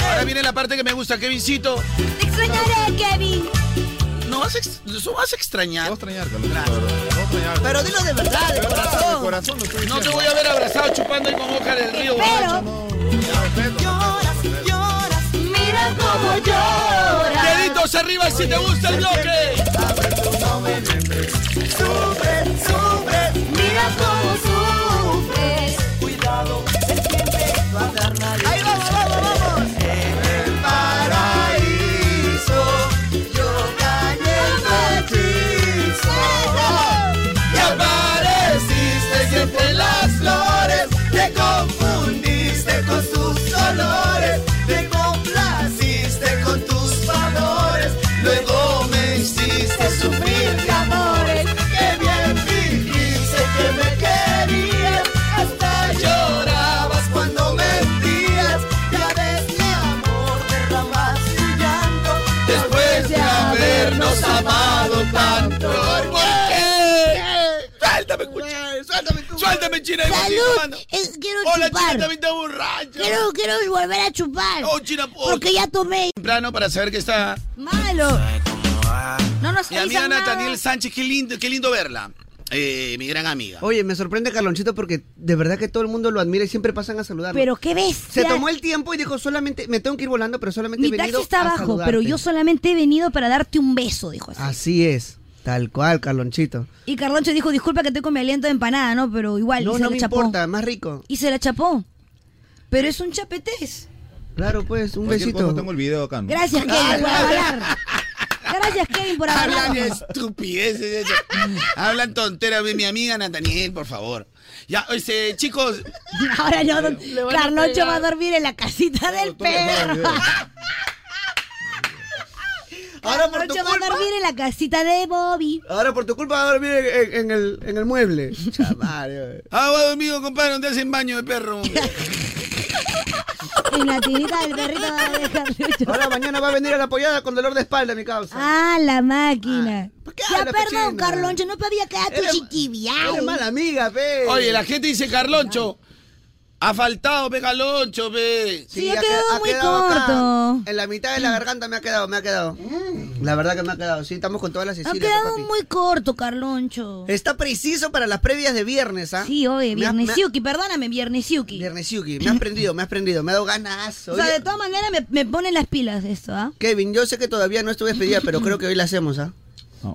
S5: Ahora viene la parte que me gusta, Kevincito.
S2: Te extrañaré, Kevin.
S5: No vas a, ex- eso vas a extrañar.
S15: Pero dilo de verdad, de corazón.
S5: No te voy a ver abrazado chupando ahí con Oscar del Río, borracho.
S15: Lloras, lloras, mira cómo lloras.
S5: Deditos arriba si te gusta el bloque.
S15: Sufres, sufres, mira cómo sufres. Cuidado, serpiente, tu andar nadie Ahí vamos, vamos, vamos. En el paraíso, yo caí en hechizo. Y apareciste siempre en las flores, te confundiste con tus olores, te complaciste con tus valores, luego me hiciste sufrir de amores, que bien fingiste que me querías, hasta llorabas cuando mentías, ya ves mi amor, derramas tu llanto, después de habernos amado tanto.
S5: ¿Por qué? Suéltame, cuchillo. Suéltame, Suéltame, china.
S2: Salud. Es- quiero
S5: Hola,
S2: chupar.
S5: china, también está borracho.
S2: Quiero, quiero volver a chupar.
S5: Oh, china, oh.
S2: Porque ya tomé.
S5: Temprano para saber que está.
S2: Malo. No nos
S5: Mi amiga
S2: avisan nada.
S5: Nathaniel Sánchez, qué lindo, qué lindo verla. Eh, mi gran amiga.
S4: Oye, me sorprende Carlonchito porque de verdad que todo el mundo lo admira y siempre pasan a saludarlo.
S2: Pero qué bestia.
S4: Se tomó el tiempo y dijo solamente, me tengo que ir volando, pero solamente
S2: Mi
S4: he
S2: taxi
S4: venido
S2: está
S4: a
S2: abajo,
S4: saludarte". Ah.
S2: pero yo solamente he venido para darte un beso, dijo así.
S4: Así es, tal cual, Carlonchito.
S2: Y Carloncho dijo, disculpa que estoy con mi aliento de empanada, ¿no? Pero igual, y
S4: No,
S2: se
S4: no
S2: la
S4: me
S2: chapó.
S4: importa, más rico.
S2: Y se la chapó. Pero es un chapetés.
S4: Claro, pues, un
S32: Cualquier
S4: besito.
S32: cosa tengo el video acá. ¿no?
S2: Gracias,
S4: Ah,
S2: Kevin, por hablar. Gracias, Kevin, por
S5: Hablan
S2: hablar.
S5: estupideces. eso. Hablan tonteras. Mi amiga Nathaniel, por favor. Ya, este, chicos.
S2: Ahora no, don-
S5: Le van a
S2: Carloncho
S5: pegar.
S2: va a dormir en la casita del perro.
S4: Ahora por tu
S2: Carloncho va a
S4: culpa.
S2: Ah, dormir en la casita de Bobby.
S4: Ahora por tu culpa va a dormir en, en- en el, en
S2: *laughs*
S4: el mueble. Chamario.
S5: Agua dormido, compadre, donde hacen baño de perro.
S2: En la tirita del perrito va a dejar
S4: Ahora mañana va a venir a la apoyada con dolor de espalda, mi causa.
S2: Ah, la máquina. ya,
S4: Ah, habla,
S2: perdón,
S4: cochina?
S2: Carloncho, no podía quedar tu
S4: Eres-
S2: chiquibiao.
S4: eres mala amiga, pe.
S5: Oye, la gente dice Carloncho. Ha faltado, pe Carloncho, pe.
S4: Sí, ha que- ha quedado acá. En la mitad de
S2: Mm.
S4: la garganta me ha quedado, me ha quedado. La verdad que me ha quedado. Sí, estamos con todas las
S2: Ha
S4: Cecilia, pe,
S2: quedado
S4: papi.
S2: muy corto, Carloncho.
S4: Está preciso para las previas de viernes, ¿ah?
S2: Sí, oye,
S4: Me ha- me ha-
S2: Viernesuki, perdóname, Viernesuki.
S4: Viernesuki, me has prendido, me has prendido, me ha dado ganas.
S2: O sea,
S4: Oye,
S2: de todas maneras me, me ponen las pilas esto, ¿ah?
S4: Kevin, yo sé que todavía no estuve despedida, pero creo que hoy la hacemos, ¿ah?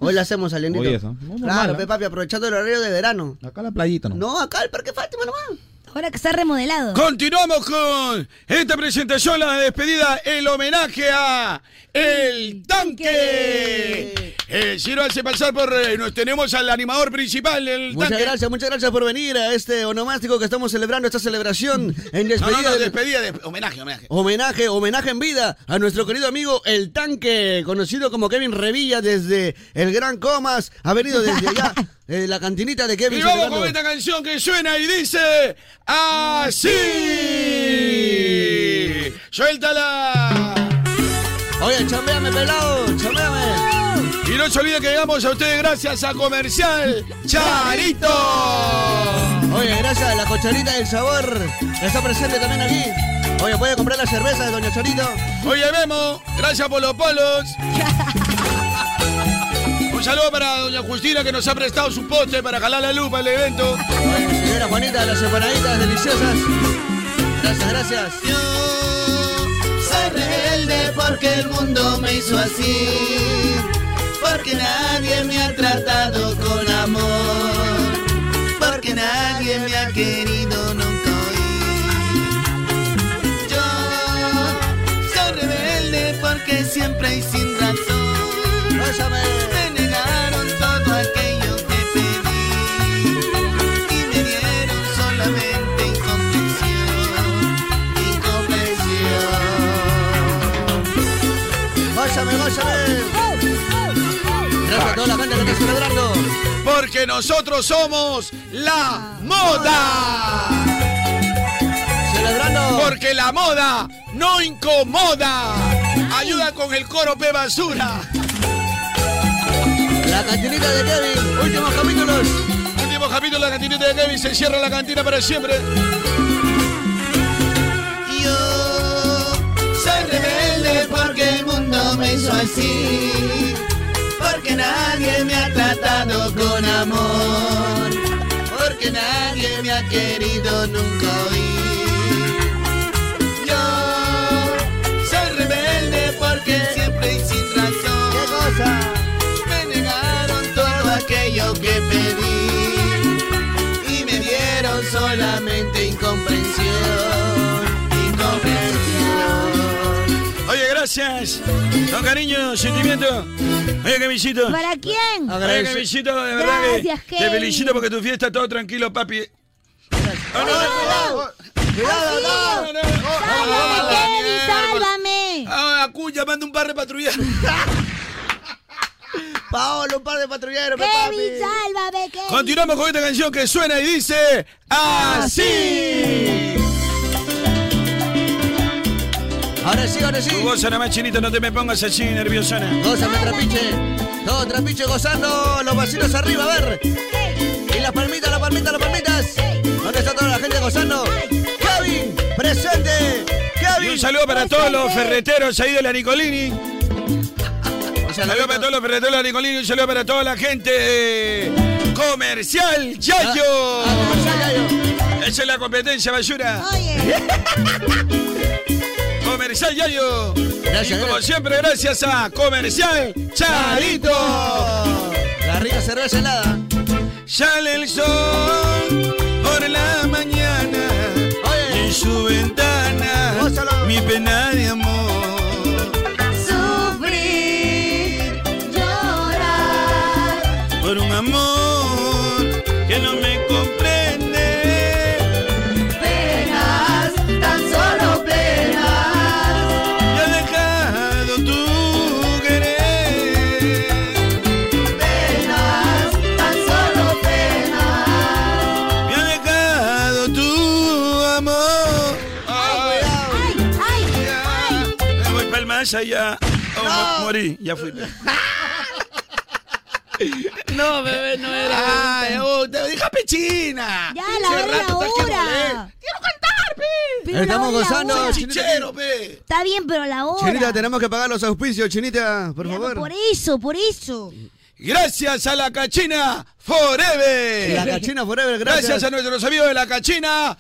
S4: Hoy la hacemos, Alienito.
S32: Hoy es, ¿ah? No, normal,
S4: claro,
S32: ¿ah?
S4: pe, papi, aprovechando el horario de verano.
S32: Acá la playita, ¿no?
S4: No, acá el Parque Fátima nomás.
S2: Ahora que está remodelado.
S5: Continuamos con esta
S14: este
S5: presentación, la despedida, el homenaje a El Tanque. El Ciro hace pasar por... eh, nos tenemos al animador principal del
S4: Muchas
S5: Tanque.
S4: gracias, muchas gracias por venir a este onomástico que estamos celebrando, esta celebración en
S5: No, no,
S4: despedida.
S5: no,
S4: del-
S5: despedida, Oh, despe- homenaje, homenaje.
S4: Homenaje, homenaje en vida a nuestro querido amigo El Tanque, conocido como Kevin Revilla desde el Gran Comas, ha venido desde
S5: *laughs*
S4: allá, desde la cantinita de Kevin.
S5: Y vamos
S4: celebrando.
S5: con esta canción que suena y dice... ¡Así! ¡Suéltala!
S4: Oye, chambeame, pelado, chambeame.
S5: Y no se olviden que llegamos a ustedes gracias a Comercial Charito.
S4: Oye, gracias a la cocharita del sabor, que está presente también aquí. Oye, puede comprar la cerveza de Doña Charito.
S5: Oye, Memo, gracias por los
S15: *laughs*
S5: polos. Un saludo para doña Justina que nos ha prestado su poste para jalar la lupa el evento.
S4: Señora Juanita, las empanaditas deliciosas. Gracias, gracias.
S15: porque el mundo me hizo así, porque nadie me ha tratado con amor, porque nadie me ha querido nunca oír. Yo soy rebelde porque siempre y sin razón me negaron todo aquello que pedí y me dieron solamente incomprensión, incomprensión.
S33: Gózame, gózame. Gracias a toda la banda que está celebrando.
S5: Porque nosotros somos la moda. Porque la moda no incomoda. Ayuda con el coro P basura.
S33: La cantinita de Kevin, últimos capítulos.
S5: Último capítulo de la cantinita de Kevin. Se cierra la cantina para siempre.
S15: Soy rebelde porque el mundo me hizo así, porque nadie me ha tratado con amor, porque nadie me ha querido nunca oír. Yo soy rebelde porque siempre y sin razón me negaron todo aquello que pedí y me dieron solamente incomprensión, incomprensión.
S5: Oye, gracias. Con cariño, sentimiento. Oye, Camisito.
S2: ¿Para quién?
S5: Oye, Camisito, de verdad que
S2: Gracias,
S5: te
S2: Kevin.
S5: felicito porque tu fiesta todo tranquilo, papi.
S33: ¡Cuidado,
S5: no!
S33: ¡Sálvame, Kevin,
S2: sálvame!
S5: Ah, Acuña, manda un par de patrulleros.
S33: Paolo, un par de patrulleros,
S5: Kevin,
S33: papi.
S2: sálvame, Kevin.
S5: Continuamos con esta canción que suena y dice "Ah,
S2: Ah,
S5: así.
S33: Ahora sí, ahora sí.
S5: Tú gózala más chinito, no te me pongas así nerviosona.
S33: Gózame, trapiche. Todo trapiche gozando, los vacíos arriba, a ver. Y las palmitas, las palmitas, las palmitas. ¿Dónde está toda la gente gozando? Kevin, presente.
S5: Y
S33: Kevin.
S5: un saludo para todos los ferreteros ahí de la Nicolini. Un saludo para todos los ferreteros de la Nicolini. Un saludo para toda la gente de Comercial
S33: Ah,
S5: Yayo.
S15: Ah,
S5: Esa es la competencia, Bayura. Comercial Yayo. y como siempre, gracias a Comercial Charito.
S33: La rica cerveza helada.
S5: Sale el sol por la mañana. Y en su ventana, mi pena de amor.
S15: Sufrir, llorar
S5: por un amor que no me comprende.
S15: Penas, tan solo penas.
S5: Ya he dejado tu querer.
S15: Penas, tan solo penas.
S5: Me ha dejado tu amor. Ay,
S15: ay,
S5: Me voy para el más allá. Oh, mo- Morí, ya fui.
S15: *laughs* No, bebé, no era.
S5: Ay, oh, te deja pechina.
S15: Ya, la
S5: la hora,
S15: hora,
S5: la
S15: hora. Quiero cantar, pe.
S2: Pero
S33: Estamos
S2: la
S33: gozando,
S2: hora.
S33: chinita.
S2: Está bien, pero la hora.
S33: Chinita, tenemos que pagar los auspicios, chinita, por
S2: Pero Por
S33: favor. Eh,
S2: eso, por eso.
S5: Gracias a la cachina Forever.
S33: La Cachina Forever, gracias.
S5: Gracias a nuestros amigos de la cachina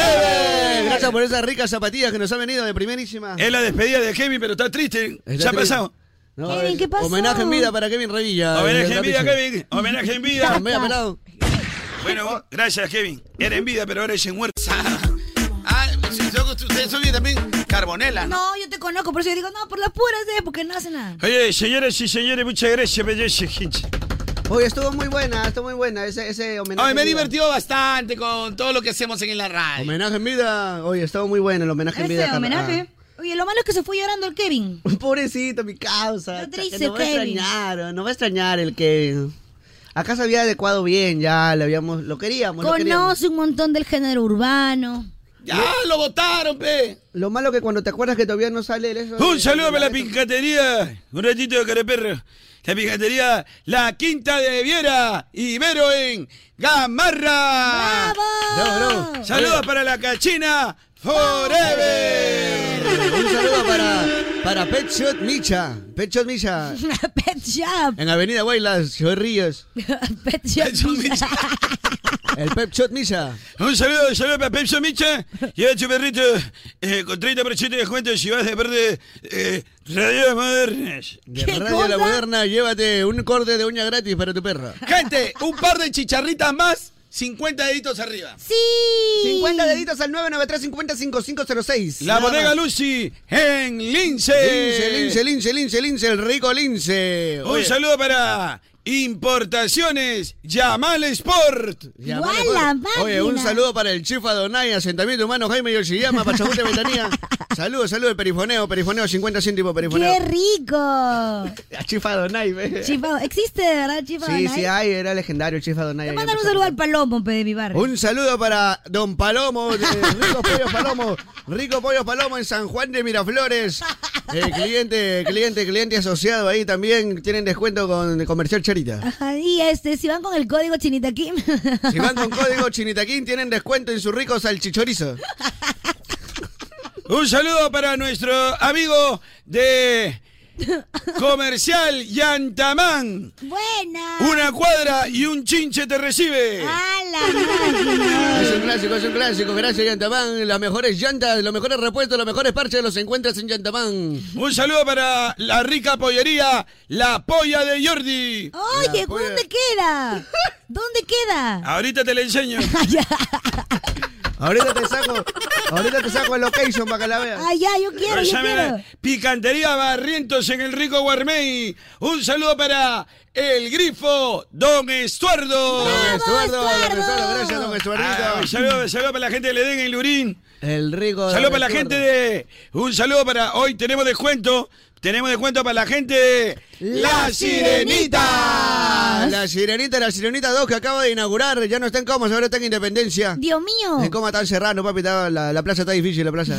S5: Forever. Eh.
S33: Gracias por esas ricas zapatillas que nos han venido de primerísima.
S5: Es la despedida de Kevin, pero está triste.
S33: Está
S5: ya ha
S33: triste.
S5: pasado.
S33: No,
S5: Kevin,
S33: es-
S5: ¿qué pasó?
S33: Homenaje en vida para Kevin Revilla.
S5: Homenaje
S33: el
S5: en vida,
S33: Rapiche.
S5: Kevin. Homenaje en vida.
S33: Con media pelado.
S5: Bueno, gracias, Kevin. Era en vida, pero ahora es en *laughs* muerte.
S2: Ah,
S5: ustedes son bien también carbonela, ¿no?
S2: No, yo te conozco, por eso yo digo, no, por las puras, eh, porque no hace nada.
S5: Oye, señoras y señores, muchas gracias, belleza, gente.
S4: Oye, estuvo muy buena, estuvo muy buena ese, ese homenaje.
S5: Ay, me he
S4: en vida.
S5: divertido bastante con todo lo que hacemos en la radio.
S4: Homenaje en vida. Oye, estuvo muy bueno el homenaje en vida.
S2: Ese
S4: Carla. Ah,
S2: homenaje.
S33: ah.
S2: Oye, lo malo es que se fue llorando el Kevin.
S4: Pobrecito, mi causa.
S2: No
S4: Ah,
S2: triste,
S4: No va a
S2: Kevin.
S4: extrañar, no va a extrañar el Kevin. Acá se había adecuado bien, ya le habíamos, lo queríamos, lo queríamos.
S2: Conoce un montón del género urbano.
S5: Ya lo votaron, pe.
S4: Lo malo que cuando te acuerdas que todavía no sale el eso. eh,
S5: Un saludo para la picatería. Un ratito de careperro. La picatería, la quinta de Viera, Ibero en
S33: Ah.
S5: Gamarra.
S33: ¡Bravo!
S5: Saludos para la cachina Forever.
S33: Un saludo para
S4: Para Pet Shot Micha. Pet Shot Micha.
S2: *laughs* Pet Shop.
S4: En Avenida Guaylas, Joel Ríos.
S2: Pet Shop. Micha. *laughs*
S4: El Pep Shot Micha.
S14: Un saludo, un saludo para Pepsi Micha. Lleva tu perrito eh, con 30% de descuento si vas de parte eh, Radio Modernas.
S4: De Radio La Moderna, llévate un corte de uña gratis para tu perro.
S34: Gente, un par de chicharritas más, 50 deditos arriba.
S2: ¡Sí!
S35: 50 deditos al 993-50-5506.
S14: La bodega Lucy en Lince.
S4: Lince, Lince, Lince, Lince, Lince, el rico Lince.
S14: Un saludo para Importaciones Yamal Sport.
S4: Ya, vale, pues. Oye, un saludo para el chef Adonai, asentamiento humano Jaime Yoshiyama,
S2: *laughs*
S4: Pachacute Ventanilla. Saludos, saludos, el perifoneo, perifoneo, 50 céntimos, perifoneo.
S2: ¡Qué rico!
S4: *laughs* La chifa Donay, ve.
S2: Chifa, existe de verdad Chifa
S35: Sí, sí, ay, era legendario el Chifa Donay.
S2: Mandar un saludo al Palomo, pe, de mi barrio.
S4: Un saludo para Don Palomo, de Rico Pollo Palomo, Rico Pollo Palomo en San Juan
S2: *laughs*
S4: de Miraflores. Eh, cliente, cliente, cliente asociado ahí también, tienen descuento con Comercial Charita.
S2: Ajá, y este, si van con el código Chinita Kim. *laughs*
S4: Si van con código Chinitaquín, tienen descuento en su rico salchichorizo.
S14: Un saludo para nuestro amigo de Comercial Yantamán.
S2: Buena.
S14: Una cuadra y un chinche te recibe.
S35: *laughs*
S4: Es un clásico, es un clásico. Gracias, Yantamán. Las mejores llantas, los mejores repuestos, los mejores parches los encuentras en Yantamán.
S14: Un saludo para la rica pollería, la polla de Jordi.
S2: Oye,
S35: pues.
S2: ¿dónde queda? ¿Dónde
S35: Ah.
S2: *laughs* queda?
S14: Ahorita te la enseño.
S4: Ahorita te saco, ahorita te saco el location para que la veas.
S2: Ay, ya, yo quiero, yo
S14: Pásame
S2: quiero.
S14: la Picantería Barrientos en el rico Guarmey. Un saludo para el grifo Don Estuardo.
S4: Don Estuardo, don Estuardo, gracias, don
S14: Ah, un
S4: Estuardito.
S14: saludo, un saludo para la gente de Edén en Lurín.
S4: El rico.
S14: Saludo para la gente de. Un saludo para. Hoy tenemos descuento. Tenemos descuento para la gente de. ¡La Sirenita!
S4: La sirenita, la sirenita 2 que acaba de inaugurar. Ya no está en Comas, ahora está en Independencia.
S2: Dios mío.
S4: En Comas están cerrando, papi. está- la, la plaza está difícil, la plaza.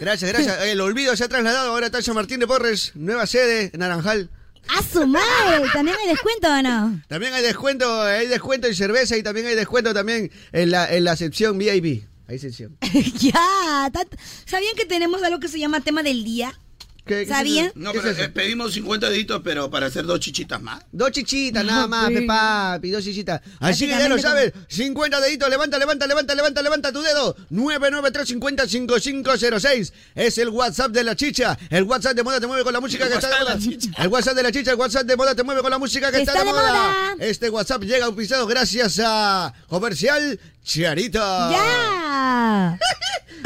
S4: gracias, gracias. El olvido se ha trasladado ahora está en San Martín de Porres. Nueva sede, Naranjal.
S2: ¡A su madre! También hay descuento, ¿o no? *laughs*
S4: También hay descuento, hay descuento en cerveza y también hay descuento también en la, en la sección VIP. Hay sección.
S2: ya. tat- ¿Sabían que tenemos algo que se llama tema del día?
S4: ¿Qué- qué
S2: ¿Sabían?
S34: No, pero eh, pedimos 50 deditos, pero para hacer dos chichitas más.
S4: Dos chichitas nada más, pe, papi, dos chichitas. Así que ya lo sabes, 50 deditos, levanta, levanta, levanta, levanta, levanta tu dedo. 993505506 es el WhatsApp de la chicha. El WhatsApp de moda te mueve con la música que está de moda. El WhatsApp de la chicha, el WhatsApp de moda te mueve con la música que está, de moda. Este WhatsApp llega auspiciado gracias a Comercial Charita.
S35: Ah.
S2: ¡Ya!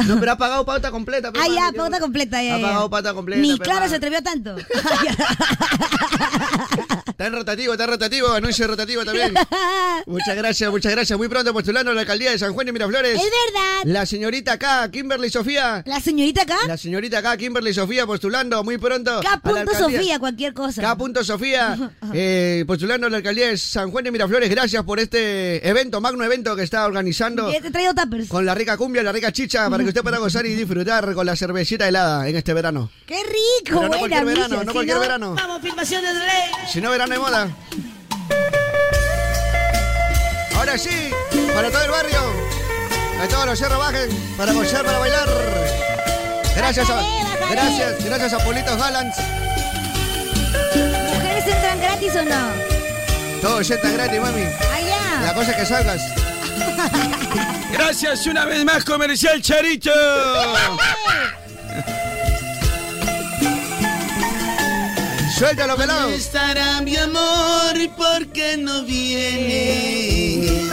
S4: No, pero ha pagado pauta completa. pe,
S2: Ah, ya,
S4: mami, qué
S2: pauta completa. Ya,
S4: Ha
S2: ya.
S4: pagado pauta completa,
S2: Ni
S4: pe,
S2: claro
S4: mami.
S2: se atrevió
S4: *laughs*
S2: tanto.
S4: Está en rotativo, está en rotativo, anuncio rotativo *laughs* también. muchas gracias, muchas gracias. Muy pronto postulando a la alcaldía de San Juan de Miraflores.
S2: Es verdad.
S4: La señorita acá, Kimberly Sofía.
S2: ¿La señorita acá?
S4: La señorita acá, Kimberly Sofía, postulando muy pronto.
S2: K.
S4: a la
S2: punto
S4: alcaldía.
S2: Sofía, cualquier cosa.
S4: K.
S2: *laughs*
S4: punto Sofía, eh, postulando a la alcaldía de San Juan de Miraflores. Gracias por este evento, magno evento que está organizando.
S2: Ya Te he traído tuppers.
S4: Con la rica cumbia, la rica chicha, para que usted pueda gozar y disfrutar con la cervecita helada en este verano.
S2: ¡Qué rico!
S4: Pero no
S2: buena,
S4: cualquier verano,
S2: Misha,
S4: no
S2: si
S4: cualquier verano.
S2: Vamos, filmaciones de ley.
S4: Si no, verano de moda. Ahora sí, para todo el barrio, a todos los cerros bajen, para gozar, para bailar. Gracias a, gracias, gracias a Politos Galants.
S2: ¿Mujeres entran gratis o no?
S4: Todo ya está gratis, mami. La
S2: Allá.
S4: cosa es que salgas.
S14: Gracias una vez más, Comercial Charito.
S4: Suéltalo, pelado.
S5: ¿Dónde estará mi amor? ¿Por qué no viene?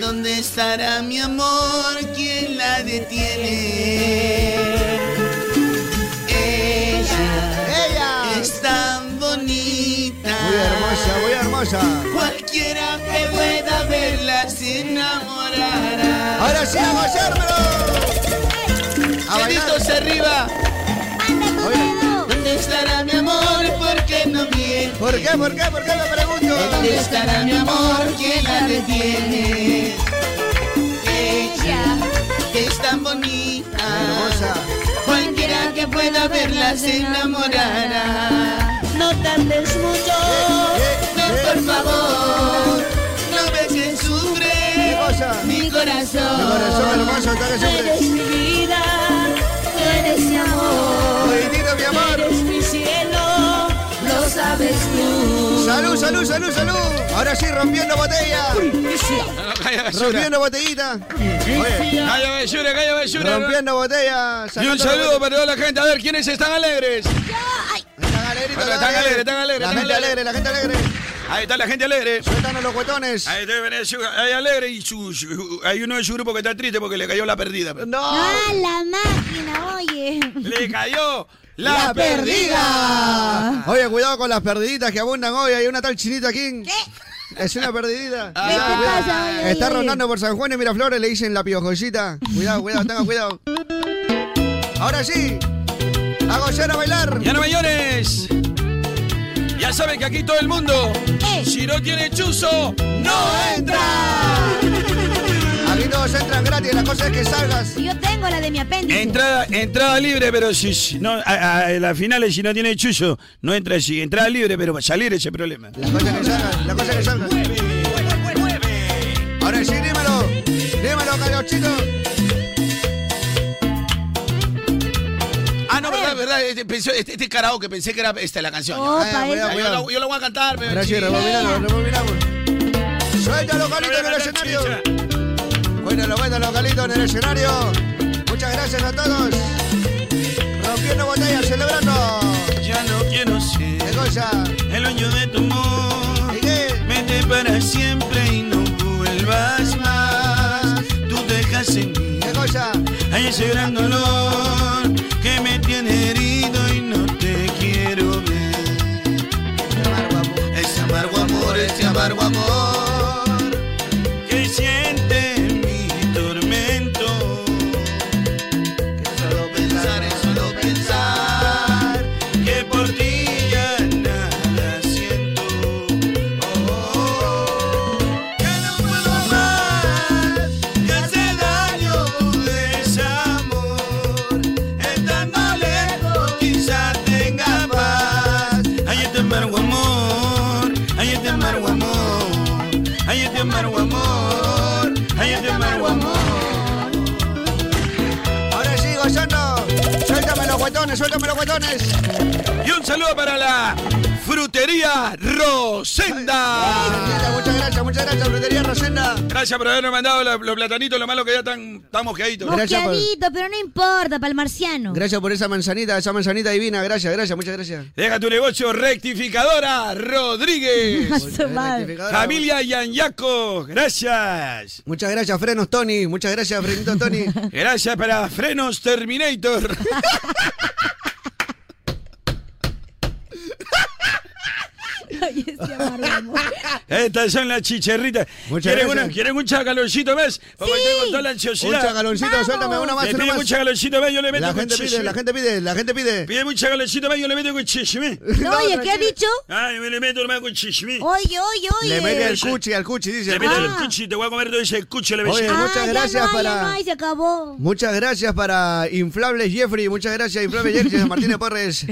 S5: ¿Dónde estará mi amor? ¿Quién la detiene? Ella,
S4: ella
S5: es tan bonita.
S4: Muy hermosa, muy hermosa.
S5: Cualquiera que pueda verla se enamorará.
S4: Ahora sí, a gozar,
S5: Manitos arriba. ¿Dónde estará mi amor? ¿Por qué no viene?
S4: ¿Por qué, por qué, por qué me pregunto?
S5: ¿Dónde estará mi amor? ¿Quién la detiene? Ella que es tan bonita. Cualquiera que pueda verla se enamorará. No tardes mucho. No, por favor. No ves que sufre mi corazón.
S4: Mi corazón hermoso, está que
S5: Tú
S4: sufre.
S5: eres mi vida. Tú eres mi amor.
S4: Salud, salud, salud, salud. Ahora sí, rompiendo botella.
S5: Calla basura.
S4: Rompiendo botellita. Oye,
S5: Calla basura, calla basura.
S4: Rompiendo botella.
S5: Y un saludo para toda la gente. A ver, ¿quiénes están alegres? Bueno, Están alegres, están alegres.
S4: La
S5: están
S4: gente alegre, la gente alegre.
S5: Ahí está la gente alegre.
S4: Sueltan los cuetones.
S5: Ahí está Venezuela. Hay alegre y su- su- hay uno de su grupo que está triste porque le cayó la perdida.
S2: ¡Ah, la máquina, oye!
S5: Le cayó la,
S4: ¡La,
S5: perdida.
S4: perdida! Oye, cuidado con las perdiditas que abundan hoy. Hay una tal chinita aquí. ¿Qué? Es una perdidita.
S36: ¿Qué te pasa, oye,
S4: Ah, Está
S36: oye?
S4: rondando por San Juan y Miraflores, le dicen la piojosita. Cuidado, cuidado, tenga cuidado. Ahora sí. A gozar a bailar.
S5: Ya no me llores. Ya saben que aquí todo el mundo,
S2: Eh,
S5: si no tiene chuzo, no entra.
S4: Aquí todos entran gratis, la cosa es que salgas.
S2: Yo tengo la de mi apéndice.
S5: Entrada, entrada libre, pero si, si no, a, a- a las finales si no tiene chuzo, no entra así. Entrada libre, pero para salir ese problema.
S4: La cosa es que salgas. pues, Ahora sí, dímelo. Dímelo, Cariochito.
S37: Ah, no, verdad, verdad. Este, pensó- este, este karaoke, pensé que era esta la canción.
S4: Opa,
S37: Ah,
S4: esa.
S37: yo, la, yo la voy a cantar, pero.
S4: Ahora sí, rebobinamos, rebobinamos. Suéltalo, Carlito, en el escenario. Cuéntalo, cuéntalo, Carlito, en el escenario. Muchas gracias a todos. Rompiendo botellas, celebrando.
S5: Ya no quiero ser
S4: ¿Qué cosa?
S5: el dueño de tu amor. Vete para siempre y no vuelvas más. Tú dejas en mí.
S4: ¿Qué cosa?
S5: Hay ese gran dolor que me tiene herido y no te quiero ver.
S37: Ese amargo amor, ese amargo amor.
S5: que siente mi tormento.
S37: Solo pensar es solo pensar.
S5: Que por ti ya nada siento. Oh,
S36: Me hace daño tu desamor. Estando lejos, quizás tenga paz.
S5: Ay, este amargo amor, ay, este amargo amor, ay, este amargo amor, ay, este amargo amor.
S4: Ahora sí, gozando. Suéltame los guatones, suéltame los guatones.
S5: Y un saludo para la frutería Rosenda.
S4: Muchas gracias, muchas gracias, Frutería Rosenda.
S5: Gracias por habernos mandado los, los platanitos, lo malo que ya están, están mosqueaditos.
S2: Mosqueadito, pero no importa, para el marciano.
S4: Gracias por esa manzanita, esa manzanita divina. Gracias, gracias, muchas gracias.
S5: Deja tu negocio, rectificadora Rodríguez. Familia Yanyaco, gracias.
S4: Muchas gracias, Frenos Tony. Muchas gracias, Frenito
S2: *laughs*
S4: Tony.
S5: Gracias para Frenos Terminator. Estas son las chicharritas.
S4: Muchas
S5: ¿Quieren,
S4: gracias.
S5: una- quieren un chacaloncito más? Porque
S4: Sí.
S5: tengo toda la ansiosidad.
S4: Un chacaloncito, Vamos. suéltame una más,
S5: Me
S4: una
S5: piden
S4: más.
S5: un chacaloncito más, yo le meto
S4: La
S5: con
S4: gente pide,
S5: chichi.
S4: la gente pide, la gente pide.
S5: Pide un chacaloncito más, yo le meto con chisme.
S2: No, oye, ¿qué ha dicho?
S5: Ay, me le meto más con chisme.
S4: Ah.
S2: Oye, oye, oye. Ah.
S4: Le mete el cuchi, al cuchi, dice.
S5: Le meto el
S4: Ah.
S5: cuchi, te voy a comer todo ese cuchi. Le
S4: Oye,
S5: besé.
S4: muchas gracias
S2: no, hay,
S4: para.
S2: Ah, ya no hay, se acabó.
S4: Muchas gracias para Inflables Jeffrey, muchas gracias Inflables Jeffrey, Martínez Porres.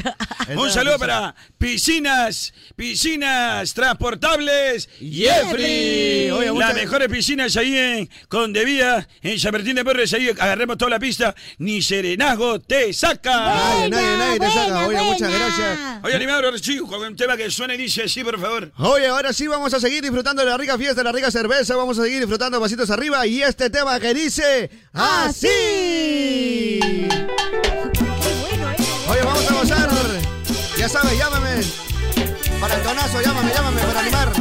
S5: Un saludo para piscinas, piscinas transportables Jeffrey.
S4: Jeffrey. Oye, muchas-
S5: Las mejores piscinas ahí en Condevía, en San Martín de Porres, ahí agarremos toda la pista. Ni serenazgo te saca.
S4: Nadie, nadie, nadie te saca. Oye, muchas gracias.
S5: Oye, animador, chico, con un tema que suene dice así, por favor.
S4: Oye, ahora sí vamos a seguir disfrutando de la rica fiesta, de la rica cerveza, vamos a seguir disfrutando pasitos arriba y este tema que dice así. Oye, vamos a gozar. Ya sabes, llámame. Para el tonazo, llámame, llámame para animar.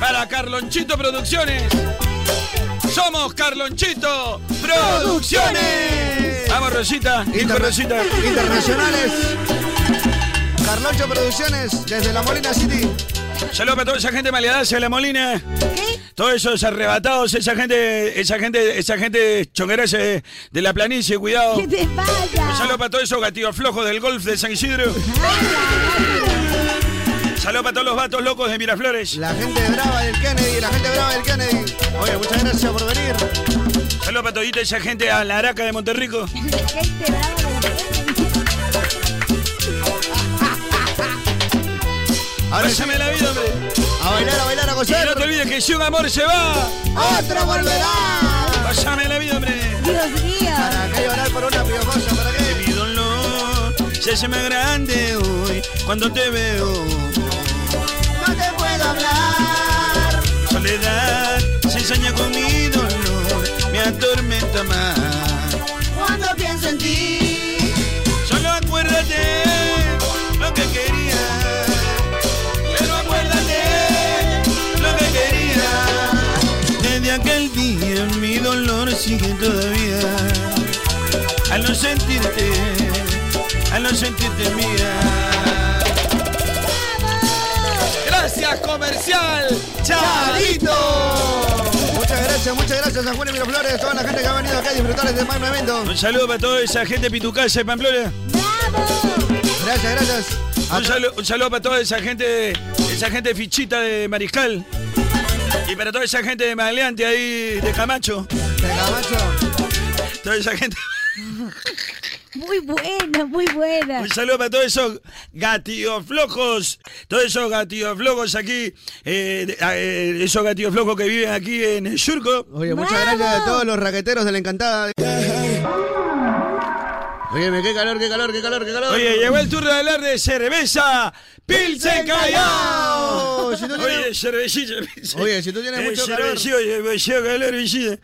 S5: Para Carlonchito Producciones. Somos Carlonchito Producciones. Vamos, Rosita. Hijo Rosita.
S4: Internacionales. Carloncho Producciones, desde la Molina City.
S5: Saludos para toda esa gente maleadaza de la Molina. Todos esos arrebatados, esa gente, esa gente, esa gente chonguera ese de la planicie, cuidado.
S2: ¿Qué te pasa?
S5: Un saludo para todos esos gatillos flojos del golf de San Isidro. Saludos para todos los vatos locos de Miraflores.
S4: La gente brava del Kennedy, la gente brava del Kennedy. Oye, muchas gracias por venir.
S5: Saludos para todita esa gente a la Araca de Monterrico. Pásame la vida, hombre.
S4: A bailar, a bailar, a gozar.
S5: Y no te olvides que si un amor se va,
S4: ¡Otro volverá!
S5: pásame la vida, hombre.
S2: Dios mío.
S4: ¿Para qué llorar por una piojosa? ¿Para qué?
S5: Mi dolor se hace más grande hoy cuando te veo.
S4: No te puedo
S38: hablar.
S5: Soledad se ensaña con mi dolor, me atormenta más.
S38: Cuando pienso en ti,
S5: Solo acuérdate lo que quería,
S38: pero acuérdate
S5: lo que quería. Desde aquel día mi dolor sigue todavía. Al no sentirte, al no sentirte mía.
S15: Gracias, comercial. Chavito.
S4: Muchas gracias, muchas gracias a Juan y Miraflores, toda la gente que ha venido acá a disfrutar de este magno evento.
S5: Un saludo para toda esa gente pitucaya de Pamplona.
S4: Gracias, gracias.
S5: Un saludo, un saludo para toda esa gente, esa gente fichita de Mariscal. Y para toda esa gente de Maleante ahí, de Camacho.
S4: De Camacho.
S5: Toda esa gente.
S2: Muy buena, muy buena.
S5: Un saludo para todos esos gatillos flojos, todos esos gatillos flojos aquí, eh, de- ah, eh, esos gatillos flojos que viven aquí en el surco.
S4: Oye, muchas gracias a todos los raqueteros de la encantada. Oye, qué calor, qué calor, qué calor, qué calor.
S5: Oye, llegó el turno de hablar de cerveza Pilsen Callao.
S4: Si no tiene-
S5: Oye, cervecilla. eh,
S4: Oye, si tú tienes mucho calor.
S5: Cervecilla, calor, visita.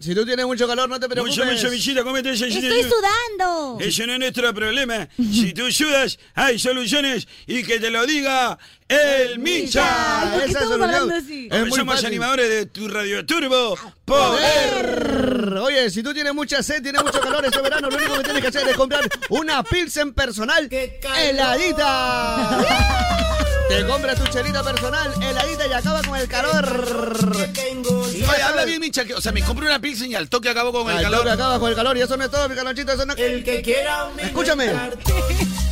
S4: Si tú tienes mucho calor, no te preocupes.
S5: Mucho, mucho, visita, cómete ese
S2: Estoy sudando.
S5: Eso no es nuestro problema. Si tú sudas, hay soluciones y que te lo diga el Micha.
S4: ¿Por qué Esa estamos solución hablando así? es
S5: Porque
S4: muy
S5: somos
S4: fácil.
S5: animadores de tu Radio Turbo Poder.
S4: Oye, si tú tienes mucha sed, tienes mucho calor este verano, lo único que tienes que hacer es comprar una Pilsen personal heladita. Te compras tu chelita personal heladita y acaba con el calor.
S15: Oye, habla bien, Micha. que- O sea, me compré una pilsen y al toque acabo con el
S4: Al
S15: calor.
S4: toque acabas con el calor y eso no es todo, mi calonchito, eso no El que quiera Escúchame.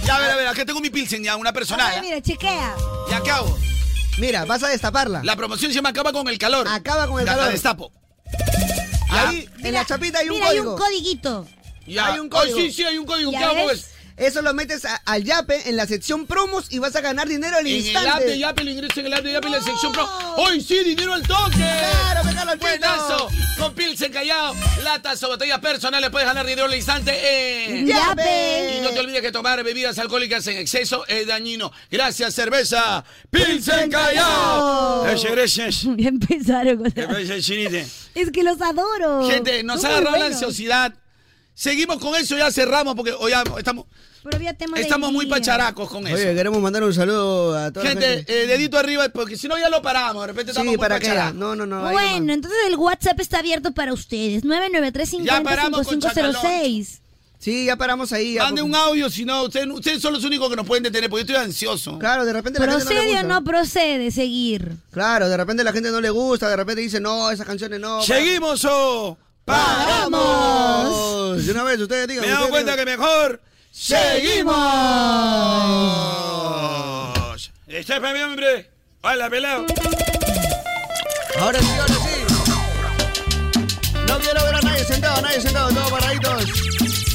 S15: Ya, a ver, a ver, acá tengo mi pilsen ya, una personal.
S2: Mira, chequea.
S15: Ya, ¿qué hago?
S4: Mira, vas a destaparla.
S15: La promoción se llama Acaba con el calor.
S4: Acaba con el
S15: Ya,
S4: calor.
S15: La destapo.
S4: Ahí, en la chapita hay un
S2: Mira, hay
S4: código.
S2: un codiguito.
S15: Ya.
S4: Hay un código.
S15: Ay, sí, sí, hay un código.
S4: ¿Ya
S15: ¿Qué hago?
S4: ves? Eso lo metes a- al Yape en la sección promos y vas a ganar dinero al
S15: En el
S4: instante.
S15: app de Yape, lo ingreso en el app de Yape en la sección pro. ¡Hoy sí, dinero al toque!
S4: ¡Claro, pegalo al
S15: Buenazo, con pilsen callado, latas o botellas personales puedes ganar dinero al instante
S5: Eh,
S15: en
S2: Yape.
S15: Y no te olvides que tomar bebidas alcohólicas en exceso es dañino. Gracias, cerveza pilsen callado.
S5: Gracias, gracias.
S2: *laughs* Ya empezaron con
S5: ¿Qué pasa, chinite?
S2: Es que los adoro.
S15: Gente, nos
S2: Son
S15: ha
S2: muy
S15: agarrado la
S2: buenos.
S15: ansiosidad. Seguimos con eso, ya cerramos porque hoy ya estamos,
S2: Pero había temas del
S15: estamos muy
S2: día.
S15: pacharacos con eso.
S4: Oye, queremos mandar un saludo a toda la
S15: Gente,
S5: este
S4: gente.
S15: eh, dedito arriba, porque si no ya lo paramos, de repente estamos muy
S4: sí, para qué.
S15: pacharacos.
S4: No, no, no. ahí nomás.
S2: Bueno, entonces el WhatsApp está abierto para ustedes. 993
S15: Ya paramos con
S2: 5506
S4: Sí, ya paramos ahí. ya,
S15: Mande
S4: porque-
S15: un audio, si no, ustedes, ustedes son los únicos que nos pueden detener, porque yo estoy ansioso.
S4: Claro, de repente la gente
S2: ¿Procede
S4: no
S2: o
S4: le gusta.
S2: no procede seguir?
S4: Claro, de repente la gente no le gusta, de repente dice, no, esas canciones no.
S5: Seguimos oh. o paramos.
S4: De una vez, ustedes digan.
S5: Me he dado
S4: ustedes
S5: cuenta que
S4: digan.
S5: mejor seguimos. Este es para mi hombre. Hola, pelado.
S4: Ahora sí, ahora sí. No quiero ver a nadie sentado, nadie sentado, todos paraditos.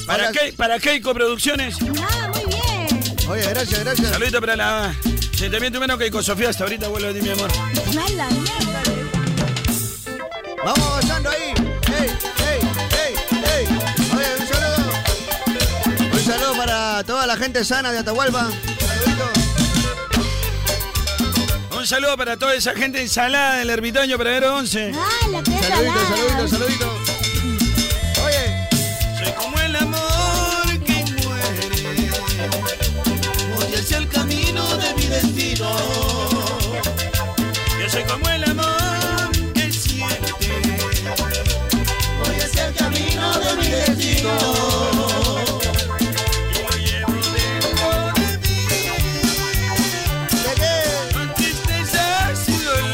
S5: Para, Kei- para Keiko Producciones.
S2: Ah, muy bien.
S4: Oye, gracias, gracias.
S5: Saludito para la. Sentimiento humano Keiko Sofía. Hasta ahorita vuelvo a ti, mi amor.
S2: Mala mierda.
S4: Vamos avanzando ahí. ¡Ey, ey, ey, ey! Oye, un saludo. Un saludo para toda la gente sana de Atahualpa.
S5: Un saludo para toda esa gente ensalada del ermitaño Pradero 11.
S2: Ah, la que es
S4: Saludito,
S2: salada.
S4: saludito, saludito. Oye,
S5: Soy como el amor que muere.
S15: Hoy es el camino de mi destino.
S5: Yo soy como el amor que siente.
S38: Hoy es el camino de mi destino.
S5: Con tristezas y dolor.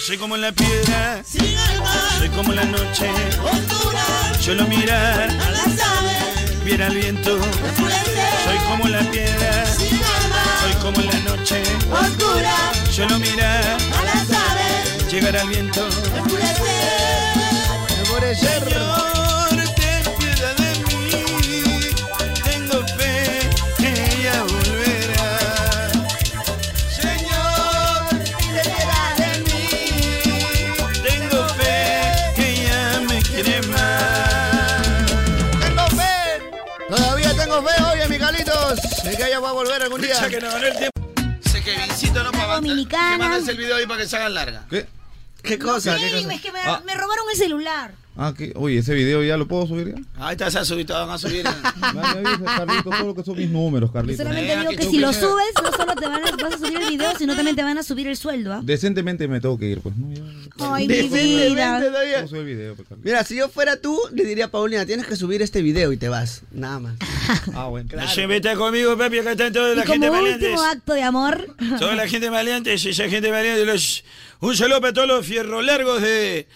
S5: Soy como la piedra. Soy como la noche. Solo mirar. Viera el viento. Soy como la piedra. Soy como la noche.
S38: Oscura.
S5: Solo mirar.
S38: A la sabe.
S5: Llegar al viento.
S4: Enfurecer.
S5: Señor, ten piedad de mí. Tengo fe que ella volverá. Señor, ten piedad de mí. Tengo fe que ella me quiere más.
S4: tengo fe. Todavía tengo fe, oye, mis calitos. De que ella va a volver algún día.
S5: Ya que nos ganó el tiempo.
S39: que Kevincito no para avanzar.
S2: dominicana.
S39: Que mandes el video ahí para que se hagan larga.
S14: ¿Qué?
S40: ¿Qué
S14: cosa? ¿Qué
S2: Bien,
S14: cosa?
S2: es que me,
S14: Ah.
S2: me robaron el celular.
S14: Ah, ¿qué? Oye, ese video ya lo puedo subir
S5: *laughs*
S14: ya.
S39: Ahí te vas a subir, te van a subir. *laughs*
S14: Carlitos, todo lo que son mis números, Carlitos.
S2: Solamente digo que si lo subes, no solo te van a, vas a subir el video, sino también te van a subir el sueldo. ¿ah?
S14: Eh, Decentemente me tengo que ir, pues. ¿no? Ya.
S2: Ay, mi vida.
S14: No sube el video, pues, Carlitos.
S40: Mira, si yo fuera tú, le diría a Paulina, tienes que subir este video y te vas. Nada más.
S14: Ah, bueno.
S5: Nos invita conmigo, Pepe, acá están toda la
S2: Y como
S5: gente valiente.
S2: último acto
S5: *laughs*
S2: de amor.
S5: Toda la gente valiente, esa gente valiente. Los, un saludo para todos los fierros largos de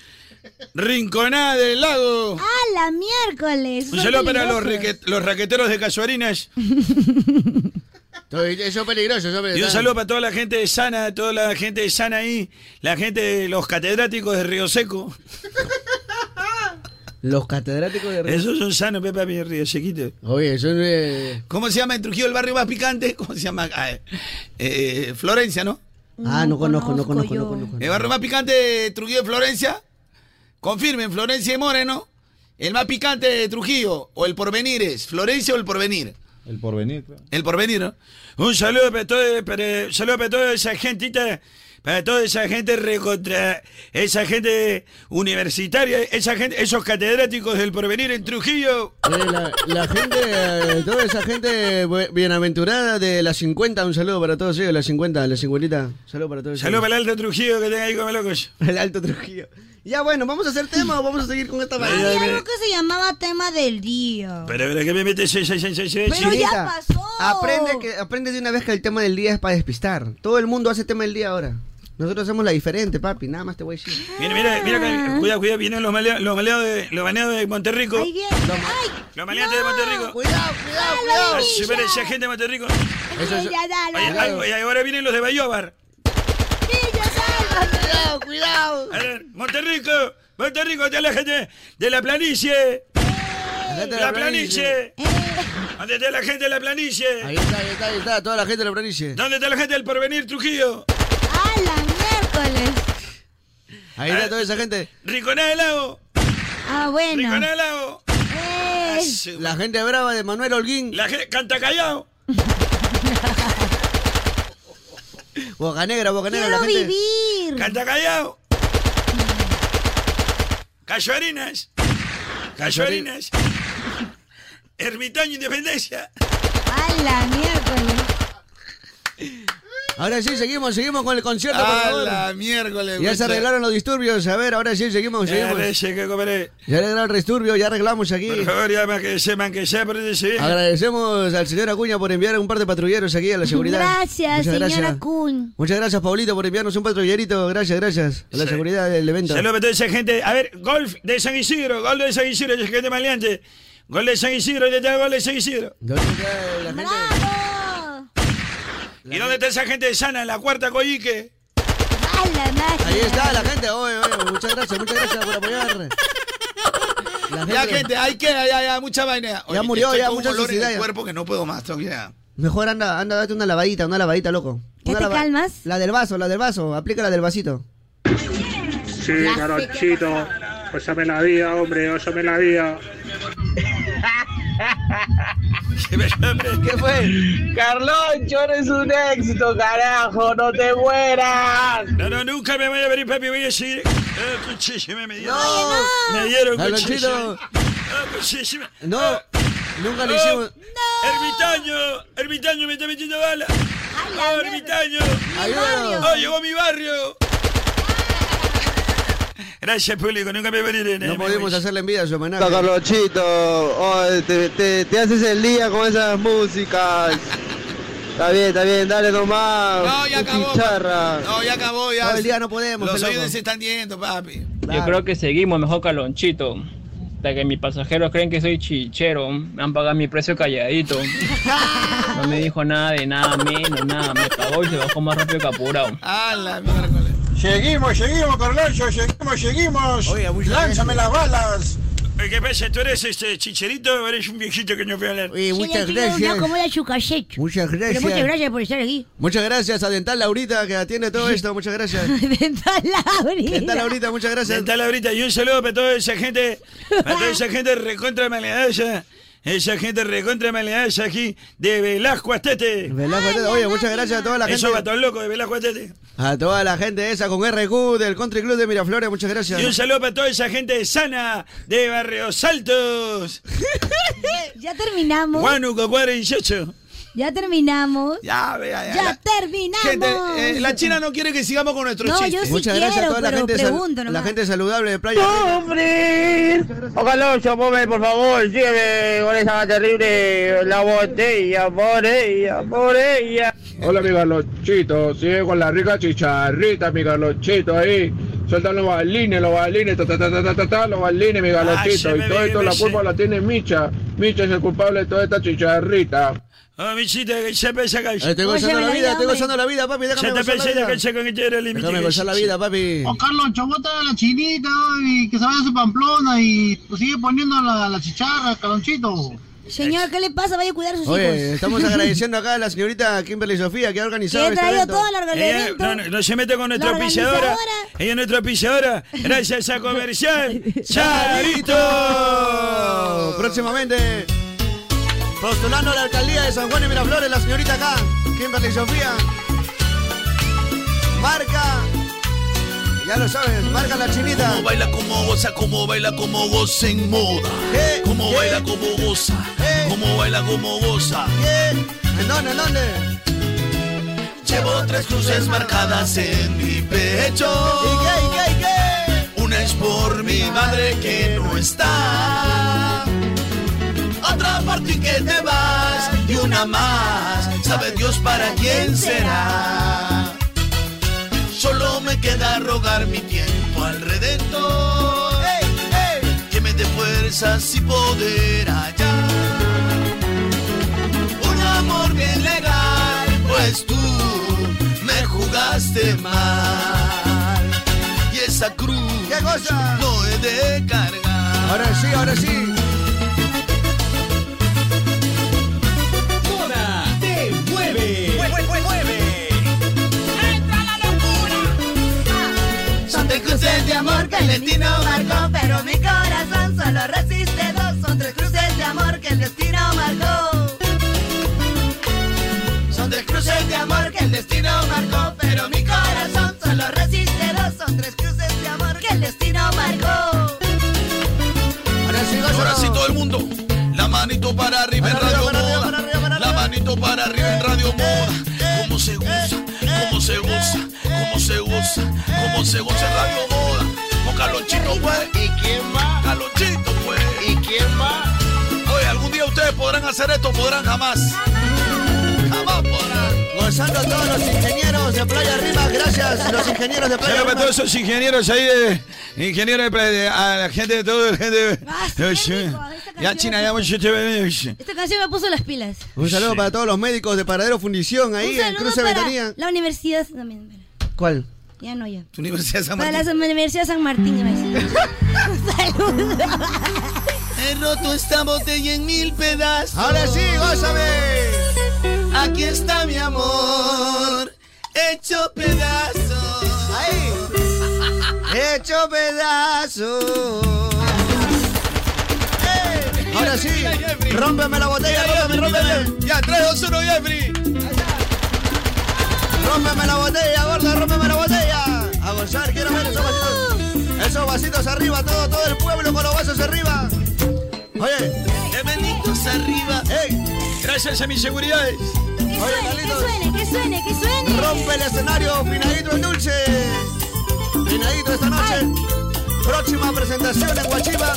S5: Rinconada del Lago.
S2: ¡Ah, la miércoles!
S5: Un
S2: Son
S5: saludo para los,
S2: peligrosos.
S5: reque- los raqueteros de Casuarinas.
S4: Eso peligroso, eso peligroso.
S5: Y un saludo para toda la gente de Sana, toda la gente de Sana ahí, la gente de los catedráticos de Río Seco.
S40: Los catedráticos de
S5: Esos son sanos, Pepe, mi Río Sequito.
S4: Oye, eso es...
S39: ¿Cómo se llama en Trujillo el barrio más
S5: *laughs*
S39: picante? ¿Cómo se llama? Ah, eh, eh, Florencia, ¿no?
S40: Ah, no conozco, no conozco, no conozco.
S39: El barrio más picante de Trujillo de Florencia. Confirmen, Florencia y Moreno. El más picante de Trujillo. O el porvenir es. Florencia o el porvenir.
S14: El porvenir, claro.
S5: El porvenir, ¿no? Un saludo para todo- para, saludo para toda esa gentita, para toda esa gente recontra, esa gente universitaria, esa gente, esos catedráticos del porvenir en Trujillo.
S4: Oye, la, la gente, eh, toda esa gente bu- bienaventurada de las 50, un saludo para todos ellos, las 50, las 50. Saludo para todos
S5: Saludo
S4: ellos.
S5: para el alto Trujillo que tenga ahí como locos.
S40: El alto Trujillo. Ya bueno, vamos a hacer tema o vamos a seguir con esta vaina.
S2: Había algo que se llamaba tema del día.
S5: Pero, pero, ¿qué me metes? Sí, sí, sí, sí, sí.
S2: Pero ya pasó.
S40: Aprende, que, aprende de una vez que el tema del día es para despistar. Todo el mundo hace tema del día ahora. Nosotros hacemos la diferente, papi. Nada más te voy a decir.
S5: Mira, mira, mira, acá. cuidado, cuidado, vienen los maleados, los maleados de, los maleados de Monterrico.
S2: Ahí viene. ¡Ay!
S5: Los maleantes de Monterrico.
S40: Cuidado, cuidado,
S5: Ah, sí, mira, esa gente de Monterrico.
S2: ¡Ella, dalo!
S5: Oye, ay, ay, ahora vienen los de Bayobar.
S40: Cuidado, cuidado.
S5: A ver, Monterrico, Monterrico, está la gente de la planicie.
S4: está
S5: La
S4: la
S5: planicie. ¿Dónde está la gente de la planicie?
S4: Ahí está, ahí está, ahí está, toda la gente de la planicie.
S5: ¿Dónde está la gente del porvenir Trujillo?
S2: ¡Ah, la miércoles!
S4: Ahí
S5: eh,
S4: está toda esa gente.
S5: Rinconada del Lago,
S2: Ah, bueno.
S5: Rinconada del Lago.
S2: Eh,
S4: La gente brava de Manuel Holguín,
S5: La gente canta callao.
S4: Boca Negra, Boca Negra, la
S2: ¡Quiero
S4: gente...
S2: vivir!
S5: Canta callao. Casuarinas. Casuarinas. Ermitaño Independencia.
S2: ¡Ah, la miércoles!
S4: Ahora sí, seguimos, seguimos con el concierto, por
S39: A
S4: favor.
S39: la miércoles.
S4: Ya se
S39: mucha-
S4: arreglaron los disturbios, a ver, ahora sí, seguimos,
S5: Ya
S4: seguimos.
S5: sé que comeré.
S4: Ya arreglaron el disturbio, ya arreglamos aquí.
S5: Por favor, ya más que sepan que sea, pero dice.
S4: Agradecemos al señor Acuña por enviar un par de patrulleros aquí a la seguridad.
S2: Gracias,
S4: Muchas
S2: señora
S4: gracias.
S2: Kun.
S4: Muchas gracias, Paulito, por enviarnos un patrullerito. Gracias, gracias. A la
S5: Sí.
S4: seguridad del evento.
S5: Saludos a toda esa gente. A ver, golf de San Isidro, gol de San Isidro, esa gente maleante. Gol de San Isidro, ¿dónde está el gol de San Isidro?
S2: ¡Bravo!
S5: ¿Y dónde está esa gente sana en la cuarta Coyique?
S2: ¡Ah, la máquina!
S4: Ahí está la gente. Oye, oye, muchas gracias, muchas gracias por apoyar. La
S39: Ya, gente, ahí queda, ya, ya, mucha vaina.
S4: Ya murió,
S39: estoy
S4: ya,
S39: con un
S4: mucha
S39: olor en
S4: suciedad
S39: el
S4: ya.
S39: cuerpo que no puedo más, tengo que ir a-
S4: Mejor anda, anda, date una lavadita, una lavadita, loco.
S2: ¿Ya
S4: Una
S2: te
S4: lava-
S2: calmas?
S4: La del vaso, la del vaso. Aplica la del vasito.
S15: Sí, Garochito. Ósame Pues, la vida, hombre, ósame la vida.
S5: *laughs* ¿Qué
S40: fue?
S15: Carloncho, eres un éxito, carajo, no te mueras.
S5: No, no, nunca me voy a venir, papi, voy a decir. eh, cuchísime, me dieron.
S2: no.
S5: Me dieron
S4: Galoncito.
S5: cuchísime. Ah, cuchísime.
S4: No, nunca
S5: Oh,
S4: le hicimos.
S5: Ermitaño, ermitaño, me está metiendo bala. Oh, ermitaño.
S4: Ayúdalo.
S5: Oh, llegó mi barrio. Gracias, público, nunca me voy a venir. eh,
S4: No
S5: me
S4: pudimos
S5: voy.
S4: hacerle envidia a su homenaje.
S19: Carlochito, oh, te, te- te haces el día con esas músicas. Está bien, está bien, dale nomás.
S39: No, ya
S19: tu
S39: acabó.
S19: chicharra.
S39: No, ya acabó, ya.
S4: Todo el día no podemos,
S39: Los
S4: pe, loco.
S39: oídos se están yendo, papi.
S8: Yo creo que seguimos mejor calonchito. Hasta que mis pasajeros creen que soy chichero. Me han pagado mi precio *laughs* calladito. No me dijo nada de nada menos, nada. Me pagó y se bajó más rápido que apurado.
S39: A la miércoles.
S15: Seguimos, seguimos, Carloncho, seguimos, seguimos. Lánzame las balas.
S5: Eh, ¿Qué pasa? ¿Tú eres este chicherito o eres un viejito que no puede hablar?
S4: Oye, muchas gracias.
S2: como la chucasecho.
S4: Muchas
S2: Pero
S4: gracias.
S2: muchas gracias por estar aquí. *laughs*
S4: Muchas gracias a Dental Laurita que atiende todo esto. Muchas gracias.
S2: Dental Laurita.
S4: Dental Laurita, muchas gracias.
S5: Sentala ahorita y un saludo para toda esa gente, para toda esa gente recontra maleadosa.
S15: esa gente recontra maleada es aquí de Velasco Astete.
S4: Velasco Astete, oye, muchas gracias a toda la
S15: Eso
S4: gente.
S15: va todo loco de Velasco Astete.
S4: A toda la gente esa con RQ del Country Club de Miraflores, muchas gracias.
S15: Y un saludo para toda esa gente de sana de Barrios Altos.
S2: *laughs* Ya terminamos.
S15: Huánuco 48.
S2: Ya terminamos.
S15: Ya, vea,
S2: Ya,
S15: ya, la-
S2: terminamos.
S5: Gente, eh, la China no quiere que sigamos con nuestros
S2: No, yo
S5: chistes.
S2: sí Muchas gracias a quiero, toda la pero gente de sal- pregunto nomás. ¡Oh!
S4: La gente saludable de Playa
S8: ¡Sufrir! Ocaloncho, ponme, por favor, sígueme con esa terrible Eh, la botella, por ella, por ella.
S41: Hola, mi galochito. Sigue con la rica chicharrita, mi galochito ahí. Sueltan los balines, los balines, ta, ta, ta, ta, ta, ta, ta, los balines, mi galochito.
S15: se
S41: y
S15: me
S41: todo
S15: ve,
S41: esto,
S15: me
S41: la
S15: se-
S41: culpa la tiene Micha. Micha es el culpable de toda esta chicharrita.
S15: Oh, michita, que ya pensé que...
S41: Estoy gozando la vida, estoy gozando
S4: la vida, papi, déjame
S15: Ya te
S4: gozar la
S15: pensé
S4: vida.
S15: que ya con este era el límite.
S4: Déjame
S15: que-
S4: gozar la vida, papi.
S42: O Carlos Chobota de la chinita y que se vaya a su pamplona y pues, sigue poniendo la, la chicharra, Calonchito.
S2: Señor, ¿qué le pasa? Vaya a cuidar a sus
S4: Oye,
S2: hijos.
S4: estamos agradeciendo acá a la señorita Kimberly Sofía que ha organizado
S2: Que ha
S4: este
S2: traído
S4: evento.
S2: todo el orga-
S15: Ella- Eh, no, no, no se mete con nuestra
S4: La
S15: pisadora.
S4: organizadora.
S15: Ella es nuestra pisadora. Gracias a comercial. ¡Charito!
S4: Próximamente, postulando a la alcaldía de San Juan y Miraflores, la señorita acá, Kimberly Sofía. Marca, ya lo sabes, marca la chinita.
S5: Como baila, como goza, como baila, como goza en moda. Como baila, como goza. Como baila, como goza.
S4: ¿En dónde, en dónde?
S5: Llevo tres cruces marcadas en mi pecho. Una es por mi madre que no está. Otra por ti que te vas y una más. Sabe Dios para quién será. Solo me queda rogar mi tiempo al redentor.
S15: Eh.
S5: Que me dé fuerzas y poder hallar. Un amor bien legal, pues tú me jugaste mal. Y esa cruz no he de cargar.
S4: Ahora sí, ahora sí.
S5: Moda te mueve. Entra la locura.
S8: Ah, Son tres cruces de amor que el destino marcó, pero mi corazón solo resiste dos. Son tres cruces de amor que el destino marcó. Son tres cruces de amor que el destino marcó, pero mi corazón solo resiste dos. Son tres cruces de amor que el destino marcó.
S4: Ahora sí,
S5: Ahora sí todo el mundo. La manito para arriba en Radio Moda. La manito para arriba en Radio
S15: Eh,
S5: Moda. Cómo se goza, cómo se goza, cómo
S15: eh,
S5: se goza, cómo se goza en Radio Moda. Con Calonchito pues. ¿Y quién más? Calonchito pues. ¿Y quién más? Oye, algún día ustedes podrán hacer esto, podrán jamás. Jamás podrán.
S4: Gozando a todos los ingenieros de Playa Arriba, gracias, los ingenieros de Playa
S15: Saludos para
S4: Arriba.
S15: todos esos ingenieros ahí de ingenieros de, pla- de- a la gente de todo el gente de-
S2: Ah,
S8: Ah,
S15: ya China ya mucho te-
S2: Esta canción me puso las pilas.
S4: Un saludo para todos los médicos de Paradero Fundición ahí
S2: Un
S4: en
S2: saludo
S4: Cruce
S2: para
S4: Ventanilla.
S2: La universidad también.
S4: ¿Cuál?
S2: Ya no, ya.
S5: Tu Universidad San
S2: Para la Universidad San Martín, iba a decir. Un
S4: *laughs*
S2: saludo.
S5: He roto esta botella en mil pedazos.
S4: Ahora sí, gózame.
S5: Aquí está mi amor, hecho pedazos.
S4: Ahí. Hecho pedazo. ¡Eh! Ahora sí, rómpeme la botella, rómpeme, rómpeme.
S5: Ya, 3, 2, 1, Jeffrey.
S4: Rómpeme la botella, gorda, rómpeme la botella. A gozar, quiero ver esos vasitos. Esos vasitos arriba, todo, todo el pueblo con los vasos arriba. Oye,
S5: de benditos arriba. Gracias a mis seguridades.
S2: Que suene, que suene, que suene, que suene.
S4: Rompe el escenario, Pinadito el Dulce. Pinadito esta noche. Próxima presentación en Guachipa.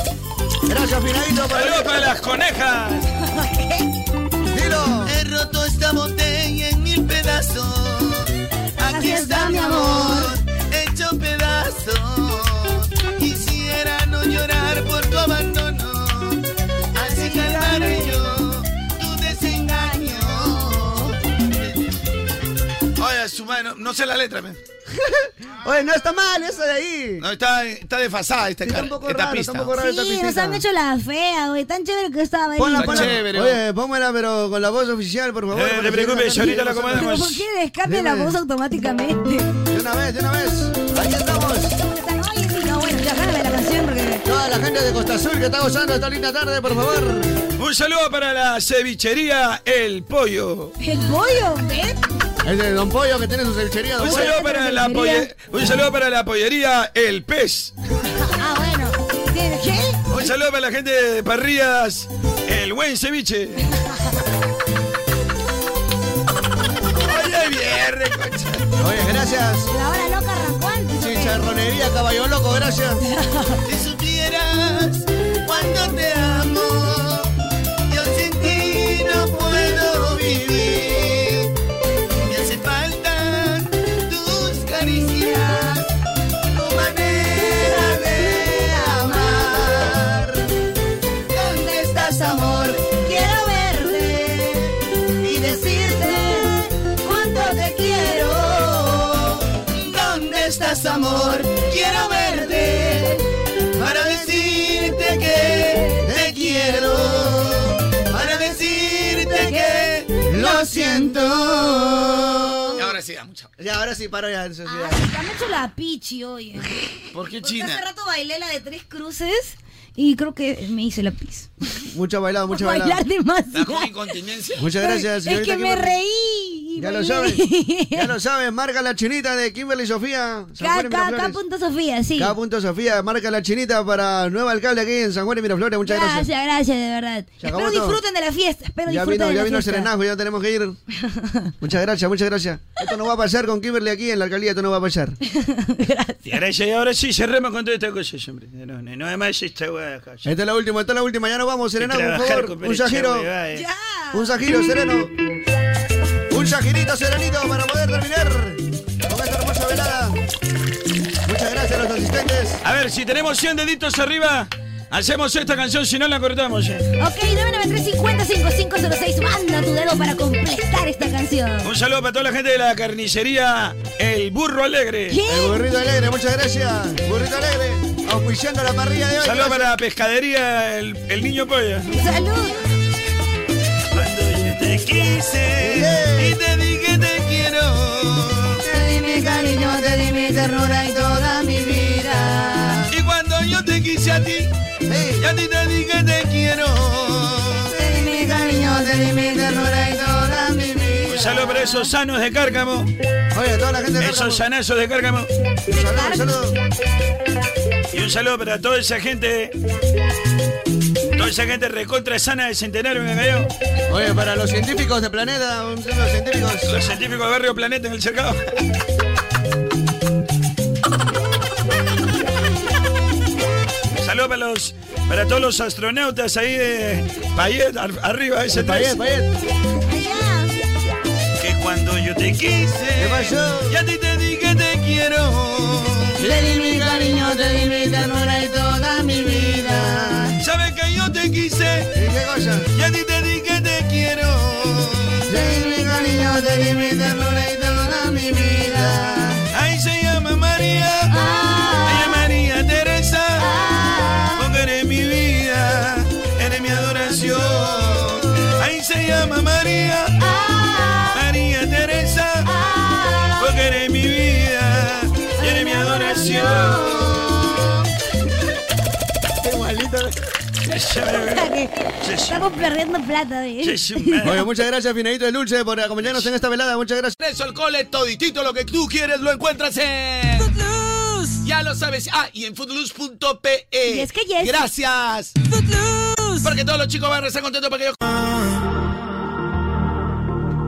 S4: Gracias, Pinadito. por
S15: Saludos
S4: venir.
S15: para las conejas.
S4: Dilo.
S5: He roto esta botella en mil pedazos. Aquí está mi amor, hecho pedazos. Quisiera no llorar por tu abandono. Así cantaré yo tu desengaño. Oye, su mano, no sé la letra, me.
S4: Oye, no está mal esa de ahí.
S5: No, está, está desfasada esta, cara- esta
S4: raro,
S5: pista.
S4: está un poco raro esta
S2: Sí, nos
S4: pistita.
S2: han hecho la fea, güey. Tan chévere que estaba ahí.
S4: Ponla, ponla.
S5: chévere,
S4: Oye, pónmela, pero con la voz oficial, por favor.
S15: Eh,
S4: para
S15: te
S4: que
S15: preocupes,
S4: siga
S15: ahorita la
S4: cantando.
S2: Pero ¿por qué les cambia la
S4: Pues, Dime.
S2: voz automáticamente?
S4: De una vez, de una vez. Aquí estamos.
S2: Oye, sí, no, bueno, ya cámbiame la
S43: recién
S2: canción.
S43: porque...
S4: Toda la gente de Costa Azul que está gozando esta linda tarde, por favor.
S44: Un saludo para la cevichería El Pollo.
S4: ¿El pollo? Es de Don Pollo que tiene su cevichería. don
S44: Un
S4: Pollo.
S44: saludo para la, polle- un saludo para la pollería El Pez.
S2: Ah, bueno. ¿Qué?
S44: Un saludo para la gente de Parrillas El Buen *laughs* Ceviche. Hoy es viernes, concha.
S4: Oye, gracias.
S2: La hora loca arrancó antes.
S4: Chicharronería, caballo loco, gracias.
S5: Si supieras cuánto te amo, yo sin ti no puedo vivir. Me hace falta tus caricias, tu manera de amar. ¿Dónde estás, amor? Quiero verte y decirte cuánto te quiero. ¿Dónde estás, amor? Quiero verte para decirte que te quiero. Para decirte que lo siento.
S45: Ahora sí, da mucha.
S4: Ya, ahora sí, paro ya. eso sí, ya.
S2: Te han hecho la pichi, oye.
S45: ¿Por qué
S2: Porque
S45: China?
S2: hace rato bailé la de tres cruces y creo que me hice la pis.
S4: Mucho bailado, mucho bailado.
S2: Bailar demasiado.
S45: Está con incontinencia.
S4: Muchas gracias,
S2: Es
S4: señorita
S2: que me
S4: Kimberly.
S2: reí. y
S4: Ya lo
S2: bailé.
S4: sabes, ya
S2: *laughs*
S4: lo sabes, marca la chinita de Kimberly Sofía. San
S2: K,
S4: Juan de
S2: K, K.
S4: Miraflores.
S2: punto Sofía, sí.
S4: K. punto Sofía, marca la chinita para nueva alcalde aquí en San Juan de Miraflores. Muchas
S2: Gracias,
S4: gracias.
S2: gracias, de verdad.
S4: acabó
S2: Espero
S4: todo.
S2: disfruten de la fiesta. Espero
S4: Ya
S2: disfruten
S4: vino,
S2: de
S4: ya
S2: la
S4: vino el
S2: fiesta.
S4: serenazgo, ya tenemos que ir.
S2: *laughs*
S4: Muchas gracias, muchas gracias. Esto no va a pasar con Kimberly aquí en la alcaldía, esto no va a pasar.
S44: Y ahora sí, ahora sí, cerremos con toda esta cosa, hombre. No, no, no hay más esta hueá acá.
S4: Esta es la última, esta es la última. Ya nos vamos, serenazgo, por
S44: trabajar
S4: favor.
S44: con
S4: Un sajiro.
S44: Perecha, huevada, eh.
S4: Un sajiro, sereno. Un sajirito serenito para poder terminar con esta hermosa velada. Muchas gracias a los asistentes.
S44: A ver, si tenemos 100 deditos arriba, hacemos esta canción, si no la cortamos. eh.
S2: Ok, 993-50-5506. Manda tu dedo para completar esta canción.
S44: Un saludo para toda la gente de la carnicería El Burro Alegre.
S4: El burrito alegre, muchas gracias. Burrito alegre, auspiciando la parrilla de hoy.
S44: Saludos
S4: Gracias.
S44: para la pescadería El, el Niño Polla.
S2: Salud.
S5: Cuando yo te quise y te dije te quiero. Te di mi cariño, te di mi ternura y toda mi vida. Y cuando yo te quise a ti, y a ti te dije te quiero. Te di mi cariño, te di mi ternura y toda mi vida.
S44: Un saludo para esos sanos de Cárcamo.
S4: Oye, toda la gente
S44: de Esos sanazos de Cárcamo.
S4: Saludos, saludos.
S44: Y un saludo para toda esa gente. Toda esa gente recontra sana de Centenario en Callao.
S4: Oye, para los científicos de planeta, un saludo a los científicos.
S44: Los científicos de Barrio Planeta en el cercado. Saludos para los. Para todos los astronautas ahí de Payet, ar- arriba ese
S4: Payet,
S44: tres. Que cuando yo te quise,
S5: Y a ti te dije te quiero. Te di mi cariño, te di mi ternura y toda mi vida. Sabes que yo te quise. Y a ti te dije te quiero. Te di mi cariño, te di mi ternura y toda mi vida. Ah. Ahí se llama María. Ella María Teresa. Porque eres mi vida, eres mi adoración. Ahí se llama María. María Teresa. Porque eres mi vida, y eres mi adoración.
S4: Igualito.
S2: Estamos perdiendo plata, eh.
S4: Oye, muchas gracias, Finadito de Dulce, por acompañarnos en esta velada. Muchas gracias.
S45: Eso, alcohol, es toditito, lo que tú quieres lo encuentras en... Footloose. Ya lo sabes. Ah, y en footloose.pe. Y es que yes. Gracias. Footloose. Porque todos los chicos van a estar contentos porque yo...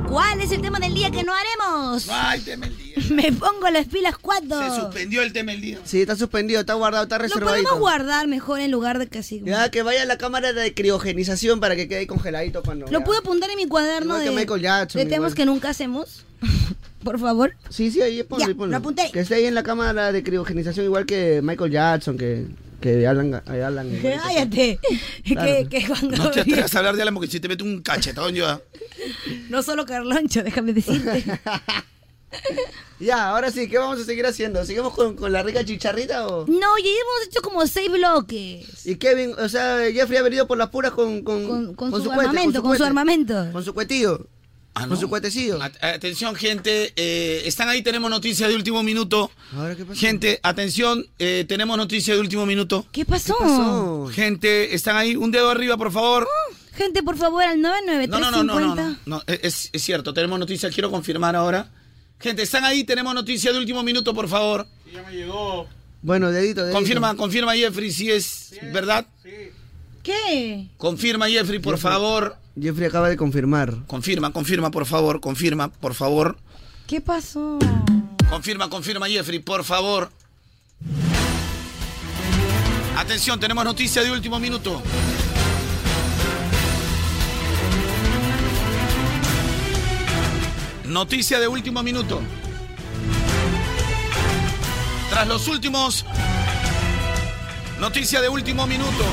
S2: ¿Cuál es el tema del día que no haremos?
S45: Ay, tema el día.
S2: Me pongo las pilas cuando.
S45: Ah. Suspendió el tema el día.
S4: Sí, está suspendido, está guardado, está
S2: Lo
S4: reservadito.
S2: podemos guardar mejor en lugar de que así.
S4: Ya, que vaya a la cámara de criogenización para que quede ahí congeladito cuando.
S2: Lo
S4: ya.
S2: pude apuntar en mi cuaderno
S4: Igual
S2: de,
S4: que Michael Jackson,
S2: de temas
S4: igual.
S2: que nunca hacemos. *laughs* Por favor.
S4: Sí, sí, ahí ponlo,
S2: Ya,
S4: ahí ponlo.
S2: lo apunté.
S4: Que esté ahí en la cámara de criogenización, igual que Michael Jackson, que, que hablan. eh, hablan
S2: *laughs* Cállate.
S4: Claro.
S2: Que, que cuando
S45: No te
S2: *laughs*
S45: atrevas a hablar de Álamo que si te mete un cachetón yo. ah.
S2: No solo Carloncho, déjame decirte.
S4: Ya, ahora sí, ¿qué vamos a seguir haciendo? ¿Seguimos con, con la rica chicharrita o.?
S2: No, ya hemos hecho como seis bloques.
S4: Y Kevin, o sea, Jeffrey ha venido por las puras con, con,
S2: Con,
S4: con
S2: su,
S4: cohete,
S2: armamento, con su
S4: cohete,
S2: armamento.
S4: Con su cuetillo.
S5: Ah, ¿no? At- atención, gente. eh, están ahí, tenemos noticias de último minuto. Gente, atención, eh, tenemos noticias de último minuto.
S2: ¿Qué pasó?
S5: Gente, están ahí, un dedo arriba, por favor.
S2: Gente, por favor, al
S5: No, no, no, no, no,
S2: 99350.
S5: no, no, e-, es, es cierto, tenemos noticias, quiero confirmar ahora. Gente, están ahí, tenemos noticias de último minuto, por favor. ya me llegó.
S4: Bueno, dedito, dedito.
S5: Confirma, confirma Jeffrey si es verdad.
S2: ¿Qué?
S5: Confirma Jeffrey, por favor.
S4: Jeffrey acaba de confirmar.
S5: Confirma, confirma, por favor, confirma, por favor.
S2: ¿Qué pasó?
S5: Confirma, confirma Jeffrey, por favor. Atención, tenemos noticias de último minuto. Noticia de último minuto. Tras los últimos... Noticia de último minuto.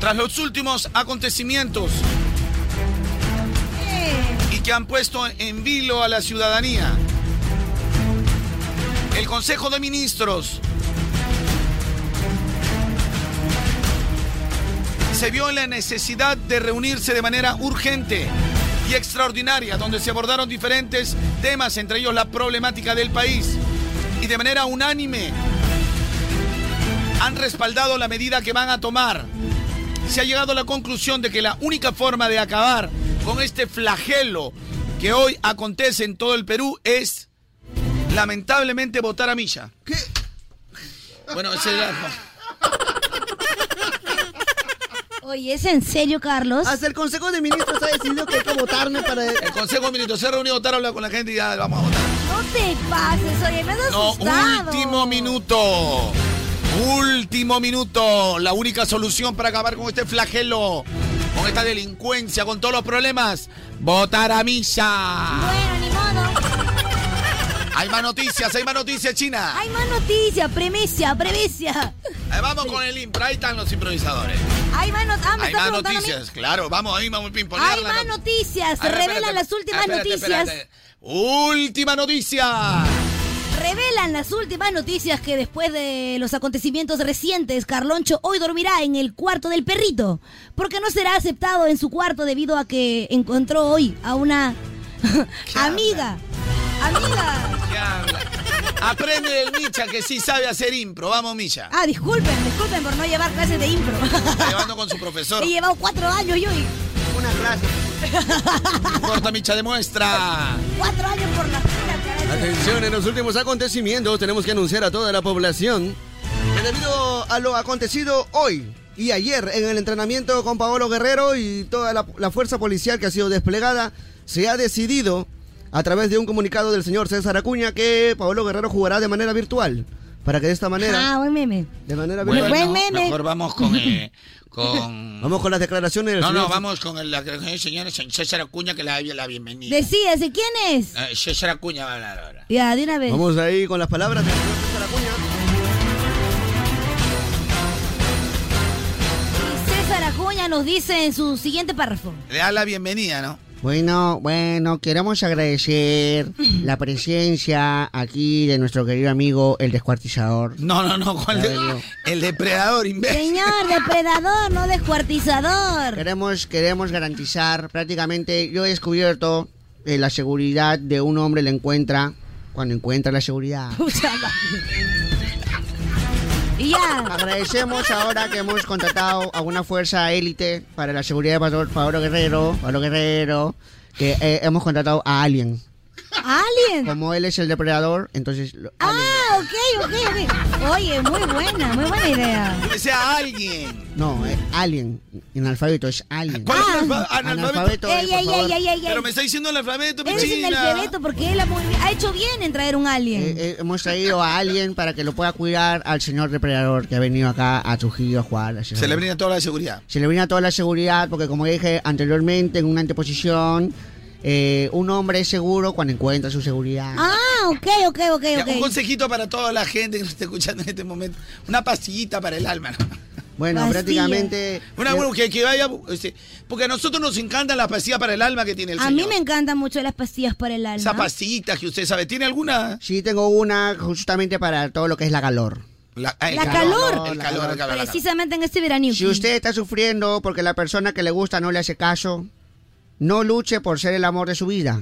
S5: Tras los últimos acontecimientos y que han puesto en vilo a la ciudadanía, el Consejo de Ministros se vio en la necesidad de reunirse de manera urgente y extraordinaria, donde se abordaron diferentes temas, entre ellos la problemática del país, y de manera unánime han respaldado la medida que van a tomar. Se ha llegado a la conclusión de que la única forma de acabar con este flagelo que hoy acontece en todo el Perú es, lamentablemente, votar a Milla. Bueno, ese era-
S2: Oye, ¿es en serio, Carlos?
S4: Hasta el Consejo de Ministros ha decidido que hay que votarme
S5: *laughs*
S4: para...
S5: el Consejo de Ministros se reunió, votaron habla con la gente y ya vamos a votar.
S2: No te pases, oye, me has
S5: No,
S2: asustado.
S5: último minuto. Último minuto. La única solución para acabar con este flagelo, con esta delincuencia, con todos los problemas, votar a misa.
S2: Bueno, ni modo.
S5: Hay más noticias, hay más noticias, China.
S2: Hay más noticias, premicia, premicia.
S5: Eh, vamos con el impro, ahí están los improvisadores.
S2: Hay más, no- ah, me
S5: Hay más
S2: estás preguntando a mí.
S5: noticias, claro, vamos ahí, vamos a pimponear
S2: Hay
S5: la
S2: más
S5: not-
S2: noticias,
S5: A ver,
S2: revelan
S5: espérate, Ah,
S2: las últimas
S5: espérate,
S2: noticias.
S5: espérate. Última noticia.
S2: Revelan las últimas noticias que después de los acontecimientos recientes, Carloncho hoy dormirá en el cuarto del perrito, porque no será aceptado en su cuarto debido a que encontró hoy a una amiga. Amiga.
S5: ¿Qué habla? Aprende del Micha que sí sabe hacer impro. Vamos, Micha.
S2: Ah, disculpen, disculpen por no llevar clases de impro.
S5: Está llevando con su profesor.
S2: *laughs* He llevado cuatro años yo y... Una clase.
S5: Corta, Micha, demuestra.
S2: Cuatro años por la fila, caray.
S33: Atención, en los últimos acontecimientos tenemos que anunciar a toda la población que debido a lo acontecido hoy y ayer en el entrenamiento con Paolo Guerrero y toda la, la fuerza policial que ha sido desplegada, se ha decidido a través de un comunicado del señor César Acuña que Paolo Guerrero jugará de manera virtual. Para que de esta manera...
S2: Ah, buen meme.
S33: De manera
S5: Bueno,
S33: virtual.
S5: mejor vamos con, eh, con...
S33: Vamos con las declaraciones del
S5: No,
S33: señor
S5: no, vamos con el, la- el señor César Acuña que le da la bienvenida.
S2: Decía, ¿sí quién es?
S5: Eh, César Acuña va a hablar ahora.
S2: Ya, de una vez.
S33: Vamos ahí con las palabras del señor César
S2: César Acuña nos dice en su siguiente párrafo.
S5: Le da la bienvenida, ¿no?
S4: Bueno, bueno, queremos agradecer la presencia aquí de nuestro querido amigo, el descuartizador.
S5: No, no, no, ¿cuál de- *laughs* el depredador, imbécil.
S2: Señor, depredador, no descuartizador.
S4: Queremos, queremos garantizar, prácticamente yo he descubierto eh, la seguridad de un hombre la encuentra cuando encuentra la seguridad.
S2: Y ya.
S4: Agradecemos ahora que hemos contratado a una fuerza élite para la seguridad de Pablo, Pablo Guerrero, Pablo Guerrero, que eh, hemos contratado a Alien.
S2: ¿Alien?
S4: Como él es el depredador, entonces... lo-
S2: Ah, ok, ok, ok. Oye, muy buena, muy buena idea.
S5: Que sea alguien.
S4: No, eh, Alien. Analfabeto es
S2: Ah,
S4: Alien.
S5: ¿Cuál es el alfa- analfabeto?
S4: eh, por favor.
S5: Pero me está diciendo el alfabeto,
S2: Él es
S5: pichina.
S2: analfabeto porque él ha, muy- ha hecho bien en traer un alien.
S4: Eh, hemos traído a alguien para que lo pueda cuidar al señor depredador que ha venido acá a Trujillo a jugar.
S5: Se le brinda toda la seguridad.
S4: Se le brinda toda la seguridad porque como dije anteriormente en una anteposición, eh, un hombre es seguro cuando encuentra su seguridad.
S2: Ah, ok, ok, ok,
S5: Ya, Un
S2: ok.
S5: consejito para toda la gente que nos está escuchando en este momento. Una pastillita para el alma. ¿no?
S4: Bueno, prácticamente... eh,
S5: Una, bueno, que, que vaya. este, porque a nosotros nos encantan las pastillas para el alma que tiene el
S2: A
S5: señor.
S2: mí me encantan mucho las pastillas para el alma.
S5: Esas pastillitas que usted sabe. ¿Tiene alguna?
S4: Sí, tengo una justamente para todo lo que es la calor.
S5: La, ah, el
S2: La calor.
S5: El calor, el calor.
S2: Precisamente en este verano.
S4: Si usted está sufriendo porque la persona que le gusta no le hace caso, No luche por ser el amor de su vida.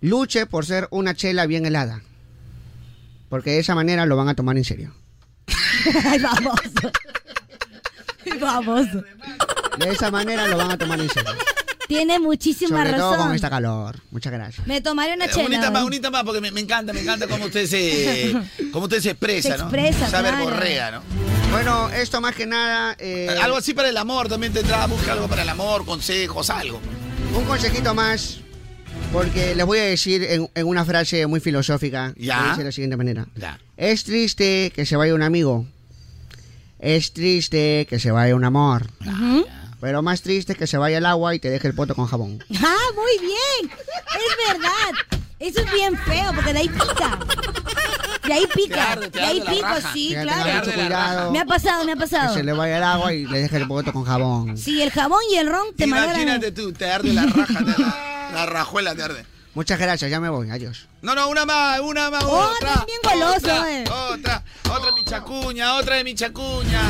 S4: Luche por ser una chela bien helada. Porque de esa manera lo van a tomar en serio.
S2: *laughs* Ay, vamos. Vamos.
S4: De esa manera lo van a tomar en serio.
S2: *laughs* Tiene muchísima
S4: Sobre todo con
S2: razón.
S4: esta calor. Muchas gracias.
S2: Me tomaré una
S5: Eh,
S2: chela.
S5: Unita más, unita más, porque me, me encanta, me encanta cómo usted
S2: *laughs*
S5: se, cómo usted se expresa,
S4: Se
S5: ¿no?
S4: expresa,
S5: Saber
S4: claro.
S5: borrea, ¿no?
S4: Bueno, esto más que nada. eh,
S5: Algo así para el amor también tendrá, busca algo para el amor, consejos, algo.
S4: Un consejito más, porque les voy a decir en, en una frase muy filosófica.
S5: Ya.
S4: que Dice de la siguiente manera.
S5: Ya.
S4: Es triste que se vaya un amigo. Es triste que se vaya un amor. Pero más triste que se vaya el agua y te deje el poto con jabón.
S2: Ah, muy bien. Es verdad. Eso es bien feo, porque de ahí pica. De ahí pica.
S5: arde, te
S2: de ahí
S5: arde la
S2: pica,
S5: raja.
S2: sí,
S4: Fíjate,
S2: claro.
S4: tenga mucho Te arde la cuidado. raja.
S2: Me ha pasado, me ha
S4: Que
S2: pasado.
S4: se le vaya el agua y le deje el poto con jabón.
S2: Sí, el jabón y el ron te malogran.
S5: Imagínate tú, te arde la raja, te arde, la rajuela te arde.
S4: Muchas gracias, ya me voy. Adiós.
S5: No, no, una más, una más,
S2: Oh,
S5: otra.
S2: también gualoso,
S5: otra,
S2: eh.
S5: otra, otra de mi chacuña, otra de mi chacuña.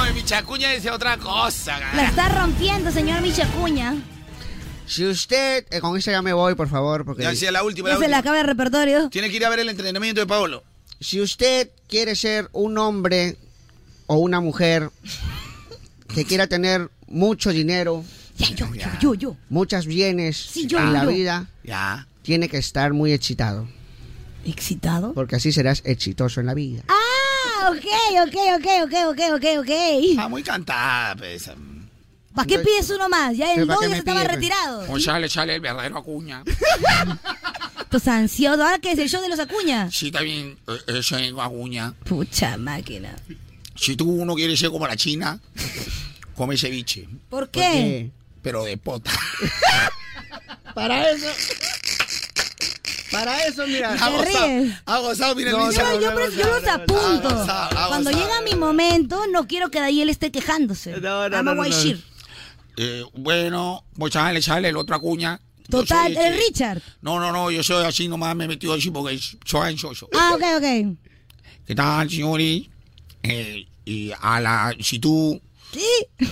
S5: Oye, mi chacuña dice otra cosa, cara.
S2: La está rompiendo, señor Michacuña.
S4: Si usted, eh, con esa ya me voy, por favor, porque...
S5: Ya decía la última, la
S2: Ya se
S5: última.
S2: la acaba el repertorio.
S5: Tiene que ir a ver el entrenamiento de Paolo.
S4: Si usted quiere ser un hombre o una mujer que quiera tener mucho dinero,
S2: Yo, yo.
S4: muchos bienes
S2: Sí, yo,
S4: en la
S2: yo.
S4: vida,
S5: Ya.
S4: tiene que estar muy excitado.
S2: ¿Excitado?
S4: Porque así serás exitoso en la vida.
S2: Ah, ok, ok, ok, ok, ok, ok, ok.
S5: Ah, muy cantada, pues.
S2: ¿Para qué pides uno más? Ya el
S5: ¿Para
S2: dos
S5: qué
S2: ya
S5: me
S2: estaba
S5: pide, pues?
S2: retirado.
S5: Chale, chale, el verdadero acuña.
S2: Estás ansioso. Ahora que es el show de los Acuña.
S5: Sí, también, eh, eso es acuña.
S2: Pucha máquina.
S5: Si tú no quieres ser como la China, come ceviche.
S2: ¿Por qué?
S5: Pero de pota.
S4: Para eso. Para eso, mira.
S2: Te ríes.
S5: Ha gozado, mira
S2: Yo,
S5: el Licha.
S2: yo, pref- yo los apunto.
S5: Ha gozado, ha
S2: Cuando
S5: gozado.
S2: llega mi momento, no quiero que de ahí él esté quejándose. No,
S5: no, no, no. Eh, bueno, pues chale, chale, el otro acuña. Yo
S2: Total,
S5: soy este-
S2: el Richard.
S5: No, no, no, yo soy así nomás, me he metido así porque soy ansioso.
S2: Ah, ok, ok.
S5: ¿Qué tal, señores? Eh, y a la, si tú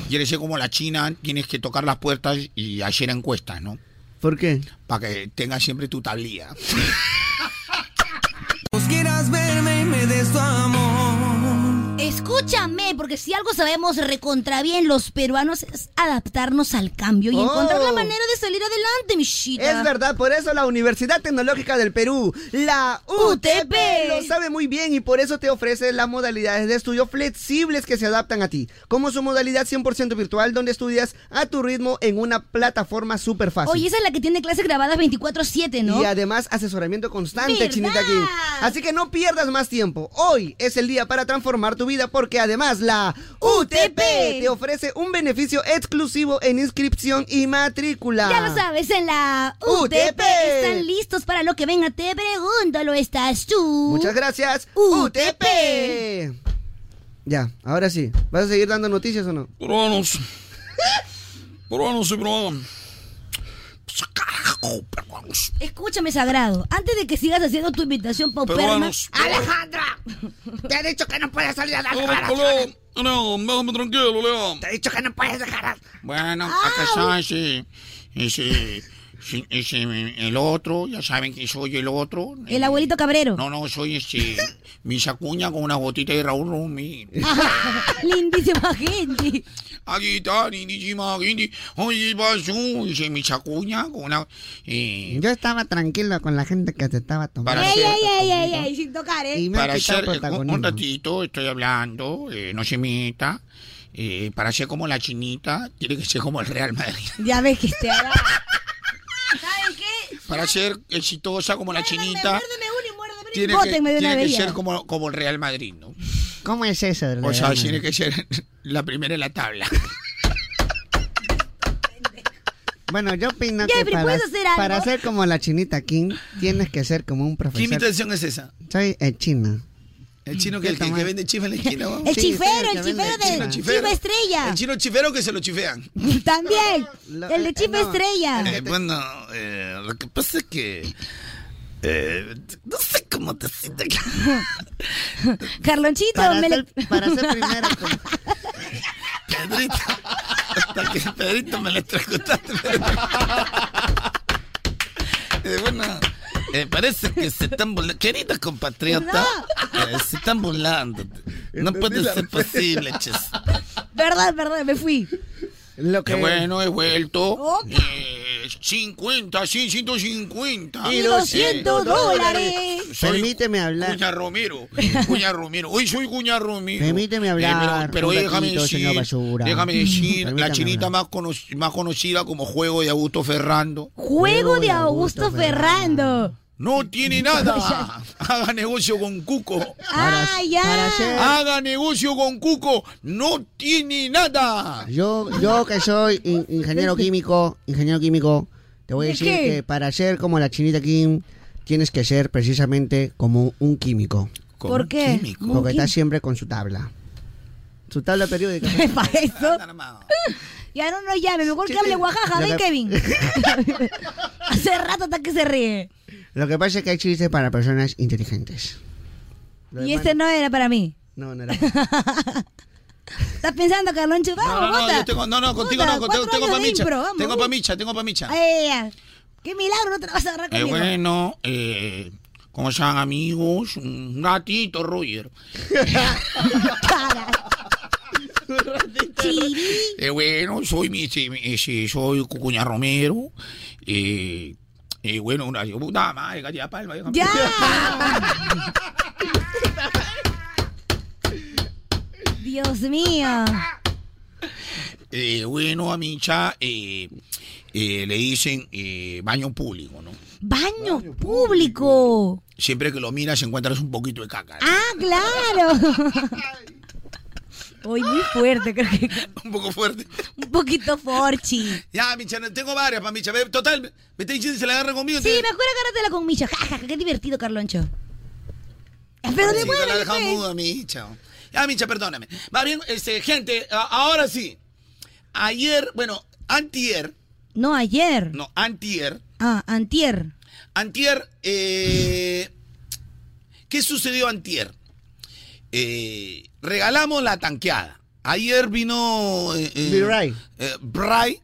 S5: quieres ser como la China, tienes que tocar las puertas y hacer encuestas, ¿no?
S4: ¿Por qué?
S5: Para que tengas siempre tu tablilla.
S15: Vos quieras verme y me des tu amor.
S2: Escúchame, porque si algo sabemos recontra bien los peruanos es adaptarnos al cambio y encontrar la manera de salir adelante, mi chita.
S4: Oh. Es verdad, por eso la Universidad Tecnológica del Perú, la UTP, lo sabe muy bien y por eso te ofrece las modalidades de estudio flexibles que se adaptan a ti, como su modalidad 100% virtual donde estudias a tu ritmo en una plataforma súper fácil.
S2: Oye, esa es la que tiene clases grabadas 24-7, ¿no?
S4: Y además asesoramiento constante,
S2: ¿Verdad?
S4: Chinita King. Así que no pierdas más tiempo. Hoy es el día para transformar tu vida porque además la UTP te ofrece un beneficio exclusivo en inscripción y matrícula.
S2: Ya lo sabes, en la UTP,
S4: UTP.
S2: están listos para lo que venga. Te pregunto, ¿lo estás tú?
S4: Muchas gracias.
S2: UTP.
S4: Ya, ahora sí. ¿Vas a seguir dando noticias o no?
S14: Peruanos. Peruanos y
S5: ah,
S14: peruanos.
S5: pues,
S2: Escúchame, sagrado. Antes de que sigas haciendo tu invitación pauperma...
S14: Peruanos.
S2: ¡Alejandra! Te he dicho que no puedes salir a dar
S14: No, déjame tranquilo, Leo.
S15: Te he dicho que no puedes dejar.
S5: Bueno, acá está ese, ese, ese- ese- el otro, ya saben que soy el otro.
S2: El abuelito Cabrero.
S5: No, no, soy este, mi sacuña con una gotita de Raúl Rumi.
S2: *laughs* Lindísima gente.
S5: Aquí está, lindísima gente. Oye, pasó, dice mi sacuña con una... eh,
S4: Yo estaba tranquilo con la gente que te estaba tomando.
S5: Para
S2: ¡Ey,
S5: ser-
S2: ey, ey, ey, ey! Sin tocar, ¿eh?
S4: Y me
S5: para
S4: han quitado
S5: ser, eh, un,
S4: protagonismo.
S5: un ratito estoy hablando, eh, no se meta. eh, para ser como la chinita, tiene que ser como el Real Madrid. *laughs*
S2: Ya ves que este
S4: *laughs*
S2: te haga...
S5: Para ser exitosa como la chinita, tiene que,
S2: Bótenme de una
S5: tiene que
S2: vez ya.
S5: ser como, como el Real Madrid, ¿no?
S4: ¿Cómo es eso?
S5: O sea,
S4: Leandro?
S5: tiene que *laughs* ser la primera en la tabla.
S4: Bueno, yo opino que
S2: Jeffrey,
S4: para,
S2: ¿puedes hacer algo?
S4: para ser como la chinita King, tienes que ser como un
S5: ¿Qué
S4: profesor.
S5: imitación es esa?
S4: Soy el chino.
S5: El chino que, el que, que vende chifa en la esquina. ¿no?
S2: El
S4: Sí,
S2: chifero,
S4: sí,
S2: el
S4: que vende
S2: chifero de
S5: chifero.
S2: Chiva Estrella.
S5: El chino chifero que se lo chifean.
S2: *laughs* También. El de Chiva
S5: Eh,
S2: Estrella.
S5: bueno, eh, lo que pasa es que... eh, no sé cómo te sientes.
S2: Carlonchito,
S4: *laughs* Para
S2: me
S4: ser- pues.
S2: le-
S4: para ser primero,
S5: Pedrito. Hasta que Pedrito me lo electrocutaste. *laughs* Eh, bueno, eh, parece que se están burlando. Querida compatriota, eh, se están burlando. No puede
S15: la
S5: ser
S15: pena.
S5: posible, ches.
S2: *laughs* Verdad, verdad, me fui.
S4: Lo
S5: Qué bueno, he vuelto. Eh, 50, sí, 150.
S4: Y 200
S5: Eh,
S4: dólares.
S5: Soy
S4: Permíteme hablar.
S5: Cuña Romero. Cuña Romero. Hoy soy Cuña Romero. Eh,
S4: Permíteme hablar,
S5: pero pero
S4: un
S5: déjame
S4: ratito,
S5: decir.
S4: señor Basura.
S5: Déjame decir. la
S4: Permítame
S5: chinita más, conoc- más conocida como Juego de Augusto Ferrando.
S2: Juego de Augusto Ferrando.
S5: No
S4: *laughs*
S5: tiene nada. Haga negocio con Cuco.
S2: Ah, ya.
S5: Haga negocio con Cuco. No tiene nada.
S4: Yo, yo que soy in- ingeniero químico, ingeniero químico, te voy a
S5: ¿De
S4: decir
S5: qué?
S4: que para ser como la chinita Kim, tienes que ser precisamente como un químico.
S2: ¿Por un qué? químico? ¿Un
S4: Porque está
S2: químico?
S4: siempre con su tabla. Su
S2: *laughs*
S4: tabla periódica.
S2: Ah, Para
S5: Ah,
S2: eso. *laughs* Ya no nos llame, mejor que hable Guajaja,
S4: Lo
S2: ven
S5: *laughs*
S4: que-
S2: Kevin. *laughs* Hace rato hasta que se ríe.
S4: Lo que pasa es que hay chistes para personas inteligentes.
S2: Y este no era para mí.
S4: No, no era.
S2: *laughs* ¿Estás pensando, Carloncho?
S5: No,
S2: Vamos,
S5: no, no,
S2: bota.
S5: yo tengo, no, no, contigo no,
S2: Bota,
S5: contigo,
S2: cuatro
S5: tengo
S2: años de
S5: pamicha.
S2: impro, vamos.
S5: Tengo pamicha, tengo pamicha.
S2: Ay, ay, ay. Qué milagro, no te la vas a agarrar
S5: Eh,
S2: conmigo. *laughs*
S5: bueno, eh, ¿cómo están amigos? Un ratito, Roger. *laughs* Eh, bueno, soy mi, si- mi- si- soy Cucuña Romero. Eh, eh, bueno, una puta madre, Gallina palma. déjame- *laughs*
S2: Dios mío.
S5: Eh, bueno, a Micha eh, eh, le dicen eh, baño público, ¿no?
S2: Baño público.
S5: Siempre que lo miras encuentras un poquito de caca.
S2: Ah, claro. Hoy muy fuerte, creo que.
S5: *laughs* Un poco fuerte.
S2: Un poquito forchi.
S5: Ya, Micha, no- tengo varias para Micha. Ve, Total, me está diciendo que se la agarra conmigo.
S2: Sí, me acuerdo agárratela con Micha. Ja, ja, ja, qué divertido, Carloncho. Eh, Pero
S5: Sí,
S2: devuélveme,
S5: no la dejamos
S2: pues.
S5: muda, Micha. Ya, Micha, perdóname. Va bien, este, gente, a- ahora sí. Ayer, bueno, antier,
S2: No, ayer.
S5: no, antier,
S2: Ah, antier.
S5: Antier, eh, ¿qué sucedió antier? Eh, regalamos la tanqueada. Ayer vino eh, eh,
S4: Bray.
S5: eh, Bray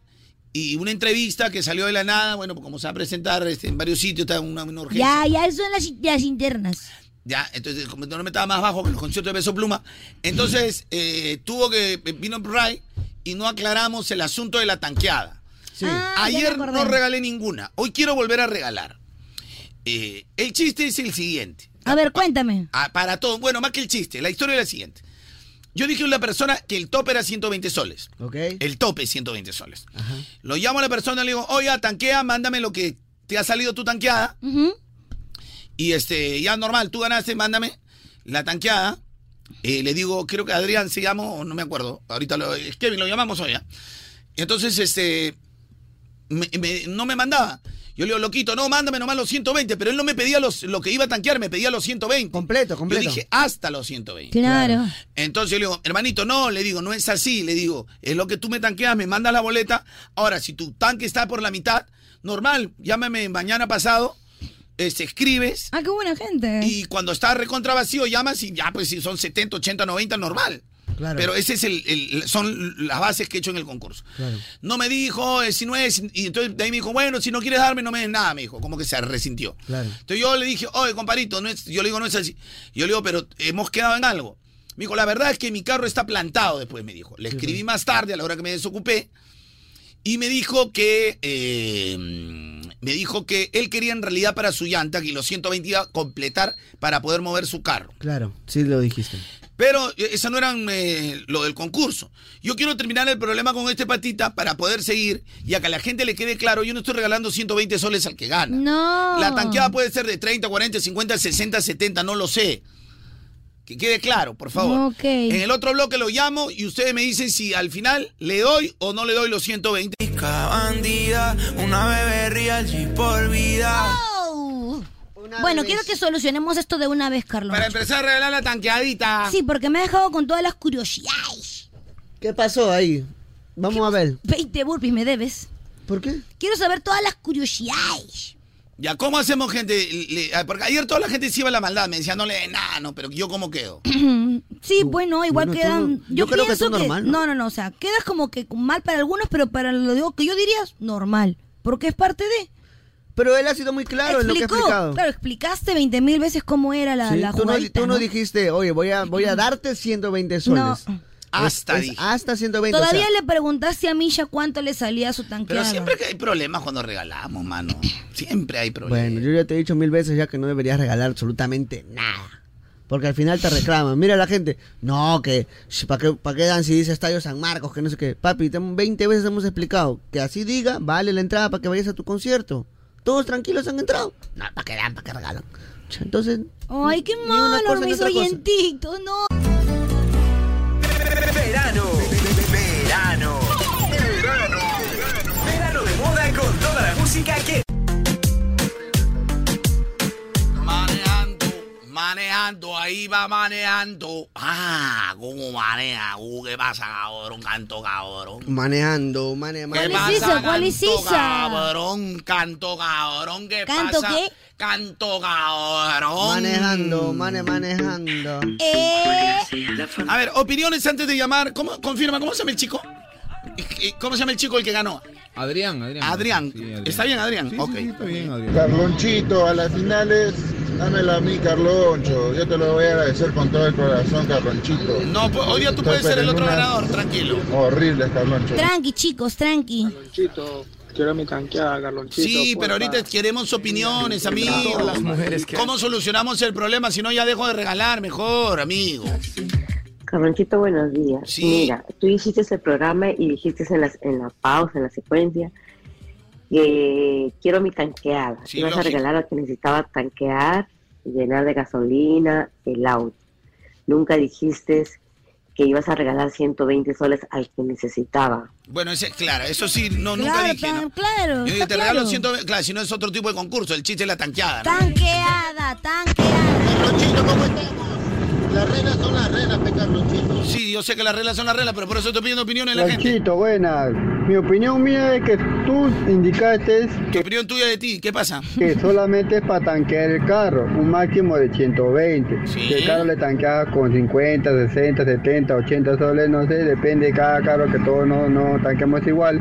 S5: y una entrevista que salió de la nada, bueno, como se va a presentar este, en varios sitios, está en una, una urgencia.
S2: Ya, ya, eso en las, las internas.
S5: Ya, entonces, como no me estaba más bajo que los conciertos de Beso Pluma, entonces eh, tuvo que, vino Bray y no aclaramos el asunto de la tanqueada.
S2: Ah,
S5: Ayer no regalé ninguna, hoy quiero volver a regalar. Eh, el chiste es el siguiente.
S2: A ver, cuéntame.
S5: Ah, para todo. Bueno, más que el chiste, la historia es la siguiente. Yo dije a una persona que el tope era 120 soles. El tope es 120 soles. Lo llamo a la persona y le digo, oiga, tanquea, mándame lo que te ha salido tu tanqueada. Y este, ya normal, tú ganaste, mándame la tanqueada. Eh, le digo, creo que Adrián se llama, o no me acuerdo. Ahorita lo, es Kevin, lo llamamos hoy. ¿ah? Entonces, este, me- me- no me mandaba. Yo le digo, loquito, no, mándame nomás los 120, pero él no me pedía los, lo que iba a tanquear, me pedía los 120.
S4: Completo, completo.
S5: Yo dije, hasta los 120.
S2: Claro.
S5: Entonces le digo, hermanito, no, le digo, no es así, le digo, es lo que tú me tanqueas, me mandas la boleta. Ahora, si tu tanque está por la mitad, normal, llámame mañana pasado, este, escribes,
S2: Ah, qué buena gente.
S5: y cuando está recontra vacío, llamas y ya, pues si son 70, 80, 90, normal.
S4: Claro.
S5: Pero eh, ese es el, el- son las bases que he hecho en el concurso.
S4: Claro.
S5: No me dijo, eh, si no es, y entonces de ahí me dijo, bueno, si no quieres darme, no me des nada, me dijo, como que se resintió.
S4: Claro.
S5: Entonces yo le dije, oye, comparito, no es, yo le digo, no es así. Yo le digo, pero hemos quedado en algo. Me dijo, la verdad es que mi carro está plantado después, me dijo. Le escribí más tarde, a la hora que me desocupé, y me dijo que, eh, me dijo que él quería en realidad para su llanta, que los 120 iba a completar para poder mover su carro.
S4: Claro, sí lo dijiste.
S5: Pero eh, eso no eran eh, lo del concurso. Yo quiero terminar el problema con este patita para poder seguir y a que a la gente le quede claro, yo no estoy regalando 120 soles al que gana.
S2: No.
S5: La tanqueada puede ser de 30, 40, 50, 60, 70, no lo sé. Que quede claro, por favor.
S2: Ok.
S5: En el otro bloque lo llamo y ustedes me dicen si al final le doy o no le doy los 120.
S15: bandida, una bebé real sin por vida.
S2: Oh. Bueno, quiero que solucionemos esto de una vez, Carlos.
S5: Para empezar a regalar la tanqueadita.
S2: Sí, porque me ha dejado con todas las curiosidades.
S4: ¿Qué pasó ahí? Vamos a ver.
S2: 20 burpees me debes.
S4: ¿Por qué?
S2: Quiero saber todas las curiosidades.
S5: Ya, ¿cómo hacemos gente? Le- ah, porque ayer toda la gente se iba a la maldad, me decía, no le den nada, no, pero yo cómo
S2: *clears throat*
S5: quedo.
S2: Sí, bueno, igual
S5: Bueno, tú
S2: quedan.
S5: no-
S2: yo
S5: yo creo que
S2: pienso
S5: tú normal,
S2: ¿no?
S5: ¿no?
S2: no, no, o sea, quedas como que mal para algunos, pero para lo digo que yo diría es normal, porque es parte de.
S4: Pero él ha sido muy claro en lo que ha explicado.
S2: Claro, explicaste 20 mil veces cómo era la,
S4: Sí,
S2: la
S4: tú, no,
S2: jugadita,
S4: tú no
S2: ¿no?
S4: dijiste, oye, voy a, voy a darte 120 soles.
S5: Hasta,
S4: Es- es
S5: dije.
S4: hasta 120. o sea,
S2: Todavía le preguntaste a Misha cuánto le salía su
S5: Pero
S2: tanqueado.
S5: siempre que hay problemas cuando regalamos, mano. Siempre hay problemas.
S4: Bueno, yo ya te he dicho mil veces ya que no deberías regalar absolutamente nada. Porque al final te reclaman. Mira la gente. No, que ¿para qué, pa' qué dan si dice Estadio San Marcos? Que no sé qué. Papi, te- 20 veces hemos explicado. Que así diga, vale la entrada para que vayas a tu concierto. Todos tranquilos han entrado. No, ¿para qué dan? ¿Para qué regalan? Ch, Entonces,
S2: Ay, qué
S4: una cosa
S2: malo,
S4: ni
S2: mis
S4: otra cosa.
S2: oyentitos, no.
S15: Verano. Verano. Verano. Verano de moda con toda la música que...
S5: Manejando, manejando, ahí va manejando. Ah, ¿cómo maneja? Uh, ¿Qué pasa, cabrón? Canto, cabrón.
S4: manejando, mane, mane-
S5: ¿Qué pasa, canto, Cabrón, canto, cabrón. ¿Qué
S4: ¿Canto
S5: pasa?
S4: qué?
S5: Canto, cabrón.
S4: Manejando, mane, manejando.
S2: Eh,
S5: A ver, opiniones antes de llamar. ¿Cómo, confirma, ¿cómo se llama el chico? Eh, ¿Cómo se llama el chico el que ganó?
S14: Adrián, Adrián.
S5: Adrián. ¿Está bien, Adrián? ok. está
S14: bien, Adrián.
S46: Carlonchito, a las finales, dámela a mí, Carloncho. Yo te lo voy a agradecer con todo el corazón, Carlonchito.
S5: No, pues, hoy día tú puedes ser el otro ganador, tranquilo.
S46: Horrible, Carloncho.
S2: Tranqui, chicos, tranqui.
S47: Carlonchito, quiero mi tanqueada, Carlonchito.
S5: Sí, pero ahorita queremos opiniones, amigo.
S47: Todas las mujeres que-
S5: ¿Cómo solucionamos el problema? Si no, ya dejo de regalar, mejor, amigo.
S8: Carlonchito, buenos días. Mira, tú hiciste el programa y dijiste en, las, en la pausa, en la secuencia, que quiero mi tanqueada.
S48: Sí,
S8: Ibas a
S48: lógico.
S8: regalar a quien necesitaba tanquear, llenar de gasolina el auto. Nunca dijiste que ibas a regalar 120 soles al que necesitaba.
S5: Bueno, ese, claro, eso sí, no, nunca
S8: Claro,
S5: dije. ¿no?
S8: tan-
S2: claro,
S5: Yo dije,
S8: está
S5: te
S8: claro.
S5: regalo 120, claro, si no es otro tipo de concurso, el chiste es la tanqueada. ¿no?
S2: Tanqueada, tanqueada.
S46: Las reglas son las reglas, pe, Carlonchito.
S5: Sí, yo sé que las reglas son las reglas, pero por eso estoy pidiendo opiniones de la gente.
S19: Tranquito, buenas. Mi opinión mía es que tú indicaste
S5: Tu opinión tuya de ti, ¿qué pasa?
S19: que solamente es para tanquear el carro, un máximo de 120. Si el carro le tanqueaba con 50, 60, 70, 80 soles, no sé, depende de cada carro, que todos no, no tanqueamos igual.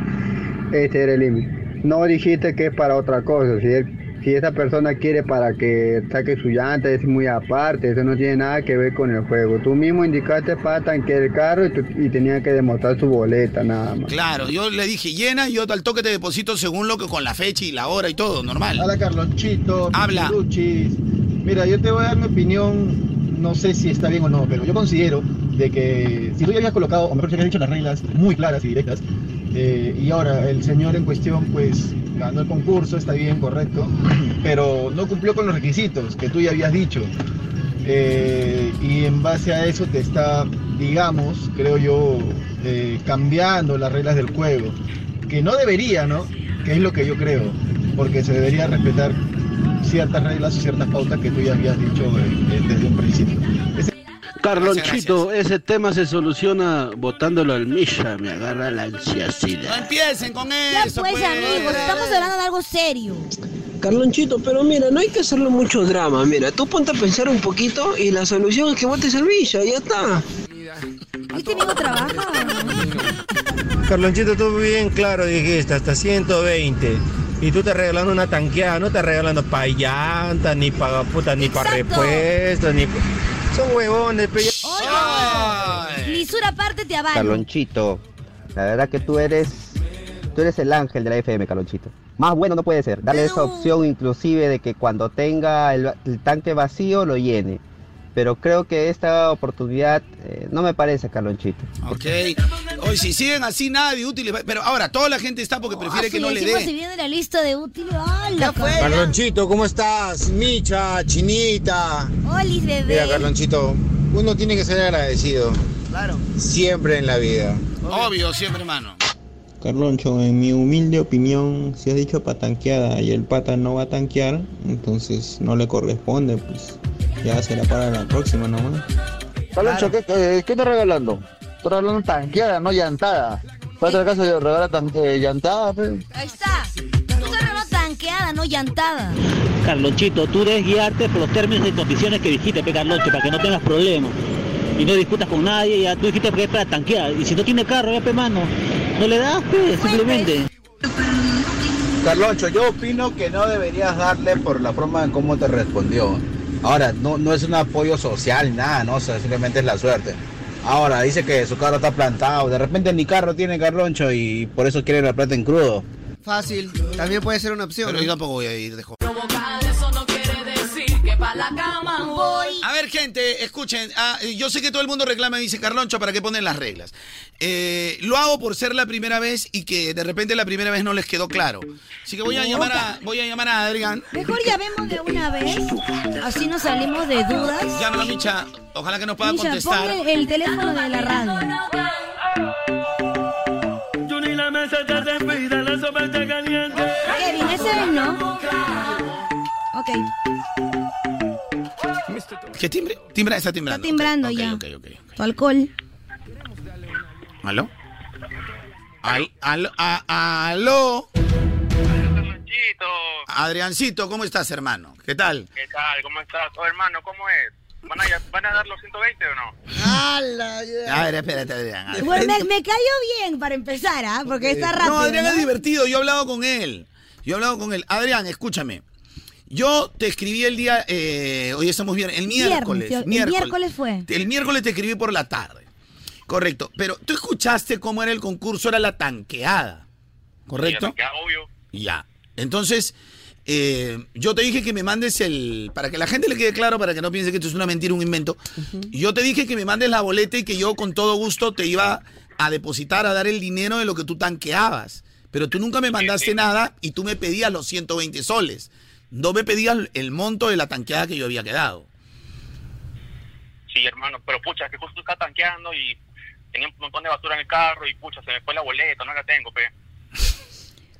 S19: Ese Este era el límite. No dijiste que es para otra cosa. Si, el- si esa persona quiere para que saque su llanta, es muy aparte, eso no tiene nada que ver con el juego. Tú mismo indicaste para tanquear el carro y, tú- y tenía que demostrar su boleta, nada más.
S5: Claro, yo le dije llena y yo al toque te deposito según lo que con la fecha y la hora y todo, normal.
S19: Hola Carlonchito,
S5: Habla.
S19: Luchis. Mira, yo te voy a dar mi opinión, no sé si está bien o no, pero yo considero de que si tú ya habías colocado, o mejor dicho, habías dicho las reglas muy claras y directas, eh, y ahora el señor en cuestión pues ganó el concurso, está bien, correcto, pero no cumplió con los requisitos que tú ya habías dicho. Eh, y en base a eso te está, digamos, creo yo, eh, cambiando las reglas del juego. Que no debería, ¿no? Que es lo que yo creo. Porque se debería respetar ciertas reglas o ciertas pautas que tú ya habías dicho eh, eh, desde un principio. Ese-
S49: Carlonchito, ese tema se soluciona botándolo al Misha, me agarra la ansiasidad.
S5: No empiecen con
S2: Ya
S5: eso.
S2: pues, amigos, estamos hablando de algo serio.
S50: Carlonchito, pero mira, no hay que hacerle mucho drama. Mira, tú ponte a pensar un poquito y la solución es que votes al Villa, ya está.
S2: Este amigo trabaja.
S51: Carlonchito, tú bien claro dijiste, hasta 120. Y tú te regalando una tanqueada, no estás regalando pa' llanta, ni pa' puta, ni pa'
S2: Exacto.
S51: repuestos, ni... Son huevones, pe...
S2: Lisura aparte te avalo.
S10: Carlonchito, la verdad que tú eres, tú eres el ángel de la FM, Carlonchito. Más bueno no puede ser. Dale esa opción inclusive de que cuando tenga el, el tanque vacío lo llene. Pero creo que esta oportunidad eh, no me parece, Carlonchito.
S5: Ok. Hoy si siguen así, nada de útiles. va- Pero ahora, toda la gente está porque prefiere que no le
S2: Si
S5: dé.
S2: viene la lista de útil, hola.
S51: Carlonchito, ¿cómo estás? Micha, Chinita.
S2: Olis,
S51: Mira,
S2: bebé.
S51: Carlonchito, uno tiene que ser agradecido.
S4: Claro.
S51: Siempre en la vida.
S5: Obvio, siempre, hermano.
S52: Carloncho, en mi humilde opinión, si has dicho patanqueada y el pata no va a tanquear, entonces no le corresponde, pues ya será para la próxima nomás.
S51: Carloncho, ¿qué, qué, qué estás regalando? Estás regalando tanqueada, no llantada. Para otra casa regala tan- eh, llantada, pe.
S2: Ahí está. Tú solo no tan tanqueada, no llantada.
S3: Carlonchito, tú debes guiarte por los términos y condiciones que dijiste, pe Carloncho, para que no tengas problemas. Y no discutas con nadie, ya tú dijiste que es para tanquear. Y si no tiene carro, ya pe mano, no le das, pe, simplemente.
S6: Carloncho, yo opino que no deberías darle por la forma en cómo te respondió. Ahora, no, no es un apoyo social, nada, no, o sea, simplemente es la suerte. Ahora, dice que su carro está plantado, de repente ni carro tiene Carloncho y por eso quiere la plata en crudo.
S4: Fácil. También puede ser una opción.
S5: Pero yo tampoco voy a ir de joven.
S9: Eso no quiere decir que pa' la cama voy.
S5: A ver, gente, escuchen. Ah, eh, yo sé que todo el mundo reclama y dice, Carloncho, ¿para qué ponen las reglas? Eh, lo hago por ser la primera vez y que de repente la primera vez no les quedó claro. Así que voy a llamar a, voy a, llamar a Adrián.
S2: Mejor ya vemos de una vez. Así nos salimos de dudas.
S5: Llámalo, Micha. Ojalá que nos pueda
S2: Misha,
S5: contestar.
S2: ponle el teléfono de la radio.
S9: Yo ni la mesa está servida, la sopa está caliente.
S2: Kevin, ese es, ¿no? Ok,
S5: ¿Qué timbre? Timbra, está timbrando.
S2: está timbrando ya. Tu alcohol.
S5: ¿Aló? Al- al- a- a- ¿Aló? Adriancito, ¿cómo estás, hermano? ¿Qué tal?
S10: ¿Qué tal? ¿Cómo estás? Oh, hermano, ¿cómo es? ¿Van a, ¿Van a dar los 120 o no?
S5: A ver, espérate, Adrián. a ver.
S2: Bueno, me, me cayó bien para empezar, ¿ah? Porque está rápido.
S5: No, Adrián
S2: ¿no?
S5: es divertido, yo he hablado con él. Yo he hablado con él. Adrián, escúchame. Yo te escribí el día, eh, hoy estamos bien, el
S2: Viernes,
S5: miércoles.
S2: el miércoles fue.
S5: El miércoles te escribí por la tarde. Correcto. Pero tú escuchaste cómo era el concurso, era la tanqueada. ¿Correcto?
S10: Ya, obvio.
S5: Ya. Entonces, eh, yo te dije que me mandes el. Para que la gente le quede claro, para que no piense que esto es una mentira, un invento. Yo te dije que me mandes la boleta y que yo con todo gusto te iba a depositar, a dar el dinero de lo que tú tanqueabas. Pero tú nunca me mandaste nada y tú me pedías los 120 soles. No me pedías el monto de la tanqueada que yo había quedado.
S10: Sí, hermano, pero pucha, que justo tú estás tanqueando y tenía un montón de basura en el carro y pucha, se me fue la boleta, no la tengo, pe.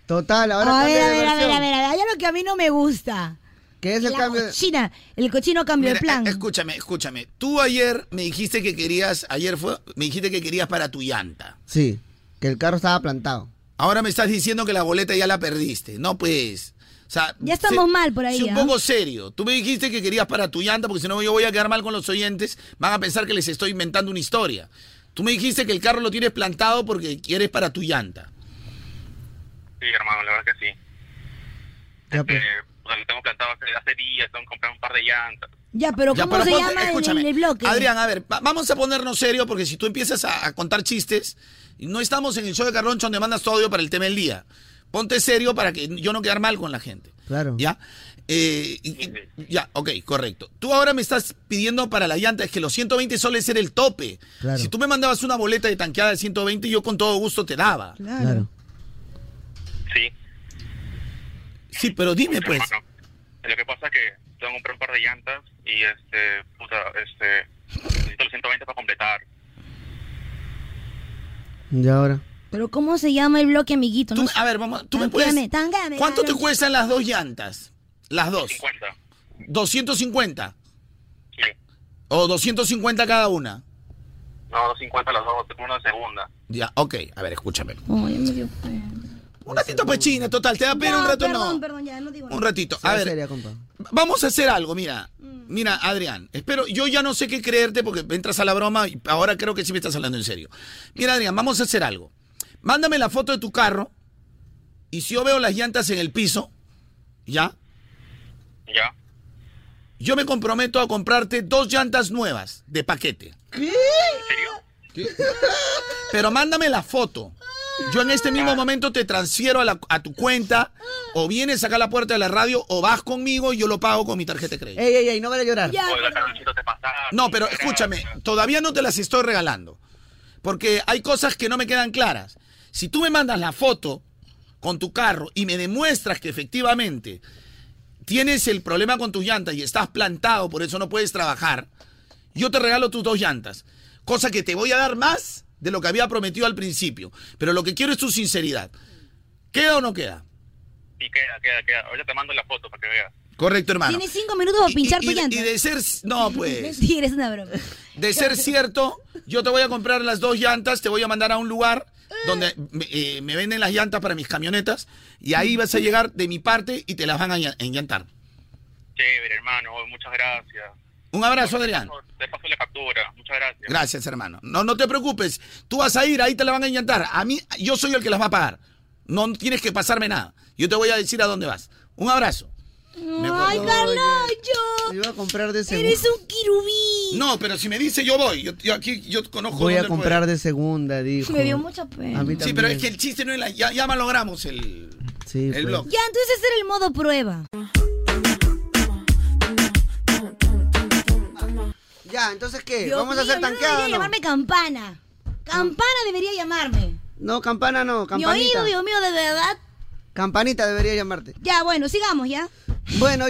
S4: Total, ahora
S2: A ver, a
S4: cambia de
S2: ver, a ver,
S4: versión.
S2: a ver, allá lo que a mí no me gusta.
S4: ¿Qué es
S2: el cambio? Cochina, el cochino cambio de
S5: Mira,
S2: plan.
S5: eh, Escúchame, escúchame. Tú ayer me dijiste que querías, ayer fue, me dijiste que querías para tu llanta.
S4: Sí, que el carro estaba plantado.
S5: Ahora me estás diciendo que la boleta ya la perdiste. No, pues. O sea,
S2: Ya estamos
S5: sé-
S2: mal por ahí,
S5: sé un
S2: ¿ah?
S5: poco serio. Tú me dijiste que querías para tu llanta, porque si no yo voy a quedar mal con los oyentes. Van a pensar que les estoy inventando una historia. Tú me dijiste que el carro lo tienes plantado porque quieres para tu llanta.
S10: Sí, hermano, la verdad que sí.
S5: pues.
S10: Eh, o sea, lo tengo plantado hace, hace días, tengo que comprar un par de llantas.
S2: Ya, pero
S5: Ya,
S2: ¿cómo
S5: para
S2: se
S5: ponte-
S2: llama en
S5: escúchame.
S2: el, el bloque?
S5: Adrián, a ver, va- vamos a ponernos serio porque si tú empiezas a, a contar chistes, no estamos en el show de Carloncho donde mandas tu audio para el tema del día. Ponte serio para que yo no quedar mal con la gente.
S4: Claro.
S5: ¿Ya? Eh, y- y- ya, ok, correcto. Tú ahora me estás pidiendo para la llanta, es que los 120 soles era el tope.
S4: Claro.
S5: Si tú me mandabas una boleta de tanqueada de 120, yo con todo gusto te daba.
S4: Claro.
S10: Sí.
S5: Sí, pero dime pues.
S10: Hermano, lo que pasa es que tengo que comprar un par de llantas y este, puta, este, necesito los 120 para completar.
S4: Y ahora.
S2: Pero ¿cómo se llama el bloque, amiguito? No sé.
S5: A ver, vamos, tú me puedes...
S2: Tanquéame, tanquéame,
S5: ¿Cuánto te
S2: tanquéame.
S5: cuestan las dos llantas? Las dos.
S10: 50.
S5: 250. O 250 cada una.
S10: No, 250 las dos, tengo una de segunda.
S5: Ya, ok, a ver, escúchame.
S2: Oh, ya me dio-
S5: Un ratito pues China, total, te da pena
S2: Ya,
S5: un rato
S2: perdón,
S5: no.
S2: perdón, ya, no digo
S5: Un
S2: nada.
S5: ratito. A ver, vamos a hacer algo, mira. Mira, Adrián, espero, yo ya no sé qué creerte porque entras a la broma y ahora creo que sí me estás hablando en serio. Mira, Adrián, vamos a hacer algo. Mándame la foto de tu carro y si yo veo las llantas en el piso, ¿ya?
S10: Ya.
S5: Yo me comprometo a comprarte dos llantas nuevas de paquete. ¿Qué? Pero mándame la foto. Yo en este mismo momento te transfiero a, la- a tu cuenta o vienes acá a la puerta de la radio o vas conmigo y yo lo pago con mi tarjeta de crédito.
S4: Ey, ey, ey, no vale llorar.
S10: Oiga, Carlonchito, te pasaste.
S5: No, pero escúchame, todavía no te las estoy regalando. Porque hay cosas que no me quedan claras. Si tú me mandas la foto con tu carro y me demuestras que efectivamente tienes el problema con tus llantas y estás plantado, por eso no puedes trabajar, yo te regalo tus dos llantas. Cosa que te voy a dar más de lo que había prometido al principio. Pero lo que quiero es tu sinceridad. ¿Queda o no queda?
S10: Y queda, queda, queda. Ahorita te mando la foto para que veas.
S5: Correcto, hermano.
S2: Tienes cinco minutos para pinchar tu
S5: Y,
S2: llanta.
S5: y de ser... No, pues...
S2: *laughs* Sí, eres una broma.
S5: De ser cierto, yo te voy a comprar las dos llantas, te voy a mandar a un lugar, donde me, eh, me venden las llantas para mis camionetas y ahí vas a llegar de mi parte y te las van a llan- enllantar.
S10: Chévere, hermano. oh, Muchas gracias.
S5: Un abrazo, Adrián.
S10: Te paso la captura. Muchas gracias.
S5: Gracias, hermano. No, no te preocupes. Tú vas a ir, ahí te la van a enllantar. A mí, yo soy el que las va a pagar. No tienes que pasarme nada. Yo te voy a decir a dónde vas. Un abrazo.
S2: ¡Ay, Carloncho!
S4: Iba a comprar de segunda.
S2: ¡Eres un quirubí!
S5: No, pero si me dice, yo voy. Yo, yo aquí, yo conozco.
S4: Voy a
S5: dónde
S4: comprar de segunda, dijo.
S2: Me dio mucha pena.
S4: A mí
S5: Sí,
S4: también.
S5: pero es que el chiste no es la. Ya, ya malogramos el,
S4: Sí,
S5: el
S4: pues.
S5: blog.
S2: Ya, entonces ese era el modo prueba.
S4: Ya, entonces qué?
S2: Dios
S4: ¿Vamos a
S2: mío,
S4: hacer
S2: yo no
S4: tanqueado?
S2: debería llamarme Campana. Campana debería llamarme.
S4: No, campana no,
S2: Mi
S4: campanita.
S2: oído, Dios mío, de verdad.
S4: Campanita debería llamarte.
S2: Ya, bueno, sigamos ya.
S4: Bueno,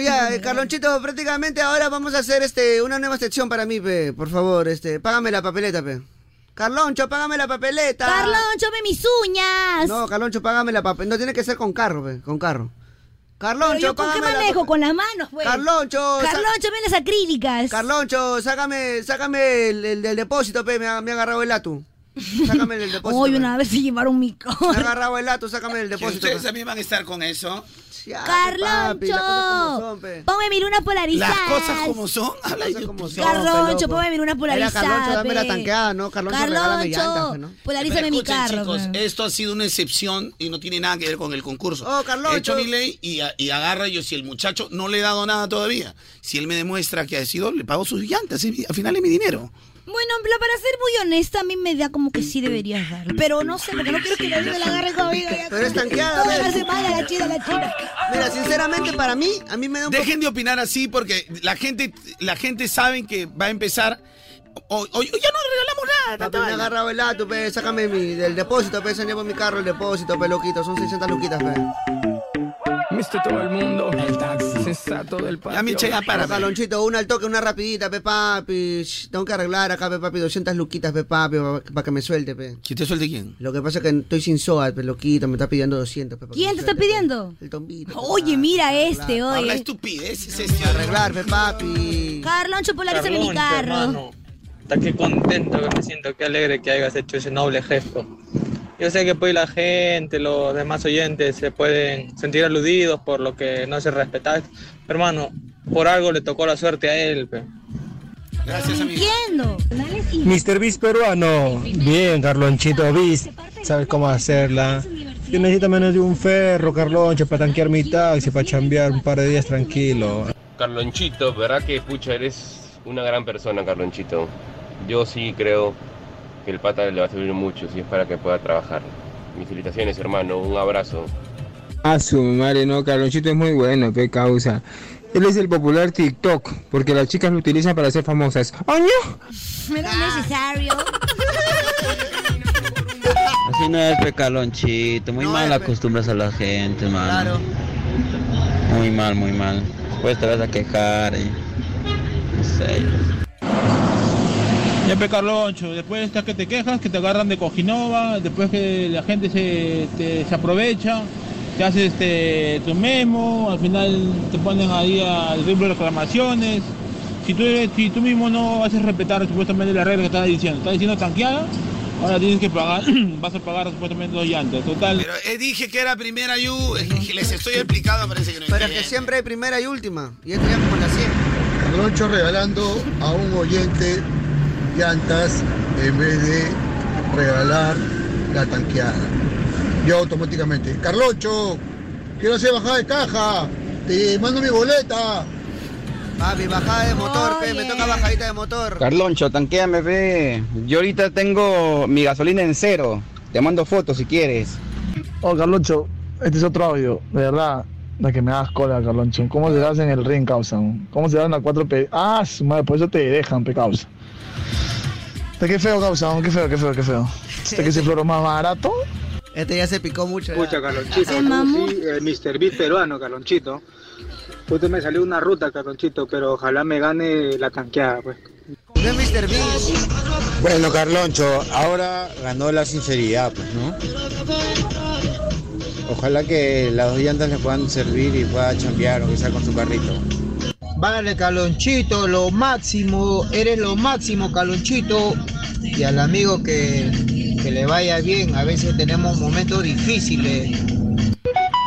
S2: *laughs*
S4: ya, eh, Carlonchito, prácticamente ahora vamos a hacer este una nueva sección para mí, pe, por favor, este, págame la papeleta, pe. Carloncho, págame la papeleta.
S2: Carloncho, ve mis uñas.
S4: No, Carloncho, págame la papeleta. No tiene que ser con carro, pe, con carro. Carloncho,
S2: Pero yo con qué
S4: págame la
S2: manejo,
S4: pape-
S2: con las manos, güey.
S4: Carloncho, sa-
S2: Carloncho, ven las acrílicas.
S4: Carloncho, sácame, sácame el, el del depósito, pe, me ha, me ha agarrado el
S2: *laughs*
S4: atu. Sácame el del
S5: pues,
S4: depósito.
S2: Hoy
S4: pe.
S2: una vez se llevaron mi *laughs* co.
S4: Me ha agarrado el atu, sácame el
S5: Que
S4: depósito.
S5: Pues ustedes
S4: pe.
S5: también van a estar con eso.
S4: Ya, pe, papi, las cosas como son, pe.
S2: Ponme Ponme mi luna polarizada.
S5: Las cosas como son. Habla de YouTube.
S4: son,
S2: Carloncho,
S4: pe, loco.
S2: ponme mi luna
S4: pues. Era
S2: polarizada.
S4: Carloncho, dame la
S2: pe.
S4: tanqueada, ¿no? Carloncho, regálame llantas, pe, ¿no?
S2: polarízame
S5: Pero
S2: mi
S5: escuchen,
S2: carro. pues.
S5: chicos,
S2: pe.
S5: esto ha sido una excepción y no tiene nada que ver con el concurso.
S4: Oh, Carloncho.
S5: He hecho mi ley y, a- y agarra yo. Si el muchacho no le he dado nada todavía, si él me demuestra que ha sido, le pago sus llantas. es mi- Al final es mi dinero.
S2: Bueno, pero para ser muy honesta, a mí me da como que sí deberías darle. Pero no sé, porque no quiero que la vida la agarre conmigo. ya.
S4: Pero es tanqueada,
S2: Toda
S4: ve.
S2: la semana la chida, la chida.
S4: Mira, sinceramente para mí, a mí me da un poco...
S5: Dejen de opinar así porque la gente, la gente sabe que va a empezar. Hoy, hoy- hoy ya no regalamos nada.
S4: Papi,
S5: tanta
S4: me ha
S5: vaina.
S4: agarrado el ato, pe, sácame mi, del depósito, pe, señor, por mi carro el depósito, pe, loquito, son 60 luquitas, pe.
S15: Viste todo el mundo, el taxi sensato del patio.
S5: Ya, Micha, ya para. pe.
S4: Calonchito, una al toque, una rapidita, pe, papi. Shh, Tengo que arreglar acá, pe, papi, 200 luquitas, pe, papi, para que me suelte, pe.
S5: ¿Que te suelte quién?
S4: Lo que pasa es que estoy sin soda, pe, loquito, me está pidiendo 200, pe, pa' que
S2: ¿Quién
S4: me
S2: te está
S4: suelte, pe.
S2: pidiendo?
S4: El tombito.
S2: Oye, mira este,
S5: Habla este,
S2: oye.
S5: estupideces,
S4: Arreglar, pe, papi.
S2: Carloncho, polarízame
S15: Carloncho,
S2: mi carro.
S15: hermano. Hasta qué contento que me siento, qué alegre que hayas hecho ese noble gesto. Yo sé que pues la gente, los demás oyentes se pueden sentir aludidos por lo que no se respeta. Hermano, por algo le tocó la suerte a él. pe.
S5: Gracias, amigo.
S2: Entiendo.
S53: Mr. Beast peruano. Bien, Carlonchito Beast. ¿Sabes cómo hacerla? Yo necesito menos de un ferro, Carloncho, para tanquear mi taxi, para chambear un par de días tranquilo.
S54: Carlonchito, ¿verdad que pucha eres una gran persona, Carlonchito? Yo sí creo que el pata le va a servir mucho si es para que pueda trabajar. Mis felicitaciones, hermano. Un abrazo.
S15: A su madre, no, Carlonchito es muy bueno, qué causa. Él es el popular TikTok, porque las chicas lo utilizan para ser famosas. ¡Año!
S2: Era necesario.
S55: Así no es, pecalonchito. Muy
S4: No
S55: mal
S4: es, pe.
S55: acostumbras a la gente, mano.
S4: Claro.
S55: Muy mal, muy mal. Pues te vas a quejar. y- No sé.
S8: Ya pe Carloncho, después estás que te quejas, que te agarran de cojinova, después que la gente se, te- se aprovecha, te haces este, tu memo, al final te ponen ahí al ritmo de reclamaciones. Si tú, eres- si tú mismo no haces respetar supuestamente la regla que estás diciendo, estás diciendo tanqueada, ahora tienes que pagar, *clears throat* vas a pagar supuestamente dos llantas, total.
S5: Pero eh, dije que era primera you, eh, que *laughs* les estoy explicando, parece que no
S4: Pero es que siempre hay primera y última. Y esto ya es como la 100.
S56: Carloncho regalando a un oyente llantas en vez de regalar la tanqueada. Yo automáticamente, Carloncho, quiero hacer bajada de caja, te mando mi boleta.
S4: Papi, bajada de motor, pe, me toca bajadita de motor.
S19: Carloncho, tanqueame, ve. Yo ahorita tengo mi gasolina en cero. Te mando fotos si quieres.
S57: Oh, Carloncho, este es otro audio, de verdad, la que me das cola, Carloncho. ¿Cómo se das en el ring, causa? ¿Cómo se dan las cuatro pe... Ah, su madre, por eso te dejan, pe, causa. Está qué feo, causa, qué feo, qué feo, qué feo. Este
S19: *laughs*
S57: que se floró más barato.
S4: Este ya se picó mucho.
S58: Escucha, Carlonchito,
S57: Se
S58: tú
S57: mamó.
S58: sí, eh, Mr. Beat peruano, Carlonchito. Justo me salió una ruta, Carlonchito, pero ojalá me gane la tanqueada, pues.
S4: No es Mr. Beast.
S19: Bueno, Carloncho, ahora ganó la sinceridad, pues, ¿no? Ojalá que las dos llantas le puedan servir y pueda chambear, aunque sea con su carrito.
S59: Vale, Calonchito, lo máximo, eres lo máximo, Calonchito. Y al amigo que
S60: que le vaya bien. A veces tenemos momentos difíciles.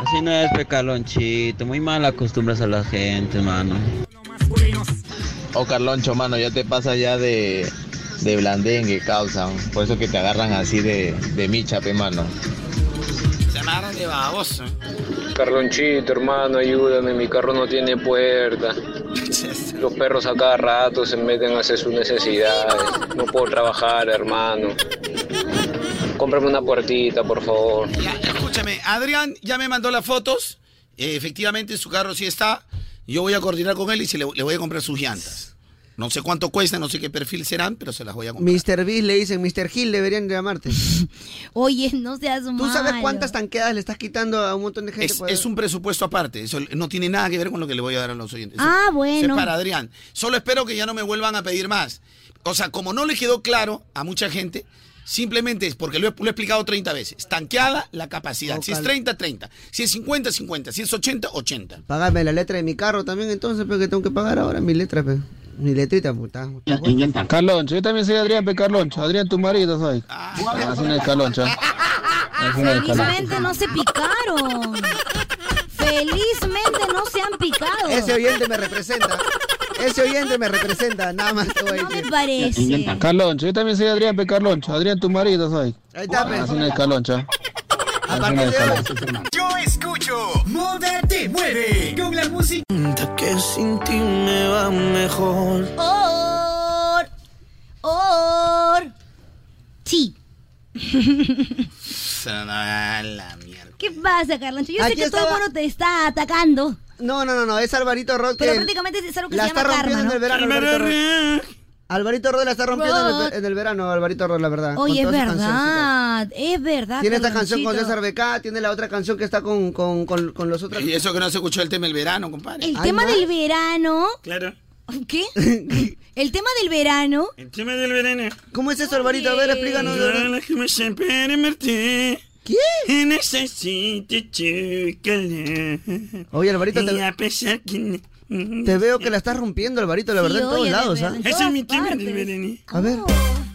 S61: Así no es, pecalonchito. Muy mal acostumbras a la gente, mano.
S19: Oh, Carloncho, mano, ya te pasa ya de, de blandengue, causan. Por eso que te agarran así de, de micha, pe, mano.
S5: Se amarran de baboso.
S8: Carlonchito, hermano, ayúdame, mi carro no tiene puerta. Los perros a cada rato se meten a hacer sus necesidades. No puedo trabajar, hermano. Cómprame una puertita, por favor.
S5: Ya, escúchame, Adrián ya me mandó las fotos. Eh, efectivamente, su carro sí está. Yo voy a coordinar con él y se le, le voy a comprar sus llantas. No sé cuánto cuestan, no sé qué perfil serán, pero se las voy a comprar.
S4: Mr. Beast le dicen, Mr. Hill deberían llamarte.
S2: Oye, no seas malo.
S4: ¿Tú sabes cuántas tanqueadas le estás quitando a un montón de gente? Pues,
S5: Es,
S4: por-
S5: es un presupuesto aparte, eso no tiene nada que ver con lo que le voy a dar a los oyentes.
S2: Ah,
S5: Eso
S2: bueno.
S5: Es para Adrián. Solo espero que ya no me vuelvan a pedir más. O sea, como no le quedó claro a mucha gente, simplemente es porque lo he, lo he explicado 30 veces. Tanqueada la capacidad. Si es 30, 30. Si es 50, 50. Si es 80, 80.
S4: Págame la letra de mi carro también entonces, pero que tengo que pagar ahora mi letra, pe. Mi letrita, pues, puta.
S14: Carloncho, yo también soy Adrián, pe Carloncho. Adrián, tu marido soy. Así no es Carloncho. Así no es Carloncho.
S2: Ah, Felizmente no se picaron. Felizmente no se han picado.
S4: Ese oyente me representa. Ese oyente me representa, nada más. No
S2: me parece.
S14: Carloncho, yo también soy Adrián, pe Carloncho. Adrián, tu marido soy.
S4: Ahí está, pues. pe.
S14: Así no es Carloncho. Así no es Carloncho.
S15: Yo escucho Moda te mueve con la música que sin ti me va mejor.
S2: Or, or. Sí. ¿Qué pasa, Carloncho? Yo sé
S4: Aquí
S2: que todo
S4: estaba-
S2: el mundo te está atacando.
S4: No, no, no, no, es Alvarito Roth.
S2: Pero
S4: que
S2: prácticamente es algo que
S4: la
S2: se
S4: está
S2: llama
S4: rompiendo
S2: karma,
S4: en el
S2: ¿no?
S4: verano. Alvarito Roth. Alvarito Roth la está rompiendo en
S2: Roth.
S4: el, en el verano, Alvarito Roth, la verdad. con
S2: Oye, es
S4: todas sus cancioncitas.
S2: verdad. Ah, Es verdad.
S4: Tiene esta canción con
S2: Carlonchito.
S4: César Becá, tiene la otra canción que está con, con, con, con los otros.
S5: Y eso que no se escuchó el tema del verano, compadre.
S2: El tema del verano.
S5: Claro.
S4: *laughs*
S2: ¿Qué? el tema del verano.
S5: El tema del verano.
S4: ¿Cómo es eso, Alvarito? A ver, explícanos.
S15: Hola, que me separe Martín. ¿Qué? Necesito chocolate.
S4: Oye, Alvarito,
S15: Y
S4: te,
S15: a pesar que...
S4: te veo que la estás rompiendo, Alvarito, la verdad, en todos lados. ¿ah?
S15: Ese es mi tema del verano.
S4: A ver.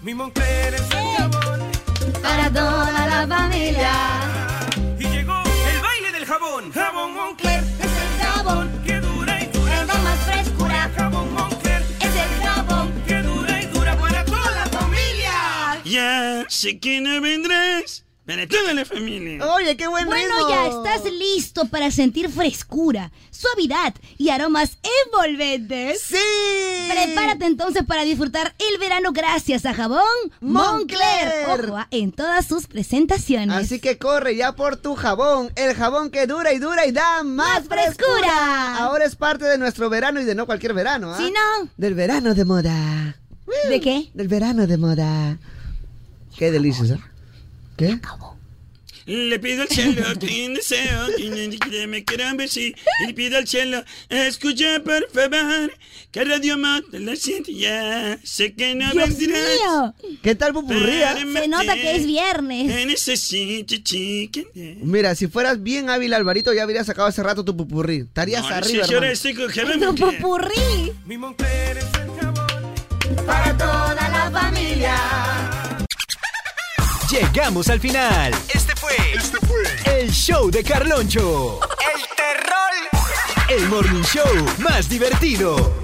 S15: Mi Moncler es
S2: Para toda la familia.
S15: Y llegó el baile del jabón. Jabón Moncler es el jabón que dura y dura. da más frescura. Jabón Moncler es el jabón que dura y dura para toda la familia. Ya sé que no vendrás para toda la familia.
S4: Oye, qué buen
S2: Bueno,
S4: ritmo.
S2: ya estás listo para sentir frescura, suavidad y aromas envolventes. ¡Sí! Prepárate entonces para disfrutar el verano gracias a jabón Moncler.
S4: Moncler.
S2: Ojo, ah, en todas sus presentaciones.
S4: Así que corre ya por tu jabón, el jabón que dura y dura y da más, frescura. Ahora es parte de nuestro verano y de no cualquier verano, ¿ah?
S2: Sí, no.
S4: Del verano de moda.
S2: ¿De qué?
S4: Del verano de moda. Qué delicioso. ¿Qué?
S15: Le pido al cielo *laughs* que un deseo que que me quieran ver sí. Y le pido al cielo, escucha por favor que Radio Más la siente ya. Sé que no
S2: ¡Dios
S15: vendrás.
S2: mío!
S4: ¿Qué tal eh? popurría?
S2: Se nota que es viernes.
S15: Necesito chicken.
S4: Mira, si fueras bien hábil, Alvarito, ya habrías sacado hace rato tu pupurrí. Estarías
S15: No,
S4: arriba,
S15: sí, yo
S4: hermano.
S15: estoy con
S2: Es *laughs*
S15: Javier
S2: un
S15: Eh, Moncler.
S2: popurrí.
S15: Mi Moncler es el jabón
S4: para toda
S15: la familia.
S62: Llegamos al final.
S15: Este fue, este fue
S62: El show de Carloncho.
S15: el terror.
S62: El morning show más divertido.